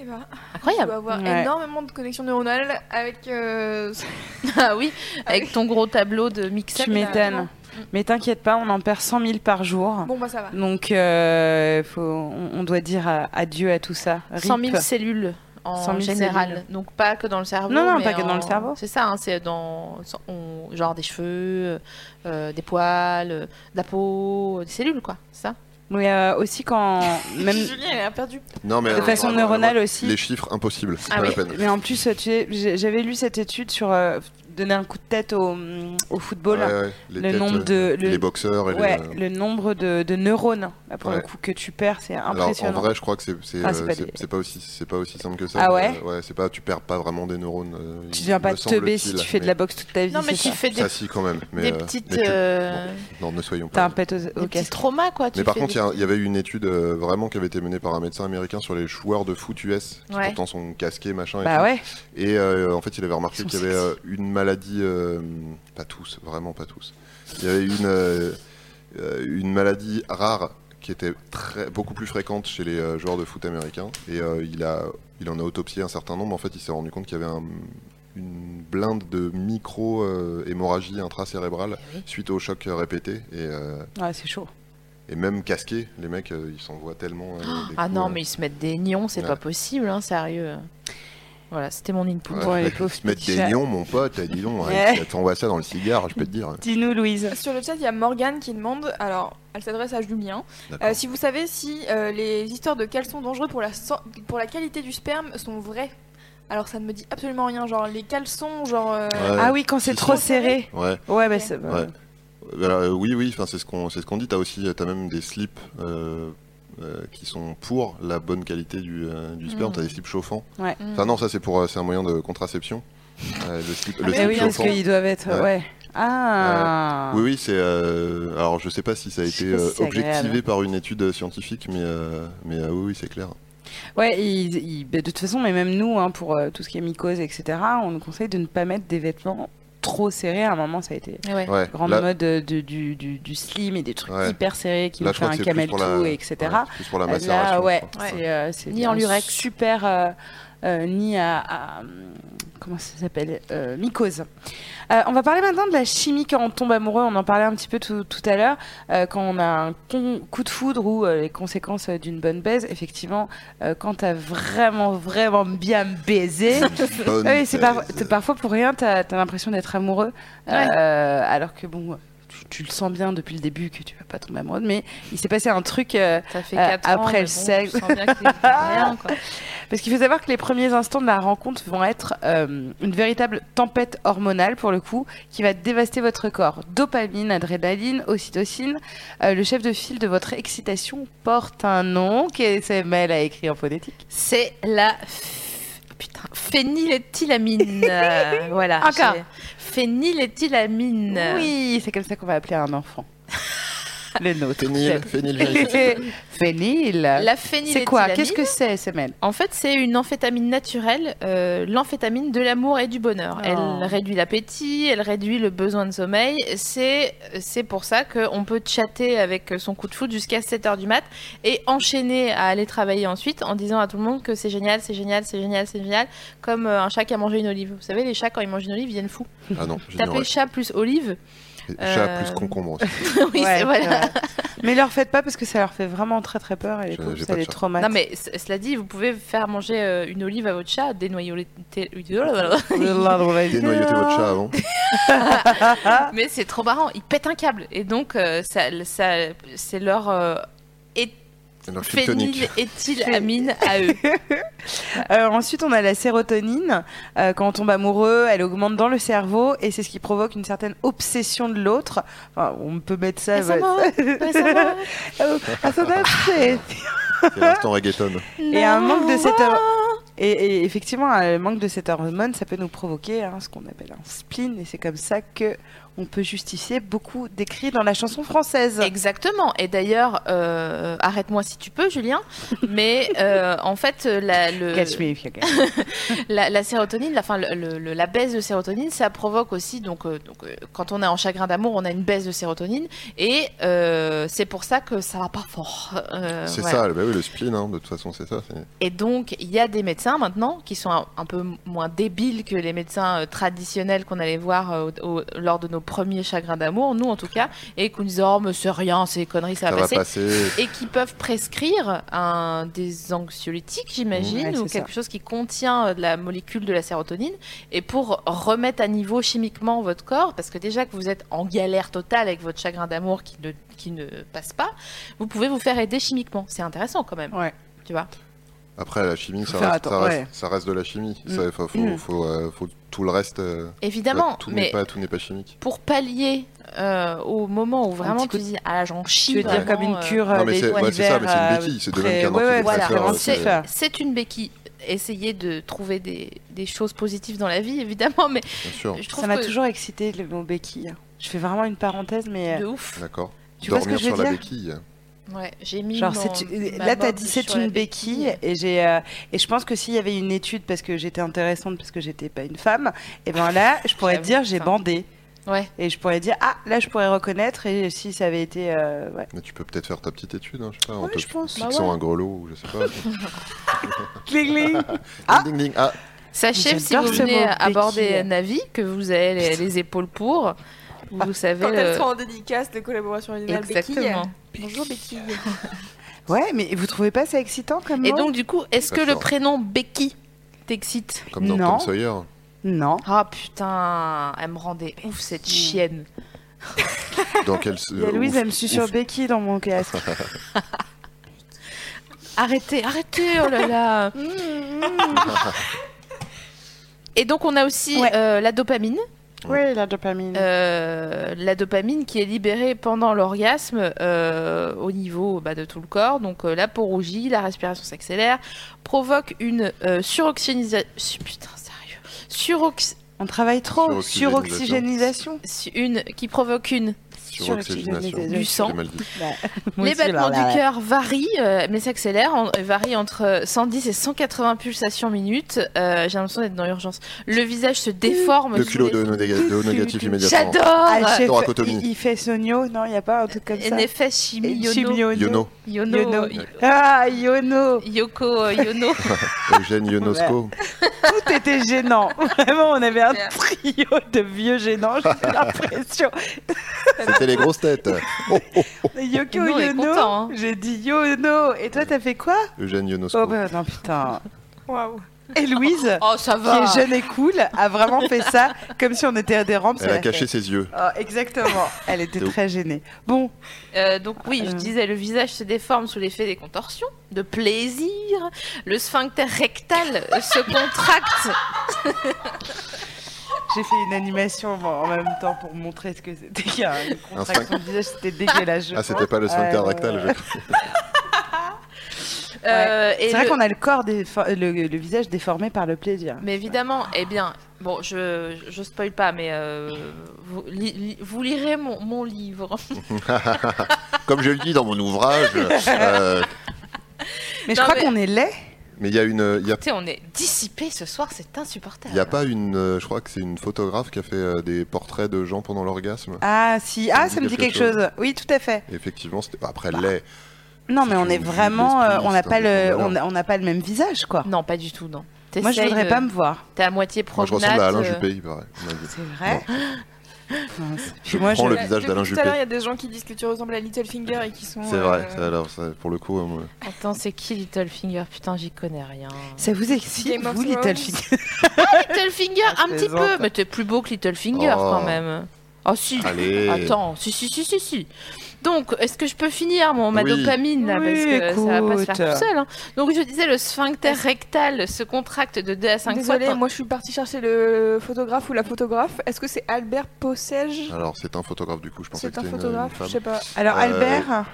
E: Eh ben, je
B: Incroyable
C: Ah
E: dois avoir
C: Ouais.
E: énormément de connexions neuronales avec. euh,
B: (laughs) Ah oui, avec ton gros tableau de mixage.
C: Tu m'étonnes. Mais t'inquiète pas, on en perd 100 000 par jour.
E: Bon bah ça va.
C: Donc, euh, faut- on, on doit dire euh, adieu à tout ça.
B: 100 000
C: Rip.
B: cellules en
C: 100 000
B: général.
C: cellules.
B: Donc pas que dans le cerveau.
C: Non, non,
B: mais
C: pas que dans
B: en-
C: le cerveau.
B: C'est ça, hein, c'est dans on- genre des cheveux, euh, des poils, euh, de la peau, des cellules quoi, c'est ça.
C: Mais euh, aussi, quand.
D: (laughs)
C: Même,
E: Julien, elle a perdu.
D: Non, mais
C: de
D: euh,
C: façon
D: vraiment,
C: neuronale
D: moi,
C: aussi.
D: Les chiffres, impossible. C'est
B: Ah
D: pas
B: oui.
D: la peine.
C: Mais en plus, tu sais, j'ai- j'avais lu cette étude sur euh, donner un coup de tête au, au football.
D: Ouais, ouais, les
C: Le
D: têtes,
C: nombre
D: euh,
C: de- le-
D: Les boxeurs et
C: Ouais,
D: les. euh,
C: le nombre de, de neurones, hein, là, pour le
D: Ouais.
C: coup, que tu perds, c'est
D: Alors en
C: impressionnant.
D: vrai, je crois que c'est c'est,
C: Ah, c'est
D: euh,
C: pas
D: c'est-
C: des-
D: c'est pas aussi c'est pas aussi simple que ça.
C: Ah ouais
D: Euh, Ouais, c'est pas tu perds pas vraiment des neurones. euh, il-
C: tu deviens
D: il
C: pas
D: me semble-t-il,
C: teubé si tu fais de
D: mais-
C: la boxe toute ta vie.
B: Non mais
C: c'est
B: tu
C: ça.
B: fais des,
D: Ça si quand même. Mais,
B: des
D: euh,
B: petites
D: mais tu-
B: euh,
D: Non, ne soyons
C: T'as un
D: pas.
C: pet au,
B: des
C: au
B: petits
C: casque.
B: traumas quoi. tu
D: Mais par
B: fais
D: contre, il
B: des-
D: y a un- il y, avait une étude euh, vraiment qui avait été menée par un médecin américain sur les joueurs de foot US qui
B: Ouais.
D: pourtant sont casqués machin. et tout.
C: Bah ouais,
D: Et euh, en fait, il avait remarqué
C: Ils
D: qu'il
C: sont
D: y avait
C: sexy.
D: euh, une maladie, euh, pas tous, vraiment pas tous. Il y avait une, euh, euh, une maladie rare qui était très, beaucoup plus fréquente chez les euh, joueurs de foot américains. Et euh, il, a, il en a autopsié un certain nombre. En fait, il s'est rendu compte qu'il y avait un- une blinde de micro-hémorragie intracérébrale
C: Eh
D: suite au choc répété. Et, euh,
C: ouais c'est chaud.
D: et même casqués, les mecs, euh, ils s'en voient tellement. euh, des
B: Ah
D: coups,
B: non
D: euh.
B: mais ils se mettent des nions, c'est
D: Ouais.
B: pas possible hein, sérieux. Voilà, c'était mon input.
D: Ouais.
C: Bon, les pauvres
D: Mettre
C: petits
D: des
C: chats.
D: lions, mon pote, eh, dis donc, hein,
C: Ouais. Euh,
D: t'envoies ça dans le cigare, je peux te dire. hein.
C: Dis-nous, Louise.
E: Sur le chat, il y a Morgane qui demande, alors elle s'adresse à Julien,
D: D'accord.
E: Euh, si vous savez si euh, les histoires de caleçons dangereux pour la, so- pour la qualité du sperme sont vraies. Alors ça ne me dit absolument rien, genre les caleçons, genre... euh,
D: Ouais.
C: Ah oui, quand c'est
D: Si,
C: trop
E: si.
C: serré.
D: Ouais.
C: Ouais, bah
E: Ok.
C: c'est.
D: Ouais. Voilà, euh, oui, oui, enfin, c'est ce qu'on c'est ce qu'on dit. T'as aussi, t'as même des slips euh, euh, qui sont pour la bonne qualité du, euh, du sperme.
B: Mm.
D: T'as des slips chauffants.
B: Mm.
D: Enfin non, ça c'est pour euh, c'est un moyen de contraception. Euh, le slip, le
C: Mais
D: slip
C: Ah oui, parce
D: chauffant.
C: qu'ils doivent être.
D: Ouais.
C: Ouais. Ah.
D: Oui, oui, c'est. euh, alors, je sais pas si ça a
C: Je
D: été
C: sais pas si
D: euh,
C: c'est
D: objectivé
C: agréable.
D: par une étude scientifique, mais, euh, mais euh, oui, oui, c'est clair.
C: Ouais, ils- ils- bah, de toute façon, mais même nous, hein, pour euh, tout ce qui est mycose, etc., on nous conseille de ne pas mettre des vêtements trop serrés. À un moment, ça a été
B: Ouais.
D: Ouais.
C: grande
D: là,
C: mode euh, de- du, du, du slim et des trucs
D: Ouais.
C: hyper serrés qui
D: là,
C: nous
D: je
C: fait
D: crois
C: un
D: que c'est plus
C: camel
D: pour
C: tout,
D: la,
C: etc.
D: ouais, c'est plus pour la
C: Là,
D: macération.
C: ouais,
D: je crois.
E: Ouais.
C: c'est euh, c'est
B: Ni
C: un
B: en lurex.
C: super euh, euh, ni à, à- comment ça s'appelle Euh, mycose. Euh, on va parler maintenant de la chimie quand on tombe amoureux. On en parlait un petit peu tout, tout à l'heure euh, quand on a un con- coup de foudre ou euh, les conséquences euh, d'une bonne baise. Effectivement, euh, quand t'as vraiment vraiment bien
D: (laughs)
C: baisé. Ah
D: Bonne
C: (laughs) Oui, c'est
D: (laughs)
C: par-
D: thèse.
C: t'es parfois pour rien, t'as as, l'impression d'être amoureux. euh, alors que bon, tu, tu le sens bien depuis le début que tu vas pas tomber amoureux, mais il s'est passé un truc. euh,
B: Ça fait
C: Euh,
B: 4 ans.
C: après
B: mais
C: le
B: bon,
C: sexe.
B: je sens bien que c'est rien, quoi.
C: parce qu'il faut savoir que les premiers instants de la rencontre vont être euh, une véritable tempête hormonale, pour le coup, qui va dévaster votre corps. Dopamine, adrénaline, ocytocine. Euh, le chef de file de votre excitation porte un nom qu'SML a écrit en phonétique.
B: C'est la ph- putain phényléthylamine.
C: (laughs)
B: Euh, voilà.
C: Encore.
B: j'ai- Phényléthylamine.
C: Oui, c'est comme ça qu'on va appeler un
B: (laughs)
C: enfant. le nôtre.
D: Phényl,
C: (laughs)
D: phényl-
C: Phényl.
B: La
C: C'est
B: phényléthylamine.
C: quoi Qu'est-ce que c'est, SML
B: En fait, c'est une amphétamine naturelle, euh, l'amphétamine de l'amour et du
C: Oh.
B: bonheur. Elle réduit l'appétit, elle réduit le besoin de sommeil. C'est c'est pour ça qu'on peut chatter avec son coup de foudre jusqu'à 7h du mat et enchaîner à aller travailler ensuite en disant à tout le monde que c'est génial, c'est génial, c'est génial, c'est génial, comme euh, un chat qui a mangé une olive. Vous savez, les chats, quand ils mangent une olive, ils viennent fous.
D: Ah non, j'ai dit
B: Tapez chat plus olive.
D: ouais. Chat plus
B: euh,
D: concombre.
C: (laughs)
B: (laughs) oui,
C: Ouais,
B: c'est- voilà.
C: ouais. Mais leur faites pas parce que ça leur fait vraiment très très peur et les
D: Je-
C: pauvres,
D: j'ai
C: ça
D: pas de
C: les
D: chat.
C: traumatise.
B: Non mais c- cela dit, vous pouvez faire manger euh, une olive à votre chat, dénoyer
C: (laughs)
D: Dénoyauter votre chat avant.
B: (laughs)
C: (laughs)
B: Mais c'est trop marrant, ils pètent un câble. Et donc, euh, ça, ça- c'est leur euh,
D: Alors,
B: phényl
D: kryptonique.
B: éthylamine
C: (laughs)
B: à eux.
C: Euh, ensuite, on a la sérotonine. Euh, quand on tombe amoureux, elle augmente dans le cerveau et c'est ce qui provoque une certaine obsession de l'autre. Enfin, on peut mettre ça.
B: Ça
C: voilà.
B: (laughs)
C: (laughs) Oh, ah,
D: (laughs)
C: ça Euh, va, c'est-
D: C'est l'instant reggaeton.
C: et un manque de cette hor- et, et effectivement, un manque de cette hormone, ça peut nous provoquer hein, ce qu'on appelle un spleen et c'est comme ça que on peut justifier beaucoup d'écrits dans la chanson française.
B: Exactement. Et d'ailleurs, euh, arrête-moi si tu peux, Julien. Mais euh, en fait, la, le-
C: Catch me if you can.
B: la, la sérotonine, la, enfin, le- le- le- la baisse de sérotonine, ça provoque aussi, donc, euh, donc, euh, quand on est en chagrin d'amour, on a une baisse de sérotonine. Et euh, c'est pour ça que ça va pas fort. (laughs) Euh,
D: C'est
B: voilà.
D: ça, bah oui, le spleen, hein, de toute façon, c'est ça. c'est-
B: Et donc, il y a des médecins maintenant qui sont un, un peu m- moins débiles que les médecins euh, traditionnels qu'on allait voir euh, au- au- lors de nos premiers chagrins d'amour, nous en tout cas, et qui nous disent Oh, mais c'est rien, c'est des conneries, ça,
D: Ça
B: va
D: va
B: passer.
D: passer.
B: Et qui peuvent prescrire un, des anxiolytiques, j'imagine,
C: Ouais, c'est
B: ou quelque chose qui contient euh, de la molécule de la sérotonine, et pour remettre à niveau chimiquement votre corps, parce que déjà que vous êtes en galère totale avec votre chagrin d'amour qui ne, qui ne passe pas, vous pouvez vous faire aider chimiquement. C'est intéressant quand même.
C: Ouais.
B: Tu vois
D: Après, la chimie,
C: Faut
D: ça
C: faire
D: reste, ça,
C: atten-
D: reste,
C: ouais.
D: ça reste de la chimie.
C: Mm.
D: Ça, faut, faut-
C: Mm.
D: faut, euh, faut tout le reste. euh,
B: Évidemment,
D: tout
B: mais
D: n'est pas, tout n'est pas chimique.
B: pour pallier euh, au moment où vraiment
C: petit coup
B: tu
C: de-
B: dis ah j'en chie,
C: Tu veux dire
B: vraiment,
C: comme une
B: euh,
C: cure
D: Non,
C: euh,
D: mais
C: les
D: c'est- ouais, c'est ça, mais c'est une
C: euh,
D: béquille, c'est de
C: près-
D: même qu'un
C: ouais, ouais,
D: antidépresseur,
C: c'est
D: euh,
C: vraiment
D: c'est-
C: ça.
B: c'est une béquille. Essayez de trouver des, des choses positives dans la vie évidemment, mais
D: Bien sûr.
B: je trouve
C: Ça m'a
B: que
C: toujours excité le mot béquille. Je fais vraiment une parenthèse, mais euh,
B: de ouf.
D: D'accord.
C: Tu vois ce
D: Dormir
C: que je veux
D: sur la
C: dire
D: béquille.
B: Ouais, j'ai mis
C: genre
B: mon-
C: c'est une-
B: ma
C: là t'as
B: morgue
C: dit
B: bah, sur
C: c'est
B: la
C: une béquille et j'ai euh, et je pense que s'il y avait une étude parce que j'étais intéressante parce que j'étais pas une femme, et ben là je pourrais
B: J'avoue,
C: dire j'ai
B: ça.
C: bandé
B: Ouais.
C: et je pourrais dire ah là je pourrais reconnaître et si ça avait été euh, ouais.
D: Mais tu peux peut-être faire ta petite étude, hein, je sais pas, en
C: Ouais,
D: te
C: je pense.
D: fixant
B: Bah ouais.
D: un grelot ou je sais pas. Ding,
C: Cling, cling. Ah.
D: ding, ding. Ah,
B: Sachez
C: Mais
B: si
C: j'adore
B: vous
C: ce mot,
B: venez aborder
C: béquille.
B: un avis que vous avez les, les épaules pour, vous
C: Ah.
B: savez
E: Quand elles
B: le-
E: sont en dédicace de collaboration originale
B: euh, exactement.
E: Béquille. Bonjour Béquille.
C: ouais mais vous trouvez pas ça excitant comme
B: Et
C: mot
B: donc du coup, est-ce
D: Ça
B: que le
D: sort.
B: prénom Becky t'excite
D: Comme dans
C: Non.
D: Tom Sawyer.
C: Non.
B: Ah putain, elle me rendait ouf
C: Mmh.
B: cette chienne.
D: Dans
C: (laughs)
D: quel...
C: Il y a Louise, elle me susurre Becky dans mon casque.
B: Arrêtez, arrêtez, oh
C: (laughs)
B: là là.
C: Mmh,
B: Et donc on a aussi
C: Ouais.
B: euh, la dopamine.
C: oui, la dopamine.
B: Euh, la dopamine qui est libérée pendant l'orgasme euh, au niveau bah, de tout le corps. Donc euh, la peau rougit, la respiration s'accélère, provoque une euh, suroxynisation. Putain, sérieux. Surox...
C: On travaille trop.
D: Suroxygénisation.
C: Suroxygénisation.
B: Une qui
C: (laughs)
B: provoque une.
D: Sur l'oxygénation.
B: Du sang.
D: J'ai mal dit.
B: (laughs) les battements du cœur varient, euh, mais s'accélèrent, en- varient entre 110 et 180 pulsations minutes. Euh, J'ai l'impression d'être dans l'urgence. Le visage se déforme.
D: Le
B: sous
D: culot
B: les-
D: de néga- de négatif immédiatement.
B: J'adore.
D: thoracotomie.
C: Ah, il, il fait sonio, non, il n'y a pas un truc comme ça.
B: Un effet chimie. Yono.
C: Chimiono.
D: Yono.
B: Yono.
C: Yono. Ah, Yono
B: Yoko euh, Yono.
D: Eugène Ionosco.
C: Tout était
B: (laughs)
C: gênant. Vraiment, on avait un trio de vieux gênants,
D: (laughs)
C: j'ai l'impression.
D: C'était les grosses têtes. Oh, oh, oh.
C: Yoko
B: Nous, on est
C: Yono,
B: contents, hein.
C: j'ai dit Yono. Et toi, t'as fait quoi
D: Eugène Ionosco.
C: Oh, bah non,
B: (laughs)
C: putain.
E: Waouh.
C: Et Louise,
B: Oh, ça
C: qui est jeune et cool, a vraiment fait ça comme si on était à des rampes.
D: Elle
C: ça
D: a
C: l'a
D: caché
C: fait.
D: ses yeux.
C: Oh, exactement. Elle était
D: De ouf.
C: très gênée. Bon,
B: Euh, donc oui, je
C: Euh.
B: disais, le visage se déforme sous l'effet des contorsions, de plaisir. Le sphincter
C: (laughs)
B: rectal se contracte.
C: j'ai fait une animation en- en même temps pour montrer ce que c'était qu'un contraction
D: sphincter.
C: de visage. C'était dégueulasse. je
D: Ah,
C: pense.
D: c'était pas le sphincter
C: Euh,
D: rectal. je-
B: Euh, et
C: C'est vrai
B: le-
C: qu'on a le corps, défor- le, le visage déformé par le plaisir.
B: Mais évidemment, eh bien, bon, je, je spoil pas, mais euh, vous, li- li- vous lirez mon, mon livre.
D: Comme je le dis dans mon ouvrage. euh,
C: (laughs) Mais je
B: Non,
C: crois
B: mais-
C: qu'on est laid.
D: mais il y a une. il y a-
B: Tu sais, on est dissipé ce soir, c'est
D: Il
B: insupportable.
D: n'y a pas une. euh, je crois que c'est une photographe qui a fait euh, des portraits de gens pendant l'orgasme.
C: Ah si, ah ça me dit quelque chose.
D: chose.
C: Oui, tout à fait.
D: Effectivement, c'était. bah, Après, l'est.
C: Non,
D: Si
C: mais
D: tu
C: on est
D: me dis
C: vraiment, euh,
D: l'esprit,
C: on n'a
D: c'est
C: pas
D: un peu
C: le,
D: comme
C: on a- on n'a pas le même visage quoi.
B: Non, pas du tout, non.
C: Moi, je
B: T'essayes
C: voudrais
B: de-
C: pas me voir.
B: T'es à moitié
D: Moi,
B: prognate.
D: je ressemble à Alain
B: euh,
D: hein, Juppé, il paraît. on m'a dit.
C: C'est vrai. Mince.
D: Je
C: Moi,
D: prends
C: je-
D: le visage d'Alain
E: Tout à l'heure, il
D: Juppé.
E: y a des gens qui disent que tu ressembles à Littlefinger et qui sont.
D: C'est
E: euh,
D: vrai. ça, Alors, ça, pour le coup, euh, moi-
B: Attends, c'est qui Littlefinger Putain, j'y connais rien.
C: Ça vous excite
E: Game of
C: vous,
E: Thrones.
C: Littlefinger
B: Littlefinger,
C: Ah, je
B: un petit peu,
C: plaisante.
B: mais t'es plus beau que Littlefinger
D: Oh.
B: quand même. Oh si.
D: (laughs) Allez.
B: Attends, si si si si si. Donc, est-ce que je peux finir mon ma
D: Oui.
B: dopamine là, parce
C: Oui,
B: que ça va pas se faire
C: écoute.
B: tout seul. hein. Donc je disais le sphincter rectal se contracte de 2 à 5
E: Désolée,
B: fois.
E: moi je suis partie chercher le photographe ou la photographe. Est-ce que c'est Albert Possège
D: Alors, c'est un photographe du coup, je pensais que
E: C'est un
D: c'était une-
E: photographe,
D: une femme.
E: je sais pas.
C: Alors
D: Euh,
C: Albert,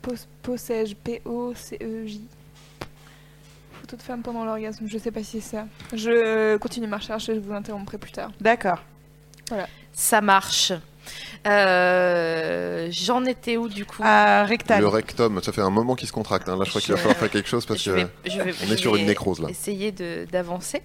E: Pos- Possège, P-O-C-E-J. E Photo de femme pendant l'orgasme, je sais pas si c'est ça. Je continue ma recherche et je vous interromprai plus tard.
C: d'accord.
B: Ça marche. Euh, j'en étais où du coup
C: Ah, rectal.
D: Le rectum, ça fait un moment qu'il se contracte. hein. Là, je crois qu'il va
B: Je-
D: falloir faire quelque chose parce
B: je
D: que
B: vais, je vais-
D: on
B: je
D: est sur
B: vais
D: une nécrose là.
B: essayer de- d'avancer.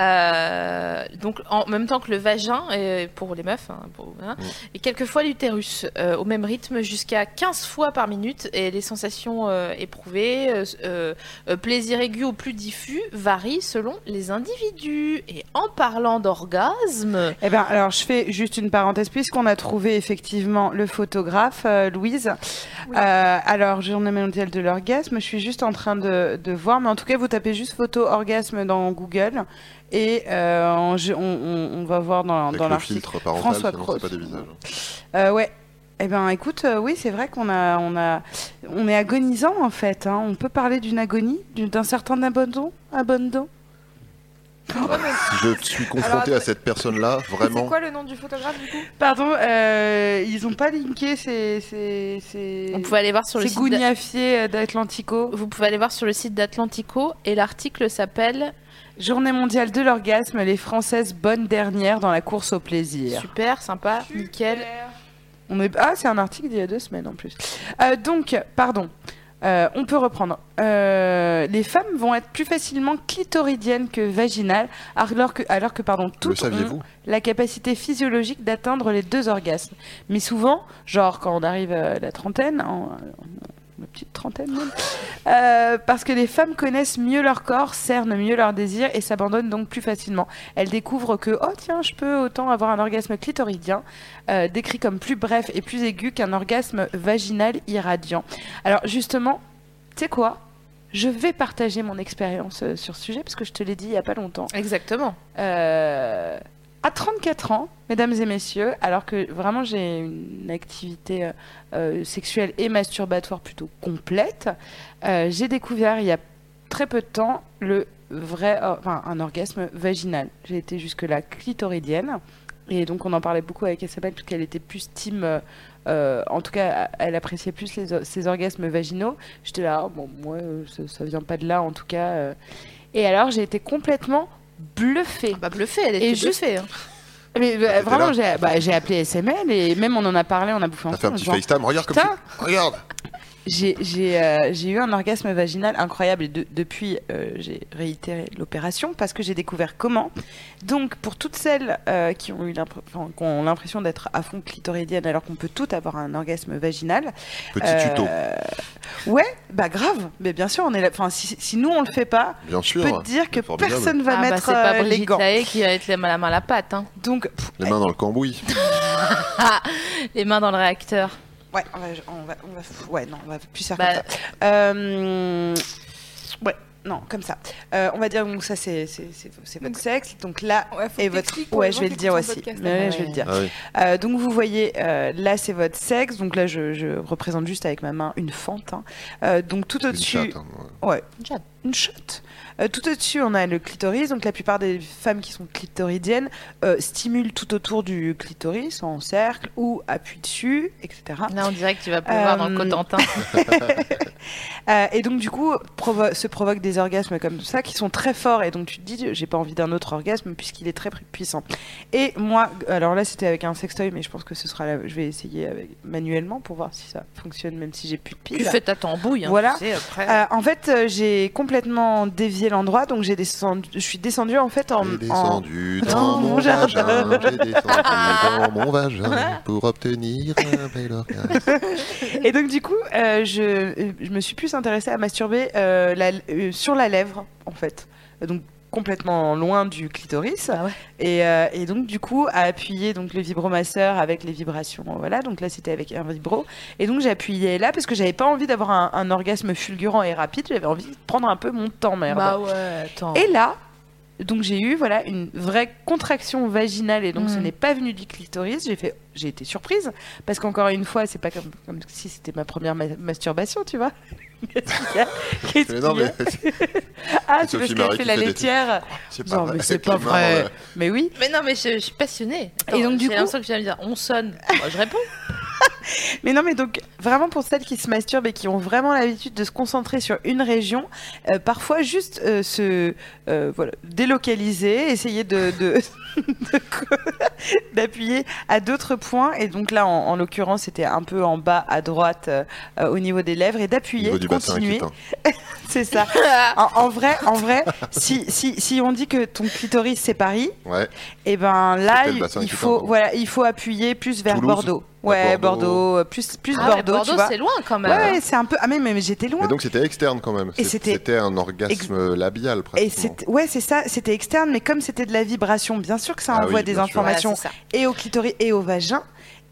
B: Euh, donc en même temps que le vagin, euh, pour les meufs, hein, pour- hein,
D: Mm.
B: et quelquefois l'utérus, euh, au même rythme jusqu'à 15 fois par minute, et les sensations euh, éprouvées, euh, euh, euh, plaisir aigu ou plus diffus, varient selon les individus. Et en parlant d'orgasme,
C: Eh ben, alors je fais juste une parenthèse puisqu'on a trouvé effectivement le photographe euh, Louise.
E: Oui.
C: Euh, alors journée mondiale de l'orgasme, je suis juste en train de, de voir, mais en tout cas vous tapez juste photo orgasme dans Google et euh, on, je- on- on- on va voir dans,
D: Avec
C: dans
D: le
C: l'article.
D: filtre parental,
C: François
D: sinon
C: Croce.
D: c'est pas des
C: (laughs)
D: visages.
C: Euh, ouais. Eh ben écoute, euh, oui c'est vrai qu'on a, on a, on est agonisant en fait. hein. On peut parler d'une agonie, d'une- d'un certain abandon, abandon.
D: Si je suis
E: Alors,
D: confronté
E: attends.
D: à cette personne-là,
E: C'est
D: vraiment,
E: quoi le nom du photographe du coup
C: Pardon, euh, ils ont pas linké ces, ces, ces...
B: on pouvait aller voir sur le
C: C'est
B: site d'A-
C: Gougnafier euh, d'Atlantico.
B: vous pouvez aller voir sur le site d'Atlantico et l'article s'appelle
C: Journée mondiale de l'orgasme, les Françaises bonnes dernières dans la course au plaisir.
B: super sympa, nickel.
E: Super.
C: On est... Ah, c'est un article d'il y a deux semaines en plus. Euh, donc, pardon. Euh, on peut reprendre. Euh, les femmes vont être plus facilement clitoridiennes que vaginales, alors que, alors que pardon,
D: le
C: toutes ont
D: saviez-vous
C: la capacité physiologique d'atteindre les deux orgasmes. Mais souvent, genre quand on arrive à la trentaine, en, en- la petite trentaine même, euh, parce que les femmes connaissent mieux leur corps, cernent mieux leurs désirs et s'abandonnent donc plus facilement. Elles découvrent que, oh tiens, je peux autant avoir un orgasme clitoridien, euh, décrit comme plus bref et plus aigu qu'un orgasme vaginal irradiant. Alors justement, tu sais quoi Je vais partager mon expérience euh, sur ce sujet, parce que je te l'ai dit il n'y a pas longtemps.
B: Exactement.
C: Euh, à 34 ans, mesdames et messieurs, alors que vraiment j'ai une activité euh, euh, sexuelle et masturbatoire plutôt complète, euh, j'ai découvert il y a très peu de temps le vrai, or- enfin, un orgasme vaginal. J'ai été jusque-là clitoridienne. Et donc on en parlait beaucoup avec Isabelle, parce qu'elle était plus team, euh, euh, en tout cas elle appréciait plus les or- ses orgasmes vaginaux. J'étais là, Ah, bon moi euh, ça, ça vient pas de là en tout cas. euh. Et alors j'ai été complètement bluffée.
B: Bah, bluffé, elle
C: Et
B: était
C: juste-
B: bluffée. hein.
C: Mais bah,
D: Ah, t'étais
C: vraiment,
D: là
C: j'ai bah, j'ai appelé SML et même on en a parlé, on a bouffé
D: T'as fait un
C: ensemble. en
D: petit
C: disant,
D: FaceTime, regarde comme tu...
C: Putain.
D: Regarde
C: J'ai j'ai, euh, j'ai eu un orgasme vaginal incroyable et de- depuis euh, j'ai réitéré l'opération parce que j'ai découvert comment. Donc pour toutes celles euh, qui ont eu l'impr- enfin, qui ont l'impression d'être à fond clitoridienne alors qu'on peut tout avoir un orgasme vaginal.
D: Petit
C: euh,
D: tuto,
C: Ouais, bah grave. Mais bien sûr, on est là. Enfin, si, si nous on le fait pas,
D: bien
C: je
D: sûr.
C: peux te dire que
D: c'est formidable.
C: personne va
B: Ah, bah,
C: mettre
B: c'est pas
C: euh,
B: Brigitte
C: les gants.
B: Lahaie qui va être la main la main à la pâte. hein. (laughs) Ah,
C: Donc pff,
D: Les mains dans le
C: (laughs)
D: cambouis.
B: Les mains dans le réacteur.
C: ouais, on va, on va, on va- ouais, non, on va plus faire
B: Bah,
C: comme ça. Euh, ouais, non, comme ça. Euh, on va dire donc ça c'est c'est- c'est- c'est votre sexe. Donc là
E: Ouais, faut
C: et
E: que
C: votre
E: t'expliques pour
C: ouais,
E: les
C: je
E: gens
C: vais
E: qui
C: le dire
E: écoutent
C: aussi.
E: le podcast.
C: Mais ouais, je vais le dire.
D: Ah oui.
C: Euh, donc vous voyez euh, là c'est votre sexe. Donc là je, je représente juste avec ma main une fente. hein. Euh, donc tout
D: Une
C: au-dessus
D: chatte, hein, ouais.
C: une shot. Euh, tout au-dessus, on a le clitoris. Donc, la plupart des femmes qui sont clitoridiennes euh, stimulent tout autour du clitoris, en cercle ou appuient dessus, etc.
B: Là, on dirait que tu vas pleuvoir dans le
C: Euh, (laughs)
B: Cotentin.
C: Euh, et donc, du coup, provo- se provoquent des orgasmes comme ça qui sont très forts. Et donc, tu te dis, j'ai pas envie d'un autre orgasme puisqu'il est très pu- puissant. Et moi, alors là, c'était avec un sextoy, mais je pense que ce sera là. Je vais essayer avec- manuellement pour voir si ça fonctionne, même si j'ai plus de pile.
B: Tu fais ta tambouille. hein,
C: Voilà.
B: tu sais, après.
C: Euh, en fait, euh, j'ai complètement dévié l'endroit, donc j'ai descendu, je suis descendue en fait en,
D: J'ai
C: en-
D: descendu
C: en-
D: dans,
C: dans
D: mon
C: mon jardin.
D: vagin, j'ai
C: (laughs)
D: descendu dans mon vagin pour obtenir un
C: (laughs)
D: bel orgasme.
C: Et donc du coup, euh, je, euh, je me suis plus intéressée à masturber euh, la- euh, sur la lèvre, en fait. Euh, Donc complètement loin du clitoris.
B: Ah ouais.
C: et, euh, et donc du coup, à appuyer donc le vibromasseur avec les vibrations. euh, Voilà, donc là c'était avec un vibro. Et donc j'appuyais là parce que j'avais pas envie d'avoir un, un orgasme fulgurant et rapide. J'avais envie de prendre un peu mon temps, merde.
B: bah ouais, attends.
C: Et là, donc j'ai eu voilà une vraie contraction vaginale et donc ce
B: Mm.
C: n'est pas venu du clitoris. J'ai fait, j'ai été surprise parce qu'encore une fois, c'est pas comme, comme si c'était ma première ma- masturbation, tu vois. (laughs) Qu'est-ce qu'il y a Qu'est-ce
D: Mais non,
C: qu'il y a
D: mais
C: Ah,
D: c'est
C: c'est parce
D: Sophie
C: qu'elle
D: Marais
C: fait
D: qui
C: la
D: fait des- Ah, bah,
C: laitière.
D: c'est pas
C: Non,
D: vrai. euh,
C: mais c'est
D: Avec
C: pas
D: les mains
C: vrai.
D: dans
C: Mais oui.
B: Mais non, mais je, je suis passionnée.
C: Et donc, du
B: j'ai
C: coup-
B: l'impression que tu vas me dire,
C: (laughs)
B: on sonne. Moi, je réponds.
C: Mais non, mais donc vraiment pour celles qui se masturbent et qui ont vraiment l'habitude de se concentrer sur une région, euh, parfois juste euh, se euh, voilà, délocaliser, essayer de, de- (laughs) de co- (laughs) d'appuyer à d'autres points. Et donc là, en, en l'occurrence, c'était un peu en bas à droite euh, euh, au niveau des lèvres et
D: le
C: d'appuyer,
D: niveau du bassin hein.
C: continuer.
D: inquiétant.
C: C'est ça.
B: Ah,
C: En, en vrai, en vrai, si, si, si on dit que ton clitoris c'est Paris,
D: Ouais.
C: et ben là,
D: C'était le
C: il,
D: bassin
C: il
D: qui
C: faut
D: t'en-
C: voilà, il faut appuyer plus vers
D: Toulouse,
C: Bordeaux. Ouais, Bordeaux,
D: Bordeaux.
C: euh, plus plus
B: Ah ouais,
C: Bordeaux, tu vois.
B: c'est loin quand même. hein.
C: Ouais, ouais, c'est un peu. Ah mais, mais j'étais loin.
D: Mais donc c'était externe quand même. C'est-
C: c'était-
D: C'était un orgasme labial
C: Et
D: pratiquement.
C: c'était ouais, c'est ça. C'était externe, mais comme c'était de la vibration, bien sûr que ça
D: Ah oui,
C: envoie des
D: bien sûr.
B: Voilà,
C: informations
B: c'est ça.
C: et au clitoris et au vagin.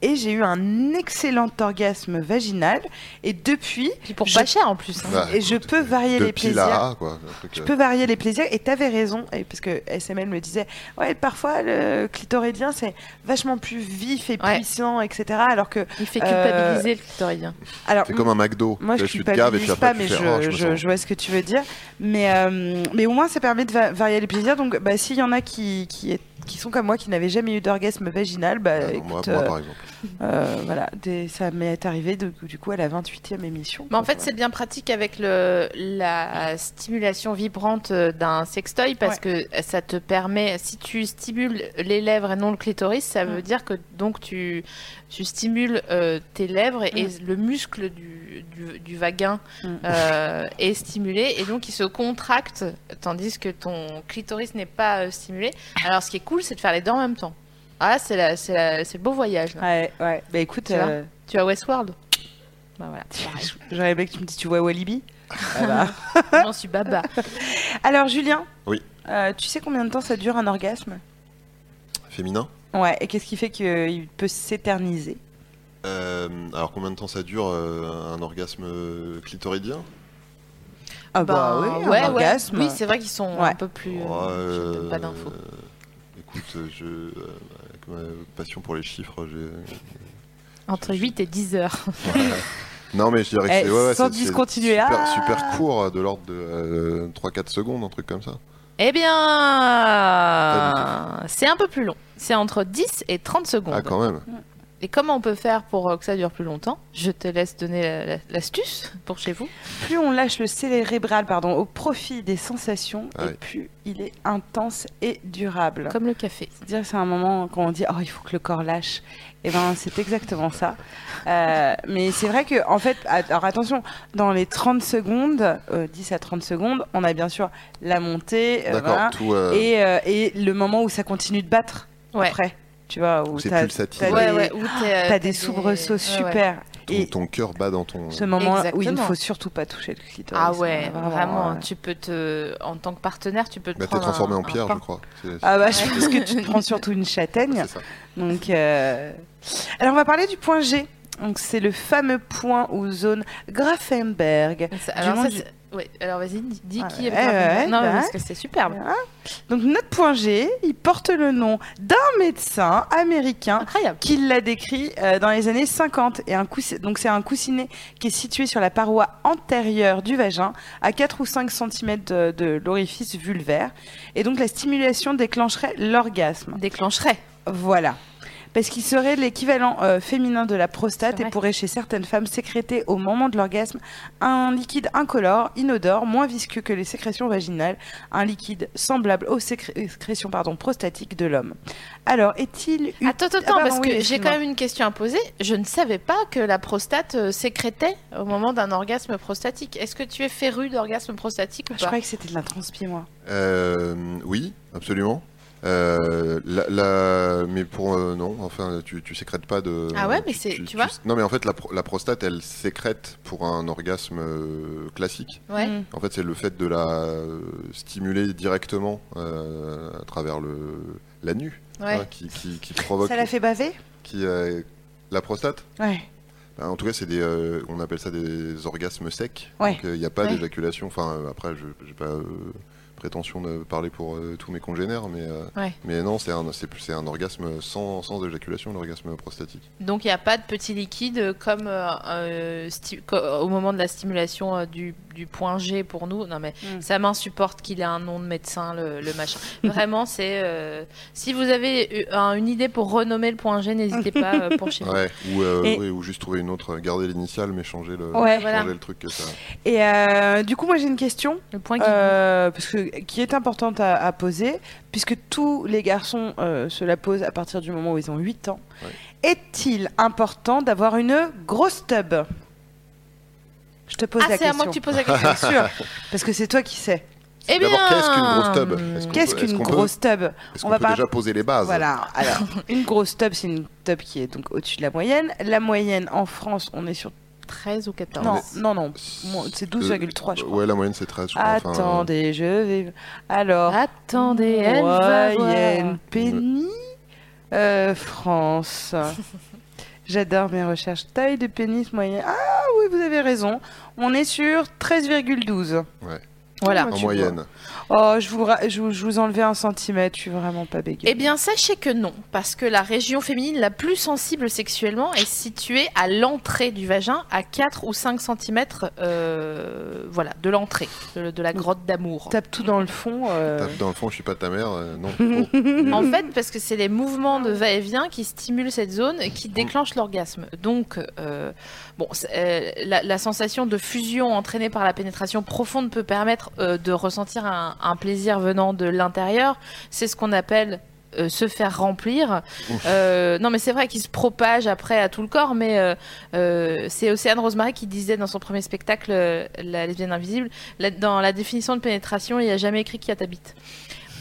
C: Et j'ai eu un excellent orgasme vaginal. Et depuis,
B: Puis pour
C: Je-
B: pas cher en plus. hein.
D: Bah,
C: et je
D: écoute,
C: peux varier
D: de
C: les
D: pile
C: plaisirs.
D: à A, quoi. Un truc,
C: Je
D: euh,
C: peux varier les plaisirs et t'avais raison et parce que SML me disait ouais parfois le clitoridien c'est vachement plus vif et
B: Ouais.
C: puissant etc alors que
B: Il fait
C: euh,
B: culpabiliser le clitoridien.
C: alors
D: C'est comme un McDo.
C: moi je
D: Là, tu te gaves et puis
C: culpabilise
D: après
C: pas
D: tu
C: mais
D: fais,
C: je,
D: Ah, me
C: je-
D: sens-
C: je vois ce que tu veux dire mais euh, mais au moins ça permet de va- varier les plaisirs donc bah s'il y en a qui qui, est- qui sont comme moi qui n'avaient jamais eu d'orgasme vaginal bah
D: Ah non,
C: écoute,
D: moi, moi,
C: euh,
D: par exemple.
C: euh, voilà des- ça m'est arrivé de- du coup à la 28e émission
B: Mais en
C: quoi,
B: fait,
C: tu
B: c'est bien pratique avec le, la stimulation vibrante euh, d'un sextoy parce que ça te permet, si tu stimules les lèvres et non le clitoris, ça
C: Mm.
B: veut dire que donc tu, tu stimules euh, tes lèvres et, et le muscle du, du, du vagin
C: Mm.
B: euh, est stimulé et donc il se contracte tandis que ton clitoris n'est pas euh, stimulé. Alors, ce qui est cool, c'est de faire les deux en même temps. Ah, là, c'est la- c'est la- c'est le beau voyage. là.
C: vois. ouais ouais bah écoute
B: Tu vois
C: euh,
B: Tu as Westworld Bah
C: (laughs)
B: voilà, c'est pareil.
C: j'aurais aimé que tu me dises tu vois Walibi Ah bah.
B: j'en suis baba.
C: Alors Julien,
D: Oui.
C: Euh, tu sais combien de temps ça dure un orgasme
D: Féminin.
C: Ouais, et qu'est-ce qui fait qu'il peut s'éterniser
D: Euh, alors combien de temps ça dure euh, un orgasme clitoridien
C: Ah bah
B: Ben,
C: oui, un
B: ouais, ouais.
C: orgasme.
B: Oui, c'est vrai qu'ils sont
C: Ouais.
B: un peu plus.
D: Ouais,
B: euh, je donne pas
D: euh,
B: d'infos.
D: Écoute, euh, je, euh, avec ma passion pour les chiffres, j'ai. euh.
B: Entre 8 et 10 heures.
D: Ouais. non, mais je dirais que
C: Eh,
D: c'est ouais, ouais,
C: sans
D: c'est- c'est
C: discontinuer.
D: Super,
C: Ah
D: super court, de l'ordre de euh, 3-4 secondes, un truc comme ça.
B: Eh bien, c'est un peu plus long. C'est entre 10 et 30 secondes.
C: bah.
D: Ah, quand même.
B: et comment on peut faire pour euh, que ça dure plus longtemps Je te laisse donner la- la- l'astuce pour chez vous.
C: Plus on lâche le cérébral pardon, au profit des sensations,
D: Ah
C: et
D: oui.
C: plus il est intense et durable.
B: Comme le café.
C: C'est-à-dire que c'est un moment quand on dit oh il faut que le corps lâche. Et ben c'est exactement ça. Euh, mais c'est vrai que en fait, at- alors attention, dans les 30 secondes, euh, 10 à 30 secondes, on a bien sûr la montée, euh,
D: D'accord,
C: voilà,
D: tout. euh,
C: et, euh, et le moment où ça continue de battre
B: Ouais.
C: après. Tu vois où
D: C'est
C: t'as-
D: pulsatif.
C: t'as
D: Ouais,
C: des-
B: ou t'es, euh,
C: t'as des soubresauts
B: ouais, ouais.
C: super.
D: ton,
C: Et
D: ton cœur bat dans ton.
C: ce moment où il ne
B: Exactement.
C: faut surtout pas toucher le clitoris.
B: Ah ouais,
C: hein,
B: vraiment.
C: ouais.
B: Tu peux te, en tant que partenaire, tu peux te
D: Bah, t'es
B: prendre
D: transformé
B: un-
D: en
B: un
D: pierre,
B: pain.
D: je crois. C'est-
C: Ah bah je pense que tu te prends surtout une châtaigne.
B: (laughs)
D: c'est ça.
C: Donc, euh, alors on va parler du point G. Donc c'est le fameux point ou zone Grafenberg.
B: Ça- Alors,
C: nom
B: ça,
C: du-
B: c'est- ouais, alors vas-y, dis, dis
C: Ah
B: qui
C: ouais,
B: est le
C: ouais,
B: partenaire.
C: ouais,
B: Non, mais
C: bah.
B: parce que c'est superbe.
C: Donc notre point G, il porte le nom d'un médecin américain
B: Incroyable.
C: qui l'a décrit euh, dans les années 50 et un coussi- donc c'est un coussinet qui est situé sur la paroi antérieure du vagin à 4 ou 5 cm de, de l'orifice vulvaire et donc la stimulation déclencherait l'orgasme.
B: Déclencherait.
C: Voilà. Parce qu'il serait l'équivalent euh, féminin de la prostate
B: C'est
C: et
B: vrai.
C: pourrait chez certaines femmes sécréter au moment de l'orgasme un liquide incolore, inodore, moins visqueux que les sécrétions vaginales, un liquide semblable aux sécré- sécrétions pardon, prostatiques de l'homme. Alors, est-il... ut-
B: Attends, attends,
C: Ah, pardon,
B: parce
C: oui,
B: que j'ai
C: excuse-moi.
B: quand même une question à poser. Je ne savais pas que la prostate euh, sécrétait au moment d'un orgasme prostatique. Est-ce que tu es féru d'orgasme prostatique ou
C: Je
B: pas
C: croyais que c'était de la transpi, moi.
D: Euh, oui, absolument. Euh, la, la- mais pour euh, non, enfin, tu, tu sécrètes pas de.
B: Ah ouais, mais c'est- tu vois
D: Non, mais en fait, la, pro- la prostate, elle sécrète pour un orgasme euh, classique.
B: Ouais.
C: Mm.
D: En fait, c'est le fait de la euh, stimuler directement euh, à travers le la nu,
B: Ouais.
D: hein, qui, qui- qui provoque.
C: Ça l'a fait baver
D: Qui euh, la prostate.
C: Ouais.
D: Ben, en tout cas, c'est des, euh, on appelle ça des orgasmes secs.
C: Ouais.
D: Donc il n'y a pas
B: Ouais.
D: d'éjaculation. Enfin, euh, après, je n'ai pas euh, prétention de parler pour euh, tous mes congénères, mais, euh,
B: Ouais.
D: mais non, c'est un, c'est plus- c'est un orgasme sans, sans éjaculation, l'orgasme prostatique.
B: Donc il n'y a pas de petit liquide euh, comme euh, euh, sti- co- au moment de la stimulation euh, du, du point G pour nous. Non mais
C: Mm.
B: ça m'insupporte qu'il ait un nom de médecin, le, le machin. Vraiment, (laughs) c'est... euh, Si vous avez eu- un- une idée pour renommer le point G, n'hésitez pas euh,
D: (laughs)
B: pour chez vous.
D: Ouais. Ou, euh,
C: Et-
D: oui, ou juste trouver une autre, garder l'initiale, mais changer le,
C: Ouais.
D: changer
B: Voilà.
D: le truc que ça.
C: Et euh, du coup, moi j'ai une question.
B: Le point qui...
C: Euh, parce que, qui est importante à, à poser, puisque tous les garçons euh, se la posent à partir du moment où ils ont 8 ans. Est-il important d'avoir une grosse tub Je te pose
B: ah,
C: la
B: c'est
C: question.
B: à moi que tu poses la question.
C: Bien
D: (laughs)
C: sûr, (laughs) parce que c'est toi qui sais.
B: Eh bien,
D: D'abord, qu'est-ce qu'une grosse tub Est-ce qu'on
C: Qu'est-ce
D: peut- est-ce
C: qu'une
D: qu'on peut-
C: grosse tub
D: Est-ce
C: On
D: qu'on
C: va
D: peut
C: pas-
D: déjà poser les bases (laughs)
C: Voilà. Alors, une grosse tub, c'est une tub qui est donc au-dessus de la moyenne. La moyenne en France, on est sur
B: 13 ou 14
C: non,
D: mais-
C: non, non, moi, c'est 12,3 je crois.
D: Euh, Ouais, la moyenne c'est 13. Je crois. Enfin, euh,
C: Attendez, je vais. Alors,
B: Attendez, elle va voir.
C: Moyenne Penny euh,
B: (laughs)
C: France. J'adore mes recherches. Taille de pénis moyen. Ah oui, vous avez raison. On est sur 13,12.
D: Ouais.
B: Voilà.
C: Ah,
D: euh, en
C: tu
D: moyenne.
C: vois. Oh, je vous, ra- je, vous- je vous enlevais un centimètre. Je suis vraiment pas béguée.
B: Eh bien, sachez que non, parce que la région féminine la plus sensible sexuellement est située à l'entrée du vagin, à 4 ou 5 cm voilà, de l'entrée, de, de la grotte d'amour.
C: tape tout dans le fond. euh,
D: Tape dans le fond, je suis pas ta mère. euh,
C: (laughs)
D: non. (laughs) Oh.
B: En fait, parce que c'est les mouvements de va-et-vient qui stimulent cette zone et qui déclenchent l'orgasme. Donc, euh, bon, c'est, euh, la, la sensation de fusion entraînée par la pénétration profonde peut permettre euh, de ressentir un, un plaisir venant de l'intérieur. C'est ce qu'on appelle euh, se faire remplir. Euh, non, mais c'est vrai qu'il se propage après à tout le corps, mais euh, euh, c'est Océane Rosemary qui disait dans son premier spectacle, euh, La lesbienne invisible, la- dans la définition de pénétration, il n'y a jamais écrit qui a ta bite.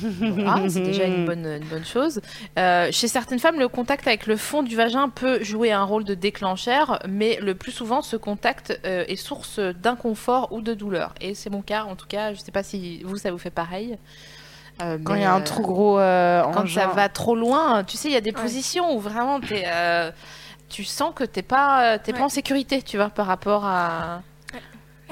B: Voilà, c'est déjà une bonne, une bonne chose. Euh, chez certaines femmes, le contact avec le fond du vagin peut jouer un rôle de déclencheur, mais le plus souvent, ce contact euh, est source d'inconfort ou de douleur. Et c'est mon cas, en tout cas, je ne sais pas si vous, ça vous fait pareil. Euh,
C: quand
B: mais,
C: il y a un
B: euh,
C: trop gros euh,
B: quand
C: engin.
B: ça va trop loin, tu sais, il y a des
E: Ouais.
B: positions où vraiment t'es, euh, tu sens que t'es pas, euh, t'es
E: Ouais.
B: pas en sécurité, tu vois, par rapport à.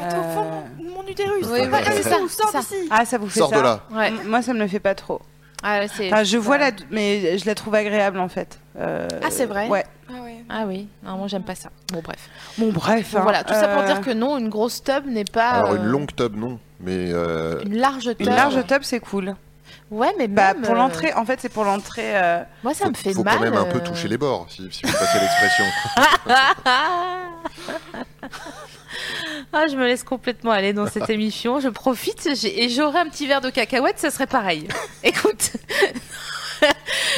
E: Attends,
C: Euh.
E: fond, mon utérus.
B: Oui,
E: Ah,
B: voilà,
E: c'est
B: c'est
E: ça,
B: ça,
E: sors
B: ça.
E: d'ici.
C: Ah, ça vous fait
D: Sors
C: ça
D: de là.
B: Ouais.
C: M- Moi, ça me le fait pas trop.
B: Ah, c'est-
C: Enfin, je vois
B: ouais.
C: la, dou- mais je la trouve agréable en fait. Euh,
B: Ah, c'est vrai
C: Ouais.
E: Ah ouais.
B: Ah oui, non, moi j'aime pas ça. Bon, bref.
C: Bon, bref. hein.
B: voilà, tout ça pour
C: Euh,
B: dire que non, une grosse tub n'est pas.
C: Ah,
D: Alors,
B: euh,
D: une longue tub, non, mais euh,
B: Une large tub.
C: Une large top, c'est cool.
B: Ouais, mais
C: Bah,
B: même,
C: pour
B: euh,
C: l'entrée, en fait, c'est pour l'entrée. euh,
B: Moi, ça
D: faut,
B: me fait
D: faut
B: mal.
D: quand même un peu
B: euh,
D: toucher les bords, si, si vous passez
C: (laughs)
D: l'expression.
B: ah, je me laisse complètement aller dans
D: (laughs)
B: cette émission. Je profite j'ai- et j'aurai un petit verre de cacahuète, ça serait pareil. (laughs) Écoute,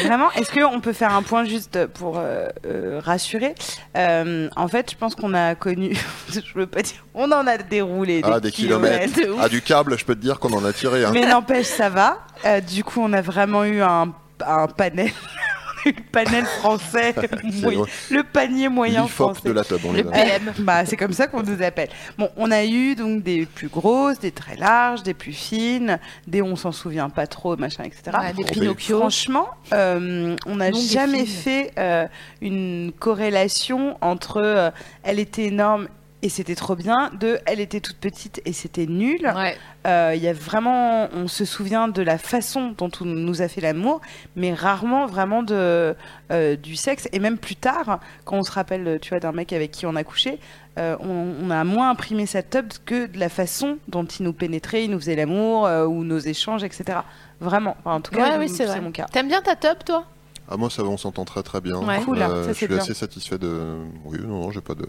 C: Vraiment, est-ce qu'on peut faire un point juste pour euh, euh, rassurer Euh, En fait, je pense qu'on a connu, (laughs) je veux pas dire, on en a déroulé
D: Ah,
C: des
D: des kilomètres.
C: kilomètres.
D: Ah, du câble, je peux te dire qu'on en a tiré. Hein.
C: (laughs) Mais n'empêche, ça va. Euh, du coup, on a vraiment eu un, un panel, (laughs) on a eu le panel
D: (laughs)
C: français, moyen-
D: vrai.
C: le panier moyen
D: L'IFOP
C: français.
D: de la tub, on
B: Le
D: les a.
B: père.
C: Euh, bah, c'est comme ça qu'on nous appelle. Bon, on a eu donc des plus grosses, des très larges, des plus fines, des on s'en souvient pas trop, machin, etc.
B: Ouais, des
D: Courbé.
B: Pinocchio.
C: Franchement, euh, on n'a
B: Non, des
C: jamais
B: fines.
C: fait euh, une corrélation entre euh, elle était énorme et c'était trop bien, de elle était toute petite et c'était nul.
B: Ouais.
C: Euh, Il y a vraiment, on se souvient de la façon dont on nous a fait l'amour, mais rarement vraiment de euh, du sexe. Et même plus tard, quand on se rappelle, tu vois, d'un mec avec qui on a couché, euh, on, on a moins imprimé sa tub que de la façon dont il nous pénétrait, il nous faisait l'amour euh, ou nos échanges, etc. Vraiment. Enfin, en tout cas,
B: Ouais, oui, c'est
C: c'est
B: vrai.
C: mon cas.
B: T'aimes bien ta tub, toi
D: Ah, moi, ça va, on s'entend très très bien. Euh,
B: Ouais.
C: Cool, ça, c'est
D: je suis
C: bien.
D: assez satisfait de. Oui, non, non, j'ai pas de.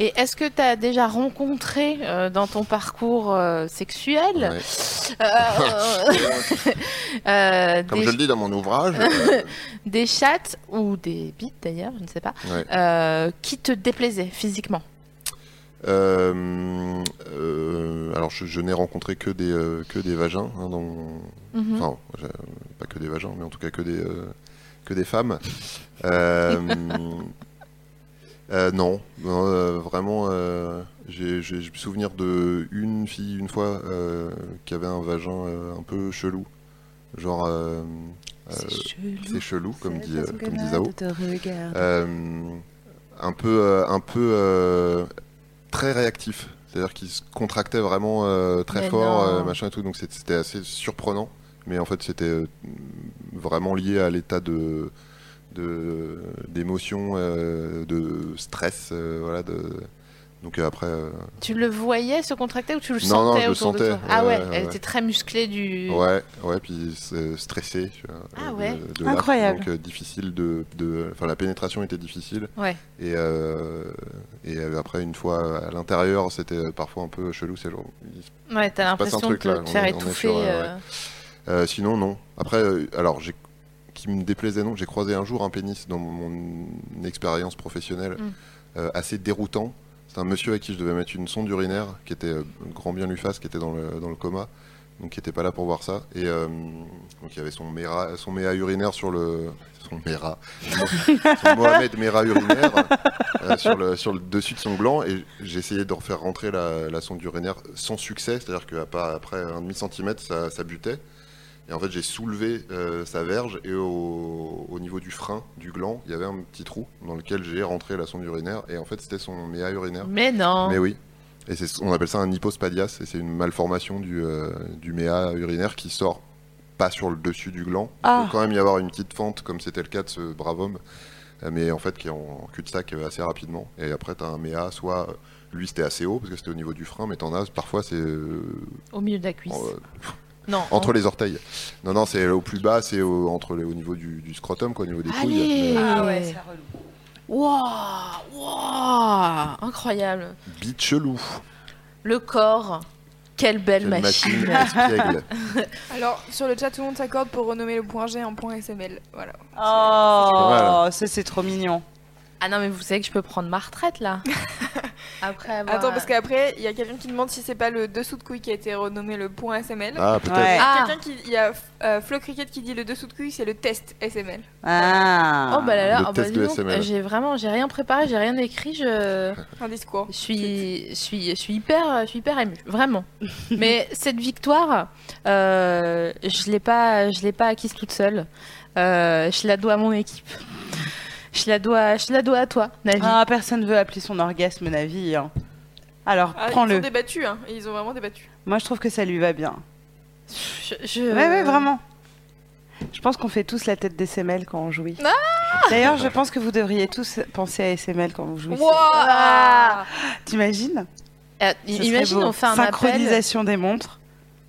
B: Et est-ce que t'as déjà rencontré euh, dans ton parcours euh, sexuel
D: Ouais.
B: euh, euh,
D: Comme
B: des,
D: je le dis dans mon
C: (laughs)
D: ouvrage, euh,
B: des chattes ou des bites d'ailleurs, je ne sais pas,
D: ouais.
B: euh, qui te déplaisaient physiquement
D: Euh, euh, alors je, je n'ai rencontré que des euh, que des vagins, hein, dans mon-
B: Mhm.
D: enfin j'ai- pas que des vagins, mais en tout cas que des euh, que des femmes. (laughs) Euh, euh, non, non, euh, vraiment, euh, j'ai j'ai- j'ai souvenir de une fille une fois euh, qui avait un vagin euh, un peu chelou, genre euh, euh, c'est chelou comme dit euh, comme dit Zao. Euh, un peu, euh, un peu euh, très réactif. C'est-à-dire qu'il se contractait vraiment euh, très
B: Mais
D: fort,
B: non.
D: euh, machin et tout. Donc c'est- c'était assez surprenant. Mais en fait, c'était euh, vraiment lié à l'état de de- d'émotion, euh, de stress, euh, voilà. De... Donc euh, après, euh,
B: Tu le voyais se contracter ou tu le
D: Non, non,
B: sentais
D: je le
B: autour de
D: sentais.
B: toi Ah
D: Ouais,
B: ouais,
D: ouais,
B: elle
D: ouais.
B: était très musclée du.
D: ouais, ouais, puis c'est stressé. tu vois,
B: Ah
D: euh,
B: ouais.
D: de- de l'arc.
C: Incroyable.
D: Donc euh, difficile de, de, enfin la pénétration était difficile.
B: Ouais.
D: Et, euh, et euh, après, une fois à l'intérieur, c'était euh, parfois un peu chelou. C'est genre, il se-
B: Ouais, t'as
D: passe un
B: l'impression de
D: truc,
B: te
D: là,
B: te
D: on
B: faire
D: est- on est
B: étouffer.
D: sur, euh,
B: euh,
D: Euh, sinon, non. Après, euh, alors, j'ai- qui me déplaisait, non, j'ai croisé un jour un pénis dans mon expérience professionnelle,
B: Mm.
D: euh, assez déroutant. C'est un monsieur à qui je devais mettre une sonde urinaire, qui était euh, grand bien lui fasse, qui était dans le, dans le coma, donc qui n'était pas là pour voir ça. Et euh, donc il y avait son méra, son méa urinaire sur le. Son méra. son Mohamed méra urinaire euh, sur, le, sur le dessus de son gland. Et j'ai essayé d'en faire rentrer la, la sonde urinaire sans succès, c'est-à-dire qu'après un demi-centimètre, ça, ça butait. Et en fait, j'ai soulevé euh, sa verge et au, au niveau du frein du gland, il y avait un petit trou dans lequel j'ai rentré la sonde urinaire. Et en fait, c'était son méa urinaire.
B: Mais non
D: Mais oui. Et c'est- on appelle ça un hypospadias. Et c'est une malformation du, euh, du méa urinaire qui sort pas sur le dessus du gland. Il
C: Ah.
D: peut quand même y avoir une petite fente, comme c'était le cas de ce brave homme. euh, Mais en fait, qui est en cul-de-sac euh, assez rapidement. Et après, t'as un méa, soit. Lui, c'était assez haut, parce que c'était au niveau du frein, mais t'en as, parfois, c'est. euh,
B: Au milieu de la cuisse.
D: en-
B: non.
D: euh, entre
B: en-
D: les orteils. Non, non, c'est au plus bas, c'est au, entre les, au niveau du, du scrotum, quoi, au niveau des
B: Allez
D: couilles. Mais,
B: Ah ouais, Waouh Waouh Incroyable
D: euh, Bite chelou.
B: Le corps, quelle belle
D: Quelle
B: machine,
D: machine espiègle.
E: Alors, sur le chat, tout le monde s'accorde pour renommer le point G en point XML. Voilà.
C: Oh, ça c'est trop mignon.
B: (laughs) Ah non, mais vous savez que je peux prendre ma
C: (laughs)
B: retraite là Après avoir.
E: Attends, parce qu'après, il y a quelqu'un qui demande si c'est pas le dessous de couille qui a été renommé le point SML.
D: Ah, peut-être.
C: Ouais.
B: Ah.
E: Quelqu'un qui. Il y a euh, Flo Cricket qui dit le dessous de couille, c'est le test SML.
C: Ah.
B: Oh bah là là,
D: Le
B: oh bah
D: test
B: dis
D: de
B: donc,
D: SML.
B: j'ai vraiment, j'ai rien préparé, j'ai rien écrit, je.
E: Un discours.
B: Je suis, je suis, je suis hyper, je suis hyper émue,
C: (laughs)
B: vraiment. Mais cette victoire, euh, je l'ai pas, je l'ai pas acquise toute seule. Euh, je la dois à mon équipe. Je la dois, je la dois à toi, Navi.
C: Ah, personne veut appeler son orgasme Navi. Hein. Alors
E: Ah, ils ont
C: prends-le.
E: débattu, hein. Ils ont vraiment débattu.
C: Moi je trouve que ça lui va bien.
B: Je, je-
C: Ouais, ouais, vraiment. Je pense qu'on fait tous la tête des SML quand on jouit.
E: Ah
C: D'ailleurs, je pense que vous devriez tous penser à SML quand vous jouez.
E: Wouah
C: T'imagines
B: Ah,
C: Ce
B: i-
C: serait
B: imagine,
C: beau.
B: on fait un appel.
C: Synchronisation des montres.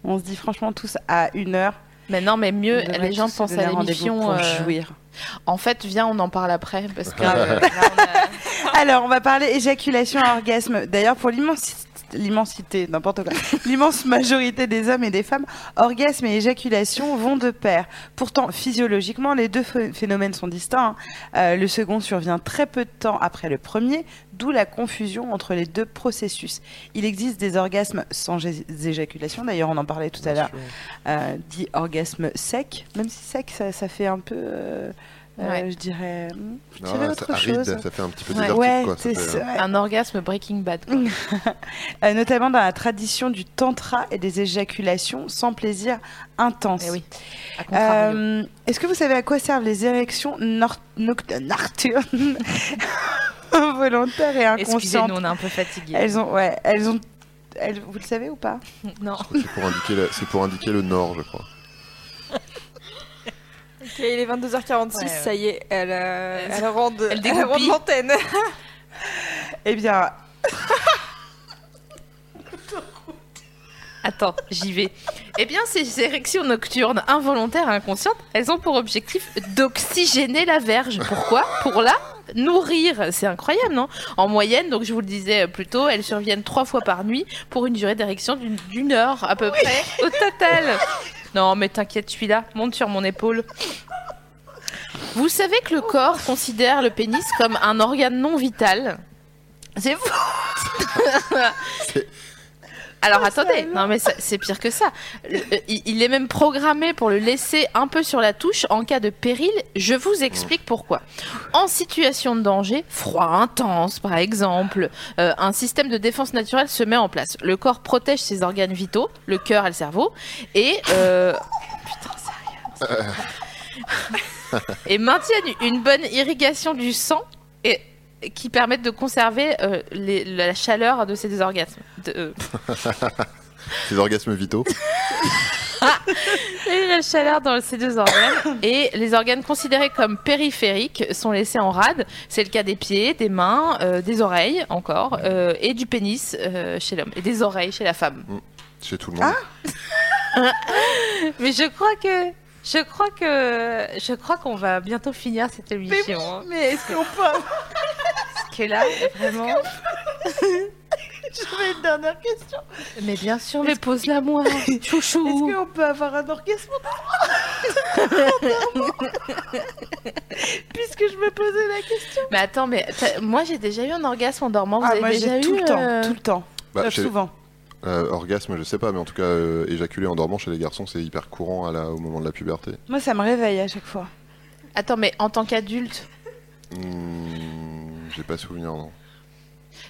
C: On se dit franchement tous à une heure.
B: Mais non, mais mieux,
C: on devrait
B: les gens
C: tous se
B: pensent
C: donner
B: à
C: rendez-vous
B: l'émission.
C: pour
B: euh,
C: jouir.
B: En fait, viens, on en parle après. Parce que euh,
C: Grave.
B: là, on a-
C: Alors, on va parler éjaculation à orgasme. D'ailleurs, pour l'immensi- l'immensité, n'importe quoi, l'immense majorité des hommes et des femmes, orgasme et éjaculation vont de pair. Pourtant, physiologiquement, les deux ph- phénomènes sont distincts. hein. Euh, le second survient très peu de temps après le premier, d'où la confusion entre les deux processus. Il existe des orgasmes sans gé- éjaculation. D'ailleurs, on en parlait tout à l'heure, euh, dit orgasme sec. Même si sec, ça, ça fait un peu, euh, euh,
B: Ouais.
C: je dirais, hmm, je
D: Ah,
C: dirais
D: ça
C: autre
D: aride,
C: chose.
D: ça fait un petit peu
B: Ouais.
D: désertique,
C: Ouais,
D: quoi. ça
C: c'est
D: fait- euh, hein.
C: ça, ouais.
B: un orgasme Breaking Bad. quoi.
C: Euh, notamment dans la tradition du tantra et des éjaculations sans plaisir intense.
B: Eh oui. hein. à contrario.
C: Euh, Est-ce que vous savez à quoi servent les érections nor- noct- euh, nocturnes (laughs) involontaires et
B: Excusez-nous,
C: inconscientes
B: on est un peu fatigué.
C: Elles ont, ouais, elles ont, elles- vous le savez ou pas
B: (laughs) Non.
D: C'est pour, indiquer la- c'est pour indiquer le nord, je crois.
E: Ok, il est 22h46,
B: Ouais, ouais.
E: ça y est, elle, euh, elle, rende,
B: elle
E: elle rende
B: dégoupille.
E: l'antenne.
C: Eh bien,
B: Attends, j'y vais. Eh bien, ces érections nocturnes involontaires et inconscientes, elles ont pour objectif d'oxygéner la verge. Pourquoi Pour la nourrir. C'est incroyable, non En moyenne, donc je vous le disais plus tôt, elles surviennent trois fois par nuit pour une durée d'érection d'une- d'une heure à peu près au total. Non, mais t'inquiète, celui-là monte sur mon épaule. Vous savez que le corps considère le pénis comme un organe non vital. C'est fou Alors attendez, non mais ça- c'est pire que ça. Le- euh, il, il est même programmé pour le laisser un peu sur la touche en cas de péril. Je vous explique pourquoi. En situation de danger, froid intense par exemple, euh, un système de défense naturelle se met en place. Le corps protège ses organes vitaux, le cœur et le cerveau, et euh, putain sérieux. et maintiennent une bonne irrigation du sang et qui permettent de conserver euh, les- la chaleur de ces orgasmes. De- euh,
D: Ces orgasmes vitaux.
B: Et la chaleur dans ces deux organes. (coughs) Et les organes considérés comme périphériques sont laissés en rade. C'est le cas des pieds, des mains, euh, des oreilles encore, euh, et du pénis euh, chez l'homme, et des oreilles chez la femme.
D: Chez tout le monde.
B: (laughs) Ah, Mais je crois que. Je crois que je crois qu'on va bientôt finir cette émission. hein.
C: mais est-ce qu'on
B: (laughs)
C: peut
B: Parce que là, vraiment. (laughs)
C: J'avais une dernière question.
B: Mais bien sûr, mais pose-la moi, chouchou.
C: Est-ce qu'on peut avoir un orgasme Puisque je me posais la question.
B: (laughs)
C: Ah,
B: Mais attends, mais t'as- moi j'ai déjà eu un orgasme en dormant. Vous avez
C: moi
B: déjà
C: j'ai tout
B: eu
C: le temps,
B: euh,
C: tout le temps,
D: Bah,
C: Sauf
D: chez-
C: souvent.
D: euh, orgasme, je sais pas, mais en tout cas, euh, éjaculer en dormant chez les garçons, c'est hyper courant à la- au moment de la puberté.
C: Moi ça me réveille à chaque fois.
B: Attends, mais en tant qu'adulte,
D: Hmm, J'ai pas souvenir, non.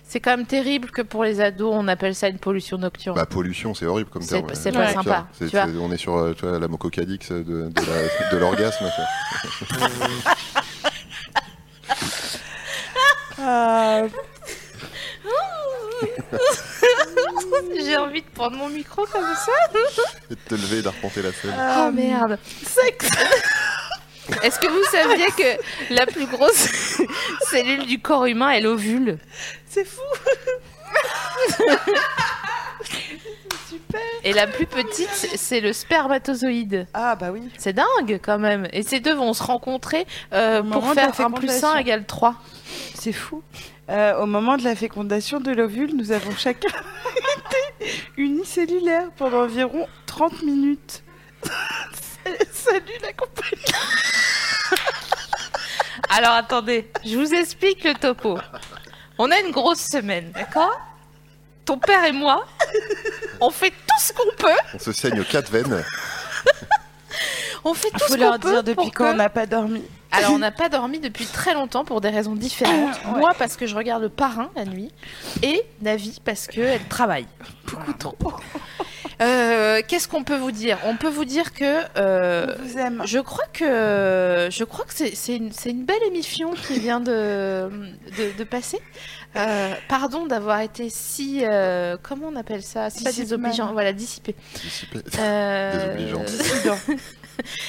B: c'est quand même terrible que pour les ados on appelle ça une pollution nocturne.
D: Bah, pollution, c'est horrible comme
B: C'est-
D: terme.
B: c'est pas
D: Ouais.
B: sympa,
D: C'est-
B: tu vois.
D: c'est- on est sur euh, tu vois, la mococadix de, de la- de l'orgasme. quoi.
C: Ah,
B: J'ai envie de prendre mon micro comme ça.
D: Et de te lever et d'arpenter la scène.
B: Oh merde. (laughs) Est-ce que vous saviez que la plus grosse (laughs) cellule du corps humain est l'ovule
C: c'est fou.
B: Et la plus petite, c'est le spermatozoïde.
C: Ah bah oui.
B: C'est dingue quand même. Et ces deux vont se rencontrer euh,
C: Au moment
B: pour
C: de la
B: faire 1 plus 1
C: fécondation.
B: égale 3.
C: C'est fou. Euh, au moment de la fécondation de l'ovule, nous avons chacun (laughs) été unicellulaires pendant environ 30 minutes. Salut la compagnie.
B: (laughs) Alors attendez, je vous explique le topo. On a une grosse semaine, d'accord Ton père et moi, on fait tout ce qu'on peut.
D: On se saigne aux quatre veines.
B: On fait tout
C: Ah, Faut
B: ce
C: leur
B: qu'on peut
C: dire depuis
B: pour
C: quand
B: que-
C: on n'a pas dormi.
B: Alors, on n'a pas dormi depuis très longtemps pour des raisons différentes.
C: Ah,
B: Moi, parce que je regarde
C: (laughs)
B: le parrain la nuit, et Navi, parce qu'elle travaille. Beaucoup trop. Euh, Qu'est-ce qu'on peut vous dire On peut vous dire que euh,
C: On vous aime.
B: je crois que je crois que c'est- c'est une, c'est une belle émission qui vient de, de, de passer. Euh, pardon d'avoir été si euh, comment on appelle ça si
C: Dissipé.
B: désobligeant voilà dissipé.
D: Dissipé.
B: Euh,
D: Désobligeant.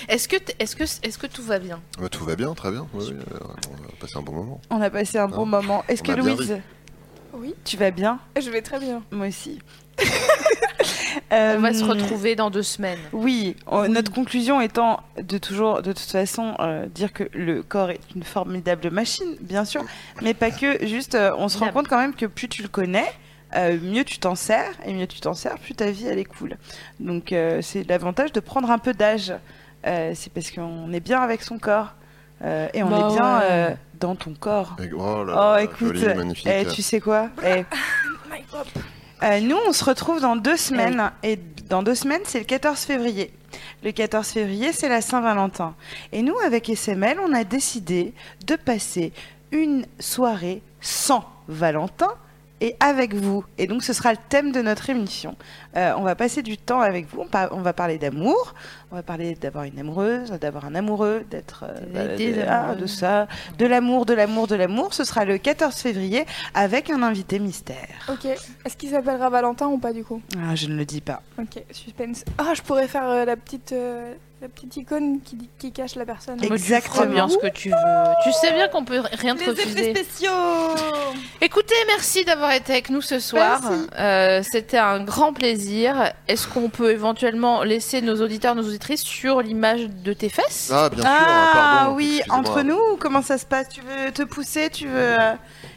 B: Est-ce que t- est-ce que est-ce que tout va bien
D: Bah, tout va bien, très bien. Ouais, ouais, euh, on va passer un bon moment.
C: (laughs) On a passé un
D: Non.
C: bon moment. Est-ce
D: On
C: que
D: a bien
C: Louise,
E: Oui,
C: tu vas bien
E: je vais très bien.
C: Moi aussi.
B: On va se
C: Euh,
B: retrouver dans deux semaines.
C: Oui, on- notre conclusion étant de toujours, de toute façon, euh, dire que le corps est une formidable machine, bien sûr, mais pas que. Juste, euh, on se rend
B: Yep.
C: compte quand même que plus tu le connais, euh, mieux tu t'en sers, et mieux tu t'en sers, plus ta vie elle est cool. Donc euh, c'est l'avantage de prendre un peu d'âge. Euh, c'est parce qu'on est bien avec son corps euh, et on
B: Bah
C: est bien
B: ouais.
C: euh, dans ton corps.
D: Et- Oh là
C: Oh,
D: là,
C: écoute,
D: joli, magnifique.
C: eh, tu sais quoi Eh,
E: (laughs) My God. Eh.
C: euh, nous, on se retrouve dans deux semaines. Et dans deux semaines, c'est le 14 février. Le 14 février, c'est la Saint-Valentin. Et nous, avec SML, on a décidé de passer une soirée sans Valentin et avec vous. Et donc, ce sera le thème de notre émission. Euh, on va passer du temps avec vous. On, par- on va parler d'amour. On va parler d'avoir une amoureuse, d'avoir un amoureux, d'être. euh,
B: Des-
C: voilà,
B: des
C: de- ah,
B: amoureux.
C: de ça. De l'amour, de l'amour, de l'amour. Ce sera le 14 février avec un invité mystère.
E: Ok. Est-ce qu'il s'appellera Valentin ou pas du coup
C: Ah, je ne le dis pas.
E: Ok, suspense. Ah, je pourrais faire euh, la petite euh, la petite icône qui, dit- qui cache la personne.
C: Ex-
B: Tu feras bien ce que tu veux. Tu sais bien qu'on peut rien te refuser.
E: spéciaux
B: Écoutez, merci d'avoir été avec nous ce soir.
E: Merci.
B: Euh, C'était un grand plaisir. Est-ce qu'on peut éventuellement laisser nos auditeurs, nos auditrices sur l'image de tes fesses
D: Ah, bien sûr,
C: Ah
D: pardon,
C: oui,
D: excusez-moi.
C: entre nous, ou comment ça se passe Tu veux te pousser Tu veux euh,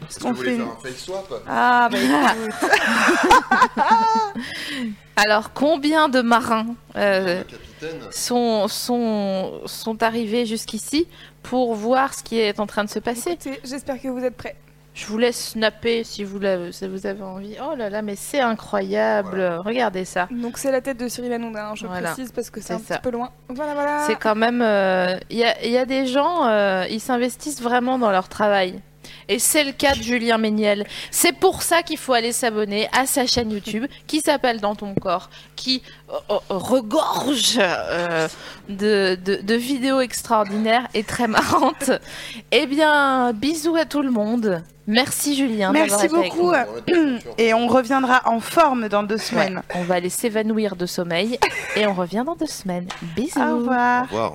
D: Est-ce que
C: qu'on
D: vous voulez
C: fait-
D: faire un face swap
C: Ah
D: (laughs)
C: bah écoute,
B: Alors, combien de marins euh,
D: Capitaine
B: sont, sont, sont arrivés jusqu'ici pour voir ce qui est en train de se passer
E: Écoutez, J'espère que vous êtes prêts.
B: Je vous laisse snapper si vous, l'avez- si vous avez envie. Oh là là, mais c'est incroyable. Regardez ça.
E: Donc c'est la tête de Cyril Hanouna, hein, je
B: Voilà.
E: précise parce que c'est
B: C'est
E: un
B: ça.
E: petit peu loin. Voilà, voilà.
B: C'est quand même. euh, Il y, a- il y a des gens, euh, ils s'investissent vraiment dans leur travail. Et c'est le cas de Julien Méniel. C'est pour ça qu'il faut aller s'abonner à sa chaîne YouTube qui s'appelle Dans ton corps, qui euh, euh, regorge euh, de, de- de vidéos extraordinaires et très marrantes. Eh bien, bisous à tout le monde. Merci Julien. d'avoir
C: merci
B: été avec
C: beaucoup.
B: nous.
C: euh, Et on reviendra en forme dans deux semaines.
B: On va aller s'évanouir de sommeil et on revient dans deux semaines. Bisous.
C: Au revoir.
D: Au revoir.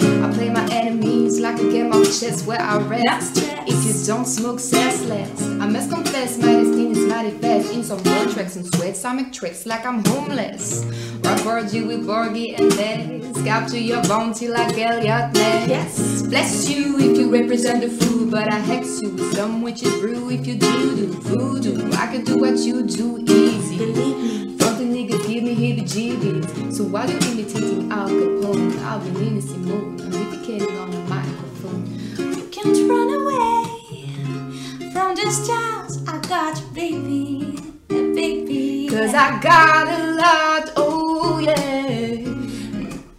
G: I play my enemies like a game of chess where I rest. If you don't smoke, says less. I must confess, my skin is mighty fast. In some road tracks and sweat stomach tricks like I'm homeless. Record you with Borgie and then scalp to your bounty like Elliot Ness. Yes. Bless you if you represent the food, but I hex you with some witch's brew if you do do voodoo. I can do what you do easy. Believe me. Fucking niggas give me heebie-jeebies. So while you're imitating Al Capone, I'll be Nina Simone, pontificating on the microphone. You can't run away from this chance. I got you, baby, baby. Cause I got a lot, oh yeah.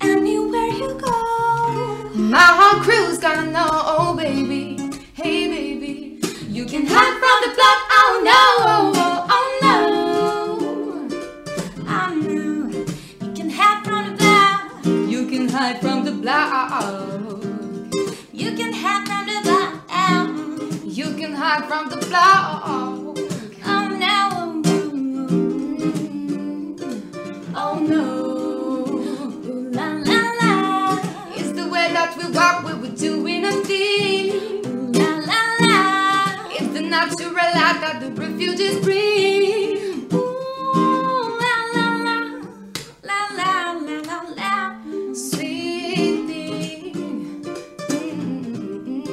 G: Anywhere you go, my whole crew's gonna know, oh baby, hey baby. You can hide from the plot, oh no, oh no. I know you can hide from the block. You can hide from the block. You can hide from the block. You can hide from the block. Oh no. Oh no. Ooh, la la la. It's the way that we walk, we were doing a thing. Ooh, La la la. It's the natural light that the refugees bring. Ooh, la la la. La la la la la. Sweet thing. Mm,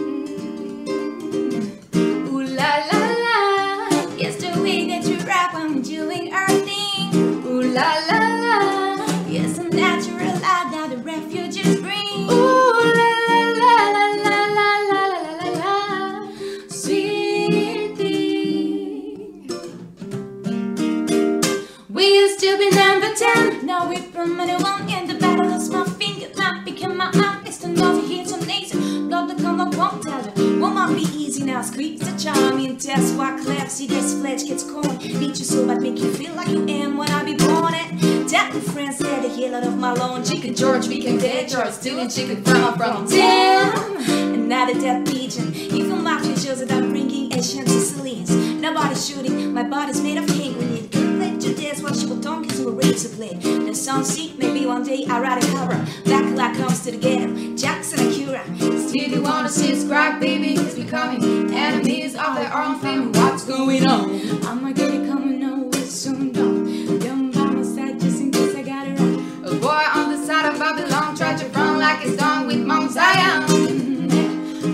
H: clap, see this fledge gets corn. Beat your soul, I make you feel like you in when I be born at. Dad and friends said the healing of my lone. Chicken George became dead George, still in chicken from my from Damn! And now the death pigeon. You feel my chills that I'm bringing Asians and Sicilians. Nobody's shooting, my body's made of hate when it conflict to dance while she will donkeys will raise a blade. The sun seat, maybe one day I ride a cover. Back like comes to the ghetto, Jackson Akira.
G: If you wanna see us crack, baby, it's becoming enemies of their own family. What's going on? I'm not gonna come and know it's soon done. Down by my side just in case I got it wrong. A boy on the side of Babylon tried to run like it's done with Mount Zion.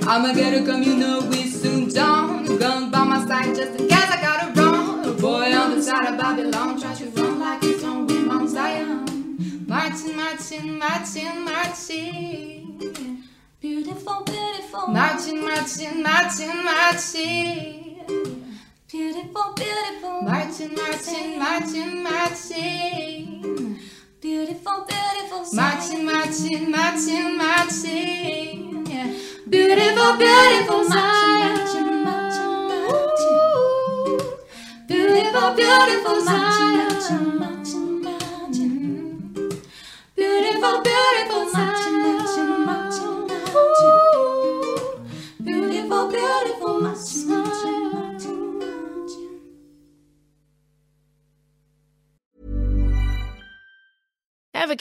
G: I'm a ghetto come, you know we soon done. Gun by my side just in case I got it wrong. A boy on the side of Babylon tried to run like it's done with Mount Zion. Martin, Martin, Martin, Martin.
H: Beautiful, beautiful.
G: Martin, Martin, Martin, Martin.
H: Beautiful, beautiful.
G: Martin, Martin, Martin, Martin.
H: Beautiful, beautiful.
G: Martin, Martin, Martin, Martin. Yeah. Beautiful, beautiful Zion. Beautiful, beautiful Zion. Beautiful, beautiful Zion. Beautiful, beautiful Zion.
I: Ever